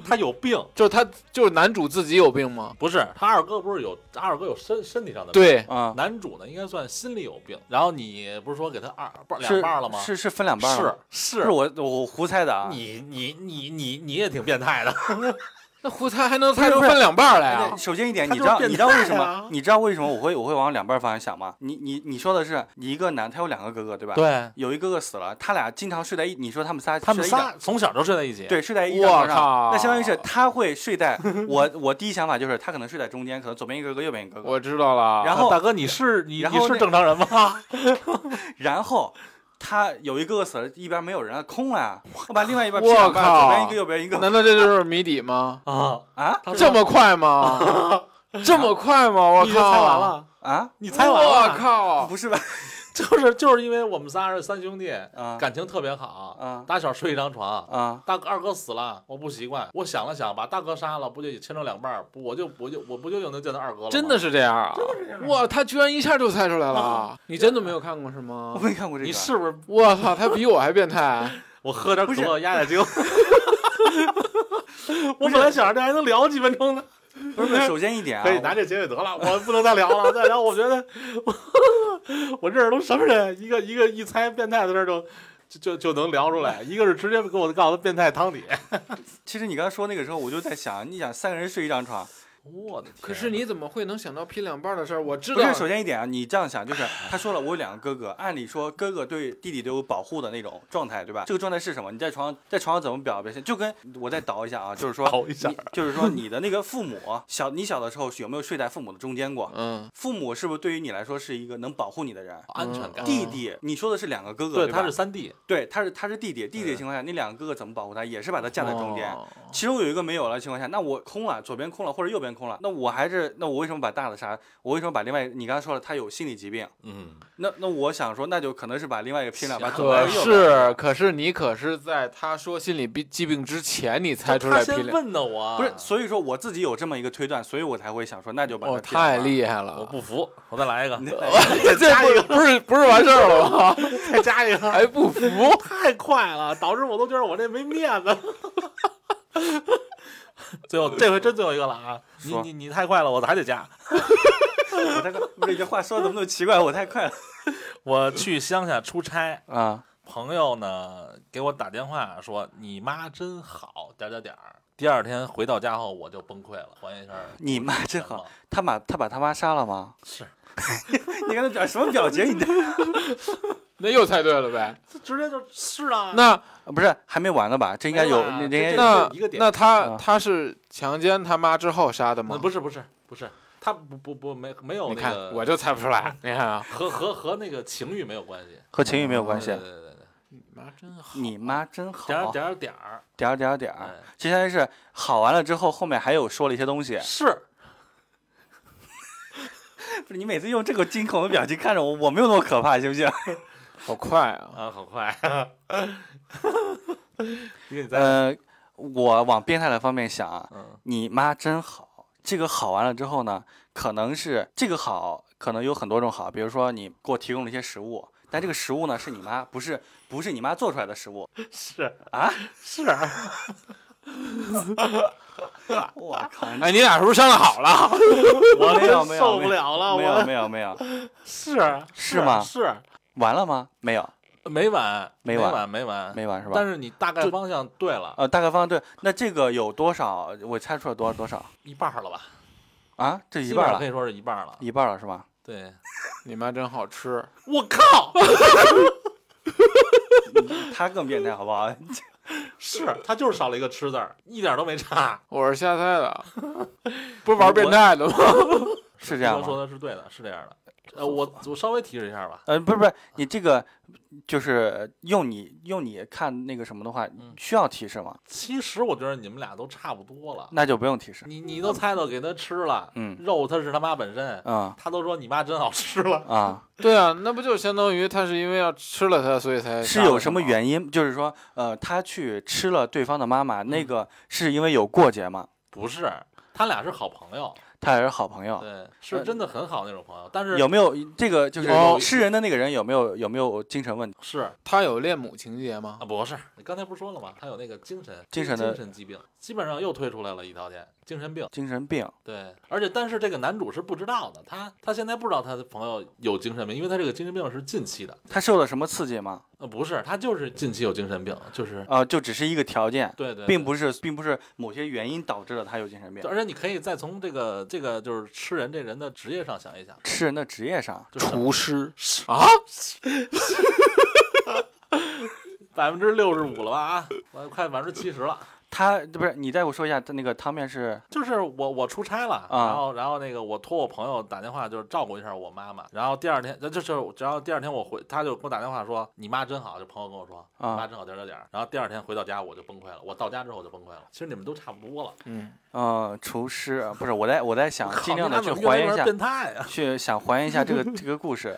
Speaker 2: 他有病，
Speaker 4: 就是他就是男主自己有病吗？
Speaker 2: 不是他二哥不是有他二哥有身身体上的病，
Speaker 4: 对，
Speaker 3: 啊，
Speaker 2: 男主呢应该算心里有病。然后你不是说给他二不是两
Speaker 3: 是
Speaker 2: 半儿了吗？
Speaker 3: 是是分两半儿
Speaker 2: 是
Speaker 3: 了，
Speaker 2: 是
Speaker 3: 是我我胡猜的啊。
Speaker 2: 你你你你你也挺变态的，
Speaker 4: 那胡猜还能猜出
Speaker 3: 不是
Speaker 4: 分两半儿来
Speaker 3: 哎
Speaker 4: 啊
Speaker 3: 对？首先一点，
Speaker 2: 他
Speaker 3: 你知
Speaker 2: 就是
Speaker 3: 道
Speaker 2: 变
Speaker 3: 你知道为
Speaker 2: 态
Speaker 3: 什
Speaker 2: 啊
Speaker 3: 么？你知道为什么我会我会往两半儿方向想吗？你你你说的是你一个男，他有两个哥哥对吧？，
Speaker 2: 对
Speaker 3: 有一哥哥死了，他俩经常睡在一，你说他们仨
Speaker 2: 他们
Speaker 3: 睡在一张
Speaker 2: 仨从小就睡在一起，，
Speaker 3: 对睡在一
Speaker 4: 我
Speaker 3: 张床
Speaker 4: 靠
Speaker 3: 上，那相当于是他会睡在我我第一想法就是他可能睡在中间，可能左边一个哥哥，右边一个哥哥，
Speaker 4: 我知道了。
Speaker 3: 然后
Speaker 2: 啊大哥你是你
Speaker 3: 然
Speaker 2: 你
Speaker 3: 后
Speaker 2: 是
Speaker 3: 那
Speaker 2: 正常 人吗？
Speaker 3: 然后。他有一哥哥死了，一边没有人了，空了啊。我把另外一边
Speaker 4: 我
Speaker 3: 劈两半，
Speaker 4: 靠
Speaker 3: 左边一个，右边一个
Speaker 4: 难道这就是谜 底吗？
Speaker 2: 啊，
Speaker 3: 啊
Speaker 4: 这么快吗？这么快吗？我
Speaker 2: 你就猜完
Speaker 4: 靠！
Speaker 2: 了，
Speaker 3: 啊！
Speaker 2: 你猜完了，
Speaker 4: 我靠！
Speaker 3: 不是吧？
Speaker 2: 就是就是因为我们仨是三兄弟，
Speaker 3: 啊
Speaker 2: 感情特别好，
Speaker 3: 啊
Speaker 2: 打小睡一张床，
Speaker 3: 啊，
Speaker 2: 大哥二哥死了，我不习惯，我想了想，把大哥杀了，不就也切成两半儿，不我就我就我不就又能见到二哥了吗？
Speaker 4: 真的是这样啊！哇，他居然一下就猜出来了！你真的没有看过是吗
Speaker 3: 我？没看过这个。
Speaker 2: 你是不是？
Speaker 4: 我操，他比我还变态！
Speaker 2: 我喝点可
Speaker 3: 不
Speaker 2: 乐压压惊。 我本来想着这还能聊几分钟呢，
Speaker 3: 不是？首先一点啊，
Speaker 2: 可以拿这结尾得了，我不能再聊了，再聊我 觉得我我这人都什么人？一个一个一猜变态的事儿就就就就能聊出来，一个是直接给我告诉他变态汤底，
Speaker 3: 其实你刚才说那个时候，我就在想，你想三个人睡一张床，
Speaker 2: 我的天！啊
Speaker 4: 可是你怎么会能想到劈两半的事儿？我知
Speaker 3: 不
Speaker 4: 道
Speaker 3: 是，，首先一点啊，你这样想就是，他说了，我有两个哥哥，按理说哥哥对弟弟都有保护的那种状态，对吧？这个状态是什么？你在床上，在床上怎么表表现？就跟我再倒一下啊，就是说，
Speaker 2: 倒一下
Speaker 3: 你就是说你的那个父母小，你小的时候有没有睡在父母的中间过？
Speaker 4: 嗯，
Speaker 3: 父母是不是对于你来说是一个能保护你的人？
Speaker 2: 安全感，
Speaker 3: 弟弟，你说的是两个哥哥，
Speaker 2: 啊对，
Speaker 3: 吧
Speaker 2: 他是三弟，
Speaker 3: 对，他是他是弟弟，弟弟的情况下，那两个哥哥怎么保护他？也是把他架在中间
Speaker 4: 哦，
Speaker 3: 其中有一个没有了的情况下，那我空了，左边空了或者右边空了，那我还是那我为什么把大的杀？我为什么把另外你刚才说了他有心理疾病？
Speaker 2: 嗯，啊
Speaker 3: 那那我想说，那就可能是把另外一个拼两把左边
Speaker 4: 可
Speaker 3: 右边。
Speaker 4: 是可是你可是在他说心理病疾病之前，你猜出
Speaker 2: 他
Speaker 4: 来劈
Speaker 2: 先
Speaker 4: 两，
Speaker 2: 问的我，啊
Speaker 3: 不是，所以说我自己有这么一个推断，所以我才会想说，那就把
Speaker 4: 哦，
Speaker 3: 他
Speaker 4: 太厉
Speaker 3: 害
Speaker 4: 害了！
Speaker 2: 我不服，我再来一个，
Speaker 4: 这这不不是不是完事儿了吗？
Speaker 2: 再加一个，哎
Speaker 4: 还不服？
Speaker 2: 太快了，导致我都觉得我这没面子。 最后这回真最后一个了啊！你
Speaker 3: 说
Speaker 2: 你你太快了，我还得加。
Speaker 3: 我太快，不是你这话说的怎么那么奇怪？我太快了
Speaker 2: 我去乡下出差，
Speaker 3: 啊！
Speaker 2: 朋友呢给我打电话说你妈真好，点儿点儿点儿。第二天回到家后我就崩溃了，还原一下。
Speaker 3: 你妈真好，他把他把他妈杀了吗？
Speaker 2: 哦 是，
Speaker 3: 你看他表什么表情？你这
Speaker 4: 那又猜对了呗？
Speaker 2: 直接就是啊，
Speaker 4: 那
Speaker 3: 不是还没完呢吧？这应该
Speaker 2: 没有
Speaker 3: 有，
Speaker 2: 啊
Speaker 3: 应该
Speaker 2: 这
Speaker 3: 有
Speaker 4: 那
Speaker 2: 一个点
Speaker 4: 那他
Speaker 3: 啊
Speaker 4: 他是强奸他妈之后杀的吗
Speaker 2: 那？不是不是不是，他不不不没没有
Speaker 4: 你
Speaker 2: 那
Speaker 4: 看
Speaker 2: 个，
Speaker 4: 我就猜不出来。你看啊，
Speaker 2: 和和和那个情欲没有关系。
Speaker 3: 和情欲没有关系
Speaker 2: 对。对对对，
Speaker 4: 妈真好。
Speaker 3: 你妈真好，
Speaker 2: 点儿
Speaker 3: 点
Speaker 2: 呃点儿点儿
Speaker 3: 儿点儿点儿
Speaker 2: 哎，
Speaker 3: 接下来是好完了之后，后面还有说了一些东西。
Speaker 2: 是
Speaker 3: 不是你每次用这个惊恐的表情看着我，我没有那么可怕，行不行？
Speaker 4: 好快啊！
Speaker 2: 啊，好快。你给你再
Speaker 3: 呃，我往变态的方面想啊，
Speaker 2: 嗯
Speaker 3: 你妈真好。这个好完了之后呢，可能是这个好，可能有很多种好，比如说你给我提供了一些食物，但这个食物呢是你妈，不是不是你妈做出来的食物，
Speaker 2: 是
Speaker 3: 啊
Speaker 2: 是，
Speaker 3: 我靠！
Speaker 4: 哎，你俩是不是商量好了？
Speaker 3: 我没有没有
Speaker 2: 受不了了，
Speaker 3: 没有
Speaker 2: 我
Speaker 3: 没有没有，
Speaker 2: 是啊
Speaker 3: 是吗
Speaker 2: 是
Speaker 3: 完了吗？没有，
Speaker 2: 没完，
Speaker 3: 没完
Speaker 2: 完，没完，
Speaker 3: 没完是吧？
Speaker 2: 但是你大概
Speaker 3: 就
Speaker 2: 方向对了，
Speaker 3: 呃，大概方向对。那这个有多少？我猜出了多少多少
Speaker 2: 一半儿了吧？
Speaker 3: 啊？这一
Speaker 2: 基
Speaker 3: 半
Speaker 2: 本
Speaker 3: 儿
Speaker 2: 上可
Speaker 3: 了，
Speaker 2: 以说是一半儿了。
Speaker 3: 一半儿了是吧？
Speaker 2: 对，
Speaker 4: 你妈真好吃，
Speaker 2: 我靠，
Speaker 3: 他更变态好不好？
Speaker 2: 是他就是少了一个吃字儿，一点儿都没差。
Speaker 4: 我是瞎猜的，不是玩变态的吗？
Speaker 3: 是这样
Speaker 2: 说
Speaker 3: 吗？
Speaker 2: 的是对的，是这样的。呃，我我稍微提示一下吧。
Speaker 3: 呃，不是不是，你这个就是用你用你看那个什么的话，需要提示吗？
Speaker 2: 其实我觉得你们俩都差不多了，
Speaker 3: 那就不用提示。
Speaker 2: 你你都猜到给他吃了，
Speaker 3: 嗯
Speaker 2: 肉他是他妈本身，
Speaker 3: 嗯
Speaker 2: 他都说你妈真好吃了，
Speaker 3: 啊，
Speaker 4: 对啊，那不就相当于他是因为要吃了他，所以才
Speaker 3: 是
Speaker 4: 杀
Speaker 3: 有
Speaker 4: 了
Speaker 3: 什么
Speaker 4: 吗？
Speaker 3: 原因？就是说，呃，他去吃了对方的妈妈，那个是因为有过节吗？
Speaker 2: 不是，他俩是好朋友，
Speaker 3: 他俩是好朋友，
Speaker 2: 对，呃是真的很好那种朋友，但是
Speaker 3: 有没有这个就是
Speaker 4: 有
Speaker 3: 吃人的那个人有没有有没有精神问题？
Speaker 2: 是啊，
Speaker 4: 他有恋母情节吗？
Speaker 2: 不是，你刚才不是说了吗？他有那个精神
Speaker 3: 精神的
Speaker 2: 精神疾病，基本上又推出来了一条线，精神病。
Speaker 3: 精神病
Speaker 2: 对，而且但是这个男主是不知道的，他他现在不知道他的朋友有精神病，因为他这个精神病是近期的，
Speaker 3: 他受了什么刺激吗？
Speaker 2: 呃，不是，他就是近期有精神病，就是
Speaker 3: 呃，就只是一个条件，
Speaker 2: 对对，
Speaker 3: 并
Speaker 2: 对
Speaker 3: 不是并不是某些原因导致了他有精神病
Speaker 2: 对。而且你可以再从这个这个就是吃人这人的职业上想一想，
Speaker 3: 吃人的职业上，
Speaker 4: 厨师啊，
Speaker 2: 百分之六十五了吧啊，我快百分之七十了。
Speaker 3: 他不是你再给我说一下，他那个汤面是
Speaker 2: 就是我我出差了，
Speaker 3: 啊
Speaker 2: 然后然后那个我托我朋友打电话，就是照顾一下我妈妈。然后第二天，呃就就是然后第二天我回，他就给我打电话说你妈真好，就朋友跟我说
Speaker 3: 啊
Speaker 2: 你妈真好点儿点儿点儿。然后第二天回到家我就崩溃了，我到家之后我就崩溃了。其实你们都差不多了，
Speaker 3: 呃厨师，呃不是我在我在想
Speaker 2: 靠
Speaker 3: 啊尽量
Speaker 2: 你
Speaker 3: 的
Speaker 2: 妈
Speaker 3: 去
Speaker 2: 怎么越来
Speaker 3: 还原
Speaker 2: 越
Speaker 3: 一下，
Speaker 2: 变态啊！
Speaker 3: 去想还原一下这个这个故事，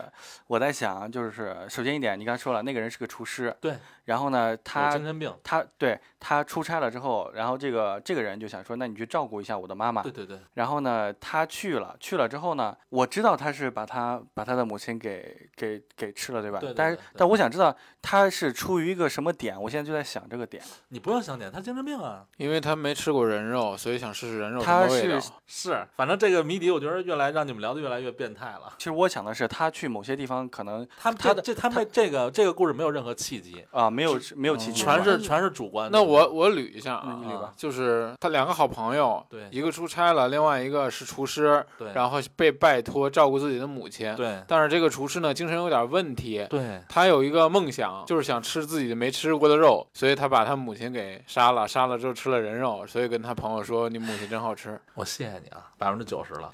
Speaker 3: 我在想，就是首先一点，你刚才说了，那个人是个厨师，
Speaker 2: 对，
Speaker 3: 然后呢，
Speaker 2: 有
Speaker 3: 他
Speaker 2: 精神病，
Speaker 3: 他对他出差了之后，然后这个这个人就想说，那你去照顾一下我的妈妈
Speaker 2: 对，对对，
Speaker 3: 然后呢，他去了，去了之后呢，我知道他是把他把他的母亲给给给吃了，对吧？
Speaker 2: 对对
Speaker 3: 但
Speaker 2: 对
Speaker 3: 是
Speaker 2: 对
Speaker 3: 但我想知道他是出于一个什么点，我现在就在想这个点，
Speaker 2: 你不用想点，他精神病啊，
Speaker 4: 因为他没吃过人肉，所以想试试人肉什
Speaker 3: 他
Speaker 4: 么味
Speaker 3: 是
Speaker 4: 道。啊
Speaker 2: 是，反正这个谜底我觉得越来让你们聊的越来越变态了。
Speaker 3: 其实我想的是他去某些地方可能
Speaker 2: 他
Speaker 3: 他
Speaker 2: 他
Speaker 3: 的
Speaker 2: 这他们这个这个故事没有任何契机，
Speaker 3: 啊、没有没有奇迹，
Speaker 2: 全是全是主观的。
Speaker 4: 那我我捋一下啊，
Speaker 3: 嗯你捋吧
Speaker 4: 就是他两个好朋友，
Speaker 2: 对
Speaker 4: 一个出差了，另外一个是厨师，
Speaker 2: 对
Speaker 4: 然后被拜托照顾自己的母亲，
Speaker 2: 对
Speaker 4: 但是这个厨师呢，精神有点问题。
Speaker 2: 对
Speaker 4: 他有一个梦想，就是想吃自己没吃过的肉，所以他把他母亲给杀了，杀了之后吃了人肉，所以跟他朋友说：“你母亲真好吃。
Speaker 2: 我谢谢你啊，百分之九十了，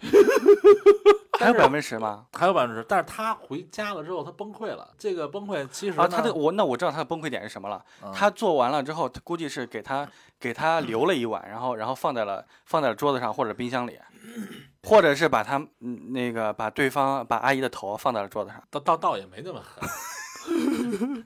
Speaker 3: 还有百分之十吗？
Speaker 2: 还有百分之十。但是他回家了之后，他崩溃了。这个崩溃其实
Speaker 3: 啊，
Speaker 2: 呢
Speaker 3: 他的我那我知道他的崩溃点是什么了。
Speaker 2: 嗯
Speaker 3: 他做完了之后，他估计是给他给他留了一碗，然后然后放在了放在了桌子上或者冰 箱里，或者是把他嗯那个把对方把阿姨的头放在了桌子上。
Speaker 2: 倒倒倒也没那么狠，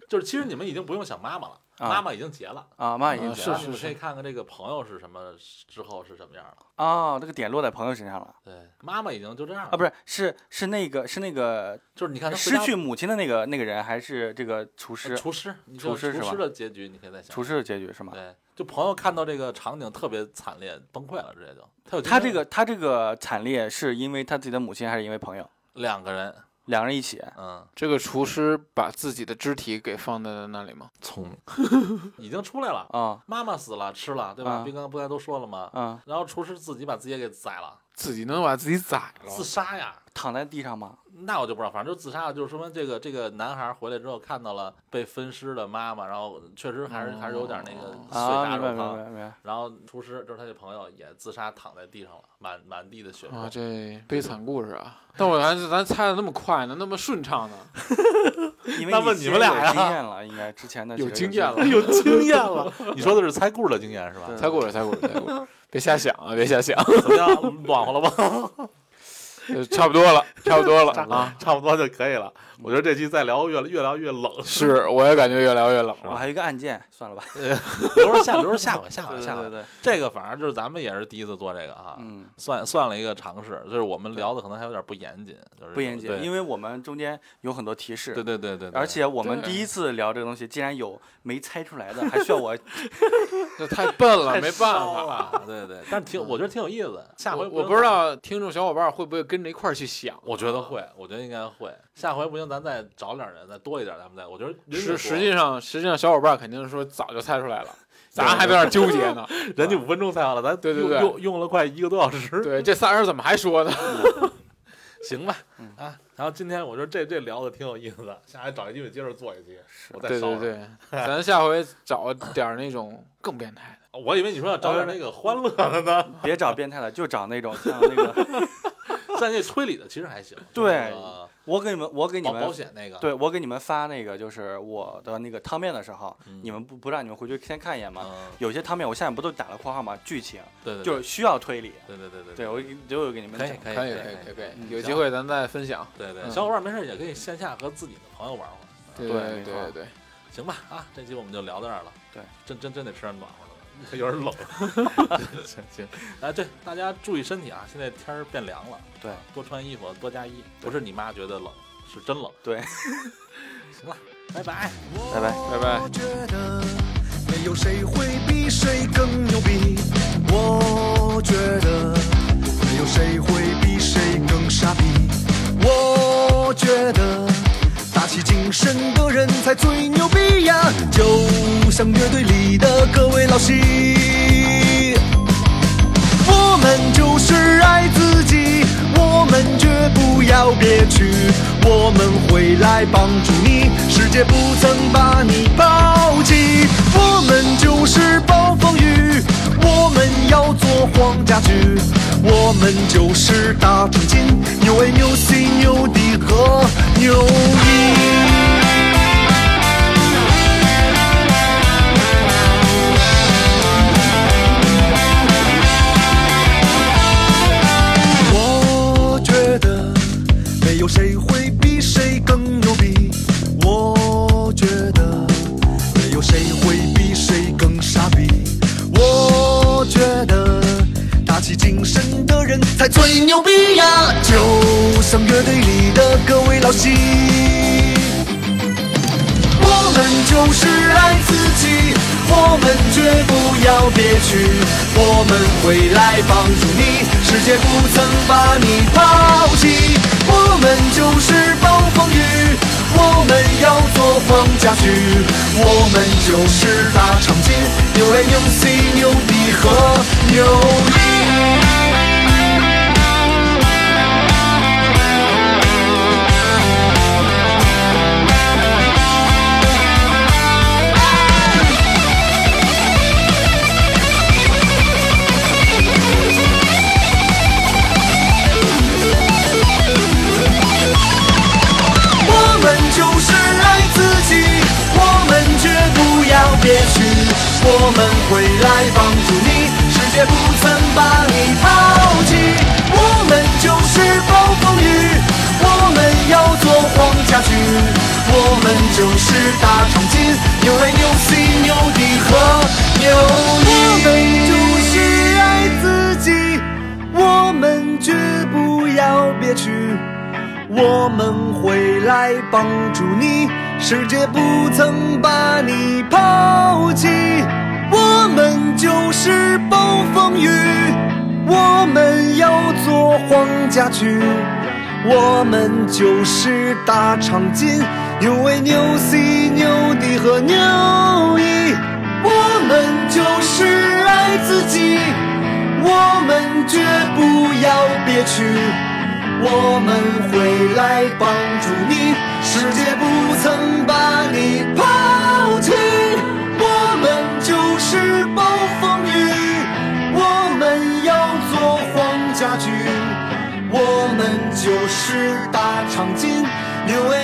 Speaker 2: 就是其实你们已经不用想妈妈了，
Speaker 3: 啊
Speaker 2: 妈妈已经结了。
Speaker 3: 啊，妈已经
Speaker 4: 啊
Speaker 3: 结
Speaker 4: 是
Speaker 2: 然
Speaker 3: 了
Speaker 2: 后你们可以看看这个朋友是什么之后是什么样了。
Speaker 3: 啊，这个点落在朋友身上了
Speaker 2: 对，妈妈已经就这样了
Speaker 3: 啊，不是是是那个是那个
Speaker 2: 就是你看他回
Speaker 3: 失
Speaker 2: 家
Speaker 3: 去母亲的那个那个人，还是这个厨
Speaker 2: 呃
Speaker 3: 师
Speaker 2: 厨师，你就
Speaker 3: 厨师是吧
Speaker 2: 厨师的结局，你可以再想。
Speaker 3: 厨师的结局是吗？
Speaker 2: 对，就朋友看到这个场景特别惨烈，崩溃了，直接就他有
Speaker 3: 他
Speaker 2: 精
Speaker 3: 这
Speaker 2: 神
Speaker 3: 个他这个惨烈是因为他自己的母亲，还是因为朋友？
Speaker 2: 两个人，
Speaker 3: 两人一起，
Speaker 2: 嗯，”
Speaker 4: 这个厨师把自己的肢体给放在了那里吗？
Speaker 2: 聪 明，已经出来了。
Speaker 3: 啊
Speaker 2: 妈妈死了，吃了，对吧？
Speaker 3: 嗯
Speaker 2: 斌、刚刚不才都说了吗？
Speaker 3: 啊，
Speaker 2: 然后厨师自己把自己也给宰了，
Speaker 4: 自己能把自己宰了
Speaker 2: 自，杀呀？
Speaker 3: 躺在地上吗？
Speaker 2: 那我就不知道，反正就自杀了，就是说明这个这个男孩回来之后看到了被分尸的妈妈，然后确实还是、还是有点那个碎
Speaker 3: 啊，
Speaker 2: 渣
Speaker 3: 明白
Speaker 2: 肉
Speaker 3: 明
Speaker 2: 汤。
Speaker 3: 白明白。
Speaker 2: 然后厨师就是他这朋友也自杀躺在地上了，满满地的血
Speaker 4: 啊，
Speaker 2: 迹。
Speaker 4: 这悲惨故事啊！但我还是咱猜的那么快呢，那么顺畅呢，
Speaker 3: 因为
Speaker 2: 那问
Speaker 3: 之
Speaker 2: 你
Speaker 3: 前
Speaker 2: 们俩
Speaker 3: 有
Speaker 2: 呀
Speaker 3: 经验了，应该之前的
Speaker 4: 有
Speaker 3: 这个
Speaker 4: 经验了，
Speaker 2: 有经验了，你说的是猜故事的经验是吧？
Speaker 4: 猜故事，猜故事，猜故事，别瞎想啊，别瞎想，
Speaker 2: 怎么样，暖和了吧？
Speaker 4: 呃差不多了，差不多了啊。
Speaker 2: 差不多就可以了。我觉得这期再聊越越聊越冷，
Speaker 4: 是，我也感觉越聊越
Speaker 2: 啊
Speaker 4: 冷
Speaker 3: 我
Speaker 4: 了。
Speaker 3: 还有一个案件，算了吧。
Speaker 2: 留着下留着下回 下回
Speaker 3: 对
Speaker 2: 下回
Speaker 3: 对。对，
Speaker 2: 这个反正就是咱们也是第一次做这个啊，
Speaker 3: 嗯，
Speaker 2: 算算了一个尝试，就是我们聊的可能还有点不严谨，就是
Speaker 3: 不严谨，因
Speaker 2: 为
Speaker 3: 为我们中间有很多提示。
Speaker 2: 对对对对，对
Speaker 3: 而且我们
Speaker 4: 对
Speaker 3: 第一次聊这个东西，竟然有没猜出来的，还需 要我
Speaker 4: 这太笨了，没办
Speaker 2: 好
Speaker 4: 法。
Speaker 2: 吧，对对，但是挺我觉得挺有意思 的。下回
Speaker 4: 我嗯我不知，道听众小伙伴会不会跟着一块儿去想，
Speaker 2: 我觉得会，我觉得应该会。下回不行，咱再找点人，再多一点，咱们再，我觉得人越
Speaker 4: 实
Speaker 2: 多
Speaker 4: 实际上实际上小伙伴肯定是说早就猜出来 了，咱还在那儿纠结呢。
Speaker 2: 人家五分钟猜完了，咱
Speaker 4: 对对
Speaker 2: 用
Speaker 4: 对
Speaker 2: 用用了快一个多小时，
Speaker 4: 对，这仨人怎么还说 呢？
Speaker 2: 行吧，
Speaker 4: 嗯
Speaker 2: 啊，然后今天我觉得这这聊的挺有意思的，下回找一机会接着做一期，我再
Speaker 4: 对
Speaker 2: 烧
Speaker 4: 对
Speaker 2: 了。
Speaker 4: 对，咱下回找点儿那种更变态的。
Speaker 2: 我以为你说要找点那个欢乐的呢，
Speaker 3: 别找变态了，就找那种像那个，
Speaker 2: 但那推理的其实还行，
Speaker 3: 对
Speaker 2: 那个
Speaker 3: 我给你们，我给你
Speaker 2: 保
Speaker 3: 们
Speaker 2: 保险那个，
Speaker 3: 对，我给你们发那个，就是我的那个汤面的时候，
Speaker 2: 嗯
Speaker 3: 你们不不让你们回去先看一眼吗？
Speaker 2: 嗯
Speaker 3: 有些汤面我下面不都打了括号吗？剧情
Speaker 2: 对对，对
Speaker 3: 就是需要推理。
Speaker 2: 对对对对
Speaker 3: 对，我给就有给你们
Speaker 2: 可
Speaker 3: 讲
Speaker 2: 以。可以
Speaker 4: 可以
Speaker 2: 可
Speaker 4: 可以可以
Speaker 2: 以
Speaker 4: 可以，
Speaker 3: 嗯
Speaker 4: 有
Speaker 2: 行
Speaker 4: 机会咱再分享。
Speaker 2: 对对，
Speaker 3: 嗯
Speaker 2: 小伙伴没事也可以线下和自己的朋友玩会儿，
Speaker 4: 对
Speaker 3: 对
Speaker 4: 对
Speaker 3: 没错
Speaker 4: 对对，
Speaker 2: 行吧啊，这期我们就聊到这儿了，
Speaker 3: 对，
Speaker 2: 真真真得吃点暖和 的了，有点冷， 行行，啊对，大家注意身体啊，现在天儿变凉了，啊
Speaker 3: 对
Speaker 2: 多穿衣服，多加衣，不是你妈觉得冷，是真冷，
Speaker 3: 对，
Speaker 2: 行了，拜拜。
Speaker 3: 拜拜。
Speaker 4: 拜拜。
Speaker 9: 我觉得没有谁会比谁更牛逼，我觉得没有谁会比谁更傻逼，我觉得打起精神的人才最牛逼呀，就像乐队里的各位老戏。我们就是爱自己，我们绝不要憋屈，我们会来帮助你，世界不曾把你抛弃。我们就是暴风雨，我们要做黄家驹，我们就是大长今，牛 A 牛 C 牛 D 和牛一。我觉得没有谁会比谁更牛逼，我觉得没有谁会比谁更傻逼，我觉得打起精神的人才最牛逼呀！就像乐队里的各位老戏。我们就是爱自己，我们绝不要憋屈，我们会来帮助你，世界不曾把你抛弃。我们就是暴风雨，我们要做黄家驹，我们就是大长今，牛 A 牛 C 牛 D 和牛一。我们就是爱自己，我们绝不要憋屈，我们会来帮助你，世界不曾把你抛弃。我们就是暴风雨，我们要做黄家驹，我们就是大长今，牛 A 牛 C 牛 D 和牛一。我们就是爱自己，我们绝不要憋屈。我们会来帮助你，世界不曾把你抛弃。我们就是暴风雨，我们要做黄家驹，我们就是大长今，牛 A 牛 C 牛 D 和牛一，我们就是爱自己，我们绝不要憋屈。我们会来帮助你，世界不曾把你抛弃。我们就是暴风雨，我们要做黄家驹，我们就是大长今，牛 A